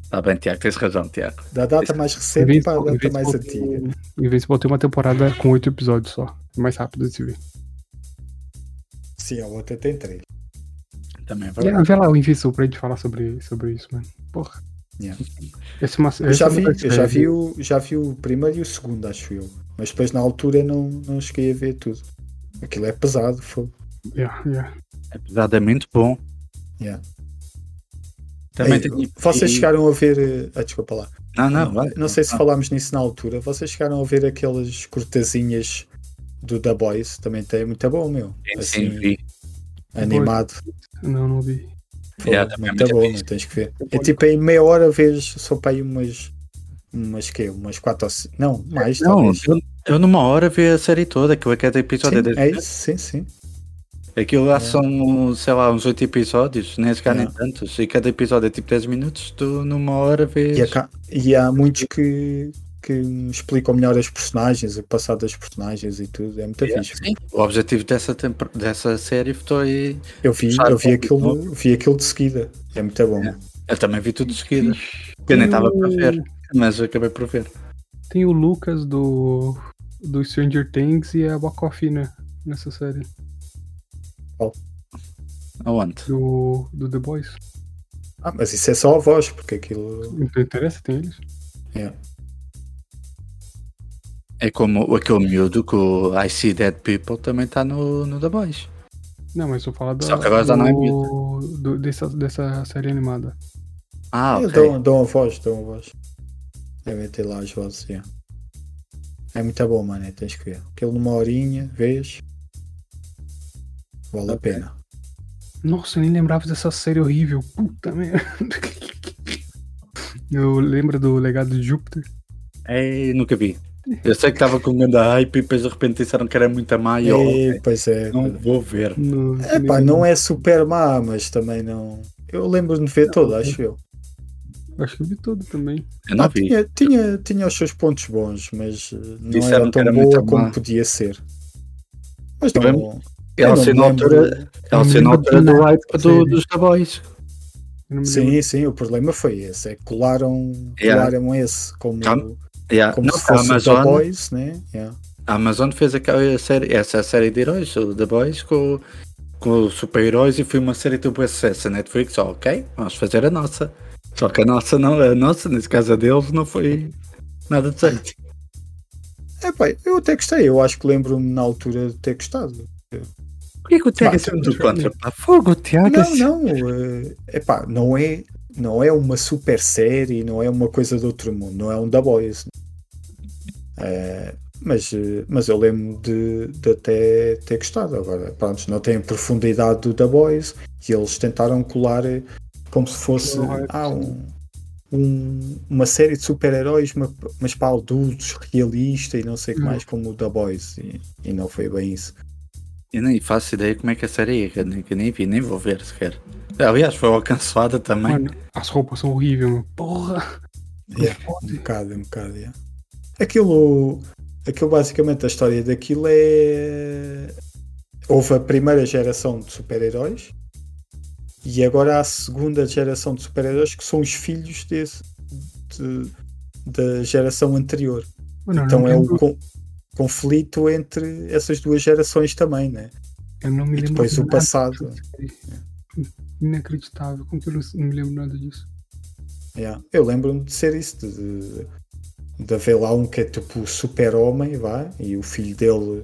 S2: Está bem, Tiago, tens razão, Tiago.
S4: da data
S2: Esse-
S4: mais recente para a
S3: Invincible-
S4: data é mais
S3: Invincible tem-
S4: antiga.
S3: Invincible tem uma temporada com oito episódios só. É mais rápido de se ver.
S4: Sim, a outra tem três.
S2: Também é
S3: Yeah,
S2: verdade.
S3: vê lá o Invincible pra gente falar sobre, sobre isso, mano. Porra.
S4: Yeah.
S3: Essa é
S4: Eu
S3: uma- essa é
S4: já
S3: uma
S4: vi,
S3: das
S4: eu já
S3: séries.
S4: vi, o, já vi o primeiro e o segundo, acho eu. Mas depois na altura não, não cheguei a ver tudo. Aquilo é pesado, foi.
S3: Yeah, yeah.
S2: Apesar de é muito bom.
S4: Yeah.
S2: Também
S4: Ei,
S2: tem-
S4: Vocês
S2: e-
S4: chegaram a ver. eh, Ah, desculpa lá.
S2: Não, não, vai.
S4: Não sei se falámos nisso na altura. Vocês chegaram a ver aquelas cortezinhas do The Boys, também tem é muito bom, meu.
S2: Sim,
S4: Assim,
S2: sim, vi. É
S4: animado.
S3: Não, não vi.
S4: Foi
S2: Yeah, também é
S4: muito
S2: muito
S4: bom,
S2: fixe.
S4: não tens que ver. É tipo em meia hora vês só para aí umas. Umas que? Umas quatro ou cinco. Não, mais
S2: Não,
S4: talvez.
S2: eu, eu numa hora vi a série toda, que é cada episódio
S4: Sim,
S2: é
S4: é
S2: 10
S4: isso, sim, sim.
S2: Aquilo lá são, sei lá, uns oito episódios, nem sequer nem
S4: É.
S2: tantos, e cada episódio é tipo 10 minutos, tu numa hora vês.
S4: E, acá- e há muitos que, que explicam melhor as personagens, o passado das personagens e tudo. É muito
S2: Yeah,
S4: fixe.
S2: sim. O objetivo dessa, tempor- dessa série foi.
S4: Eu vi,
S2: Sabe,
S4: eu vi,
S2: sabe,
S4: aquilo, vi aquilo de seguida. É muito bom.
S2: Eu também vi tudo de seguida.
S4: Uh.
S2: Eu nem estava para ver, mas acabei por ver.
S3: Tem o Lucas do do Stranger Things e a Bacofina né? nessa série.
S2: Aonde?
S3: Do, do The Boys.
S4: Ah, mas isso é só a voz, porque aquilo.
S3: Não Então, interessa, tem eles.
S2: É como aquele miúdo que o I See Dead People também está no, no The Boys.
S3: Não, mas eu falo da.
S2: Só que agora tá na
S3: do, do, dessa, dessa série animada.
S2: Ah,
S4: Eles
S2: ok.
S4: dão, dão a voz, dão a voz. Devem ter lá as vozes, yeah. É muito bom, mano, tens que ver. Aquilo numa horinha, vês. Vale a
S2: Ok.
S4: pena.
S3: Nossa, eu nem lembrava dessa série horrível. Puta merda. Eu lembro do Legado de Júpiter.
S2: Ei, É, nunca vi. Eu sei que estava com um grande hype e depois de repente disseram que era muito má e eu
S4: E, pois é.
S2: não
S4: pois é.
S2: vou ver.
S3: No,
S4: Epá, não é super má, mas também não. Eu lembro-me de ver toda, acho eu. é-
S3: Acho que eu vi tudo também.
S2: Eu não
S4: Ah,
S2: vi.
S4: tinha, tinha, tinha os seus pontos bons, mas eh, não
S2: Disseram
S4: era
S2: que
S4: tão
S2: era muito
S4: boa como
S2: má.
S4: podia ser. Mas
S2: Eu
S4: não. eu
S2: Ela
S4: não
S2: saiu assim na
S4: me
S2: altura,
S4: lembro.
S2: ela saiu na altura do hype do, dos The Boys.
S3: Eu não me lembro.
S4: Sim, sim, o problema foi esse. É que colaram,
S2: Yeah.
S4: colaram esse como,
S2: Calma. Yeah.
S4: como
S2: Não,
S4: se
S2: a,
S4: fosse o The
S2: Amazon,
S4: Boys, né? Yeah.
S2: a Amazon fez aquela série, essa série de heróis, o The Boys, com, com os super-heróis e foi uma série de bom sucesso. A Netflix, ó, ok, vamos fazer a nossa. Só que a nossa, não, a nossa, nesse caso a deles, não foi nada de certo.
S4: É, pá, eu até gostei. Eu acho que lembro-me na altura de ter gostado.
S2: Porquê que o Tiago é sempre do contra? Pá, fogo, o é assim. Tiago.
S4: Não, não.
S3: assim.
S4: eh, Epá, não é, não é uma super série, não é uma coisa do outro mundo, não é um The Boys. Eh, mas, eh, mas eu lembro de, de até ter gostado. Agora, pronto, não tem a profundidade do The Boys e eles tentaram colar eh, como se fosse
S3: Não é
S4: ah, um- um- uma série de super-heróis, ma- mas para adultos, realista e não sei o que
S3: Hum.
S4: mais, como o The Boys. E, e não foi bem isso.
S2: Eu nem faço ideia como é que a série é, que eu nem, que eu nem vi, nem vou ver sequer. Aliás, foi alcançada também.
S3: Mano, as roupas são horríveis, meu. Porra!
S4: Yeah. Um bocado, um bocado, yeah. Aquilo, aquilo basicamente a história daquilo é. Houve a primeira geração de super-heróis e agora há a segunda geração de super-heróis que são os filhos desse, de- da geração anterior.
S3: Mano, eu
S4: então
S3: não
S4: é o
S3: lembro-
S4: con- conflito entre essas duas gerações também, né?
S3: Eu não me
S4: E
S3: lembro.
S4: depois
S3: de
S4: o
S3: nada
S4: passado.
S3: dessa série. Inacreditável. Como que eu não não me lembro nada disso?
S4: Yeah. Eu lembro-me de ser isso, de, de, de haver lá um que é tipo o super-homem, vá, e o filho dele,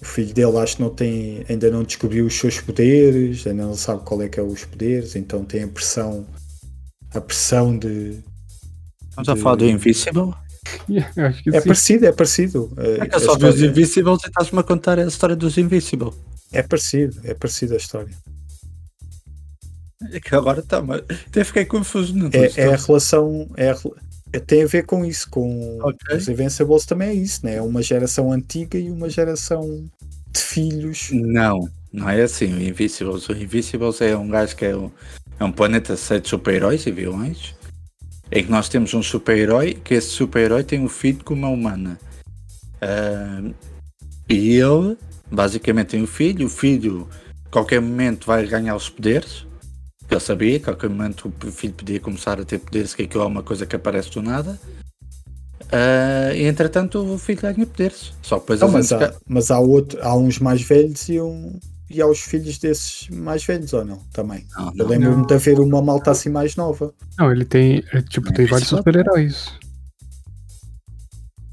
S4: o filho dele acho que não tem, ainda não descobriu os seus poderes, ainda não sabe qual é que é os poderes, então tem a pressão, a pressão de...
S2: Estamos a falar do Invisible?
S3: Yeah, eu acho que
S4: É
S3: sim.
S4: parecido, é parecido.
S2: É que
S4: A
S2: eu só vi os
S4: história-
S2: Invisibles e estás-me a contar a história dos Invisible.
S4: é parecido, é parecido a história.
S2: É que agora está, mas até fiquei confuso. Não
S4: É, é a
S2: estou-
S4: relação, é a rela- é- tem a ver com isso, com
S2: Ok.
S4: os Invincibles também é isso, né? É uma geração antiga e uma geração de filhos
S2: Não, não é assim. O Invisibles, o Invisibles é um gajo que é um, é um planeta cheio de super-heróis e vilões. Em que nós temos um super-herói, que esse super-herói tem um filho com uma humana. Ahm, e ele, basicamente, tem um filho. O filho, a qualquer momento, vai ganhar os poderes. Eu sabia, a qualquer momento o filho podia começar a ter poderes, que aquilo é uma coisa que aparece do nada. Ah, e entretanto o filho ganha poderes. Só que depois
S4: Não,
S2: eles
S4: mas,
S2: entretanto-
S4: há, mas há, outro, há uns mais velhos e, um, e há os filhos desses mais velhos, ou não? Também.
S2: Não, não.
S4: Eu lembro-me
S3: Não.
S4: de haver uma malta assim mais nova.
S3: Não, ele tem. é, tipo, tem vários super-heróis.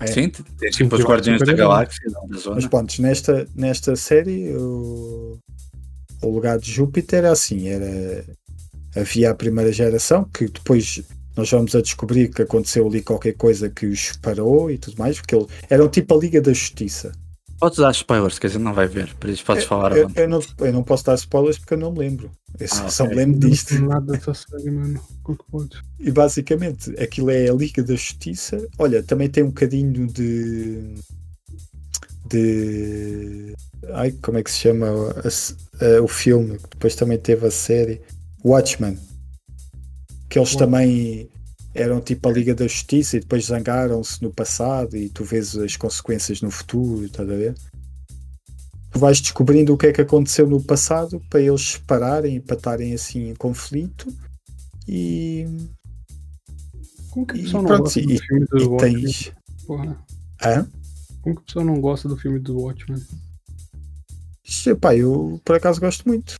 S4: É.
S2: Sim, tem
S3: Sim,
S2: tipo os
S3: eu
S2: Guardiões
S3: acho
S2: da
S3: super
S2: Galáxia, não, da zona.
S4: Mas pronto, nesta, nesta série, o, o lugar de Júpiter era assim: era, havia a primeira geração, que depois nós vamos a descobrir que aconteceu ali qualquer coisa que os separou e tudo mais, porque ele, eram tipo a Liga da Justiça.
S2: Podes dar spoilers, quer dizer, não vai ver, por isso podes falar
S4: É, Eu,
S2: avante.
S4: eu não, eu não posso dar spoilers porque eu não me lembro. Eu só,
S2: Ah,
S4: só me
S2: ok.
S4: lembro disto.
S3: Não lembro nada dessa série, mano. Como que pode?
S4: E basicamente aquilo é a Liga da Justiça. Olha, também tem um bocadinho de. de. Ai, como é que se chama a s- a- o filme? Que depois também teve a série Watchmen. Que eles também eram tipo a Liga da Justiça e depois zangaram-se no passado e tu vês as consequências no futuro, estás a ver? Tu vais descobrindo o que é que aconteceu no passado para eles se separarem e para estarem assim em conflito e
S3: Como que a
S4: E
S3: pessoa não
S4: pronto,
S3: gosta
S4: e-
S3: dos filmes do
S4: e
S3: Watchmen?
S4: tens.
S3: Porra.
S4: Hã?
S3: Como que o pessoal não gosta do filme do Watchmen?
S4: Ixi, Pá, eu por acaso gosto muito.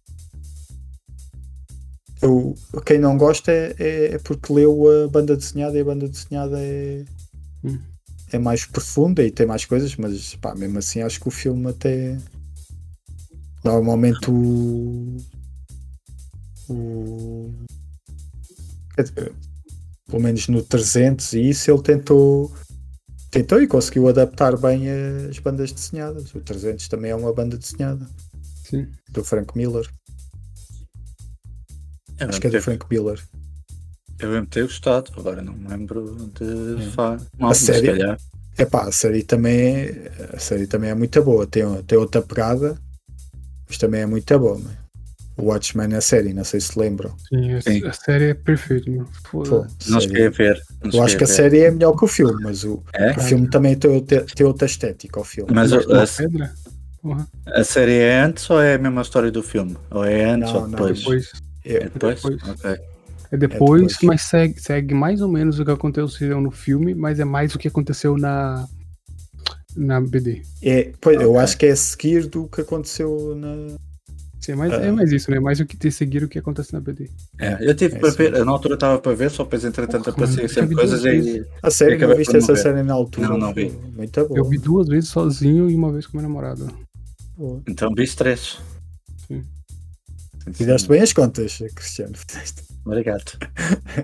S4: Eu, quem não gosta é, é- é porque leu a banda desenhada e a banda desenhada é,
S3: Hum.
S4: é mais profunda e tem mais coisas, mas pá, mesmo assim acho que o filme até normalmente o. o quer dizer, pelo menos no 300 e isso ele tentou tentou e conseguiu adaptar bem as bandas desenhadas. O 300 também é uma banda desenhada
S3: Sim.
S4: do Frank Miller.
S2: Eu
S4: Acho
S2: lembro
S4: que é do
S2: ter-
S4: Frank Miller.
S2: eu lembro de ter gostado, agora não me lembro de
S4: É.
S2: falar. Mal, mas se
S4: série?
S2: calhar.
S4: Epá, a série também a série também é muito boa. Tem, tem outra pegada, mas também é muito boa. Mano. O Watchmen é a série, não sei se lembram.
S3: Sim, a,
S2: Sim.
S3: a série é perfeita, mano.
S4: Pô,
S3: Foda.
S2: Não
S4: série-
S2: cheguei a ver. não
S4: Eu acho
S2: cheguei
S4: que a
S2: ver.
S4: série é melhor que o filme, mas o,
S2: É?
S4: o filme também tem, outra- tem outra estética. O filme.
S2: Mas
S3: Mas
S2: eu-
S3: é uma
S2: a,
S3: pedra? Porra.
S2: a série é antes ou é a mesma história do filme? Ou é antes
S4: Não,
S2: ou
S4: não,
S2: depois?
S3: Depois.
S2: É depois?
S3: Depois.
S2: Ok.
S3: É depois,
S4: depois.
S3: mas segue, segue mais ou menos o que aconteceu no filme, mas é mais o que aconteceu na. Na BD.
S4: É, pois, Eu
S2: Ok.
S4: acho que é a seguir do que aconteceu na.
S3: Sim, é, mais,
S4: Ah.
S3: é mais isso, né? Mais o que ter seguir o que acontece na BD.
S2: É, eu tive
S4: É
S2: para
S4: isso
S2: ver,
S4: mesmo. Ah, é
S2: na altura estava para ver, só depois entretanto
S3: Porra,
S2: apareciam
S3: mano,
S2: sempre
S3: eu vi
S2: coisas
S3: duas
S2: e.
S4: A série,
S2: Acabei
S4: não
S2: por
S4: viste
S2: não
S4: essa
S2: ver.
S4: série na altura?
S2: Não, não vi.
S4: Muito boa.
S3: Eu vi duas vezes sozinho e uma vez com meu namorado.
S4: boa.
S2: Então vi três.
S3: Sim.
S4: Fizeste bem as contas, Cristiano. Fizeste.
S2: Obrigado.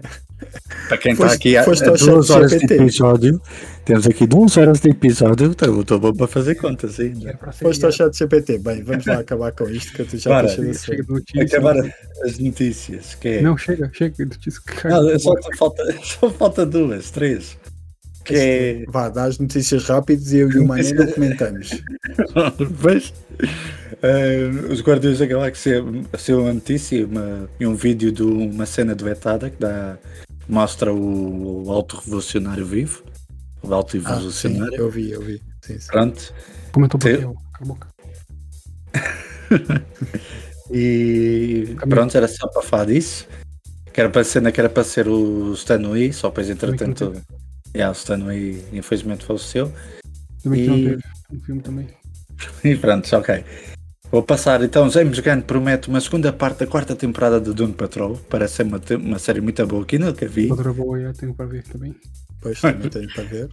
S2: Para quem está
S4: Foste-
S2: aqui há
S4: foste
S2: há
S4: ao
S2: duas
S4: chat
S2: horas de
S4: GPT.
S2: episódio, temos aqui duas horas de episódio, então eu estou bom para fazer contas ainda.
S3: É pra ser.
S4: Foste ao chat GPT. Bem, vamos lá acabar com isto que eu já
S2: Bora.
S4: estou cheio de
S3: Chega
S4: sono.
S3: do notícia.
S2: Acabar as notícias, que é.
S3: Não, chega, chega. Notícia,
S2: Não,
S4: é.
S2: só, falta, só falta duas, três. Que é.
S4: Vá, dá as notícias rápidas e eu e o Manino comentamos.
S2: Mas, eh, os Guardiões da Galáxia saiu uma notícia e uma- e um vídeo de uma cena deletada que dá, mostra o, alto revolucionário vivo. O alto
S4: Ah, sim,
S2: revolucionário.
S4: eu vi, eu vi. Sim, sim.
S2: Pronto.
S3: Comentou
S2: Sim.
S3: papel. Acabou.
S2: E
S3: Caminho.
S2: pronto, era só para falar disso. Que era para a cena que era para ser o Stan Lee, só depois entretanto. Yeah, o Stan Lee infelizmente faleceu.
S3: Também que não
S2: E-
S3: teve um filme também.
S2: E pronto, ok. Vou passar então. James Gunn promete uma segunda parte da quarta temporada de Doom Patrol. Parece ser uma, te- uma série muito boa né, que nunca vi.
S3: Outra boa eu tenho pra ver também.
S4: Depois também tenho para ver.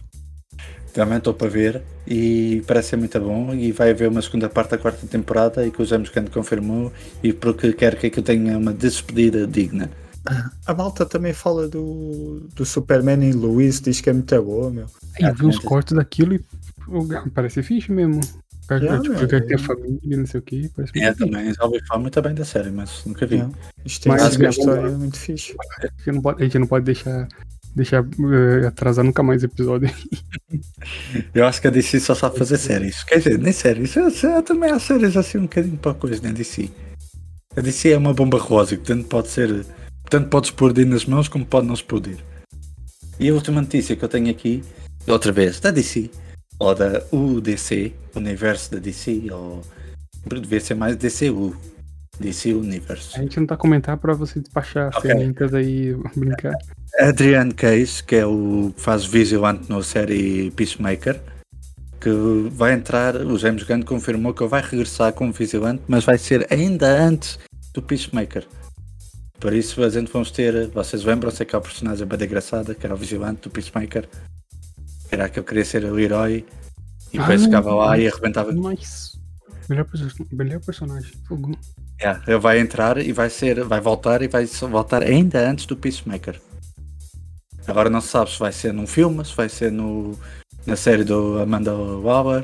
S2: Também estou para ver. E parece ser muito bom. E vai haver uma segunda parte da quarta temporada. E que o James Gunn confirmou. E porque quer que eu tenha uma despedida digna.
S4: A malta também fala do, do Superman em Luiz, diz que é muito boa, meu.
S3: Aí eu vi uns
S2: Exatamente.
S3: cortes daquilo e pô, parece fixe mesmo. O cara,
S4: Yeah,
S3: tipo,
S4: velho.
S3: quer ter família, não sei o que. Parece
S2: É,
S3: muito fixe.
S2: também já ouvi falar muito bem da série, mas nunca vi.
S4: É. Isto tem
S3: Mas
S4: sido uma
S3: é bom,
S4: história
S3: mano.
S4: muito fixe.
S3: A gente não pode, a gente não pode deixar, deixar eh, atrasar nunca mais o episódio.
S2: Eu acho que a DC só sabe fazer séries. Quer dizer, nem séries. Eu, eu também há séries assim um bocadinho para coisa na DC. A DC é uma bomba rosa, que tanto pode ser. Tanto pode explodir nas mãos como pode não explodir. E a última notícia que eu tenho aqui, outra vez, da DC, ou da UDC, Universo da DC, ou. Devia ser mais DCU. DC Universo.
S3: A gente não tá comentar pra você despachar
S2: Ok.
S3: ferramentas aí, brincar.
S2: Adrian Case, que é o que faz vigilante na série Peacemaker, que vai entrar, o James Gunn confirmou que vai regressar como vigilante, mas vai ser ainda antes do Peacemaker. Por isso a gente vamos ter, vocês lembram-se que há o personagem bem engraçada, que era o vigilante do Peacemaker, era que eu queria ser o herói e depois
S3: Ah,
S2: chegava lá e arrebentava
S3: Mas. Melhor, perso- melhor personagem. Fogo.
S2: É, ele vai entrar e vai ser, vai voltar e vai só voltar ainda antes do Peacemaker. Agora não se sabe se vai ser num filme, se vai ser no, na série do Amanda Waller,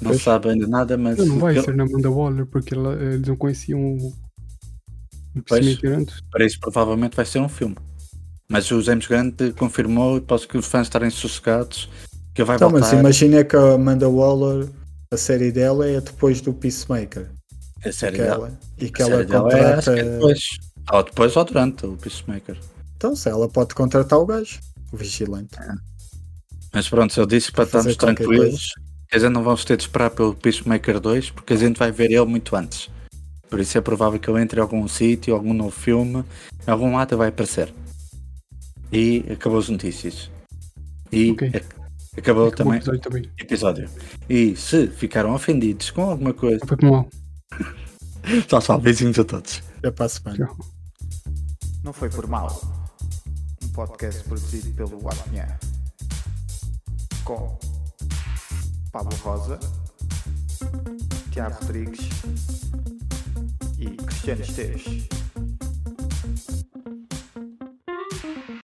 S2: não
S4: Pois.
S2: se sabe ainda nada, mas
S3: Não, não vai
S2: pelo-
S3: ser na Amanda Waller, porque ela- eh, eles não conheciam o. O
S2: Pois.
S3: Peacemaker antes.
S2: para isso provavelmente vai ser um filme. Mas o James Gunn confirmou e posso que os fãs estarem sossegados que ele vai
S4: Então, mas
S2: voltar.
S4: imagina que a Amanda Waller, a série dela é depois do Peacemaker.
S2: a série
S4: Que
S2: dela.
S4: ela, e que
S2: A
S4: ela
S2: série dela é, acho
S4: contrata.
S2: que é depois. Ou depois ou durante o Peacemaker.
S4: Então, se ela pode contratar o gajo, o vigilante.
S2: Mas pronto, eu disse para
S4: Fazer
S2: estarmos
S4: qualquer
S2: tranquilos que a gente não vamos ter de esperar pelo Peacemaker 2 porque a gente vai ver ele muito antes. Por isso é provável que ele entre em algum sítio, algum novo filme, em algum lado ele vai aparecer. E acabou as notícias. E
S3: Ok.
S2: ac- Acabou também
S3: episódio também.
S2: o episódio. E se ficaram ofendidos com alguma coisa,
S3: Foi mal.
S2: tchau, tchau. Beijinhos a todos.
S6: Até para a semana.
S4: Não Foi Por Mal, um podcast produzido pelo Apinhã, com Pablo Rosa, Tiago Rodrigues e Cristiano Esteves.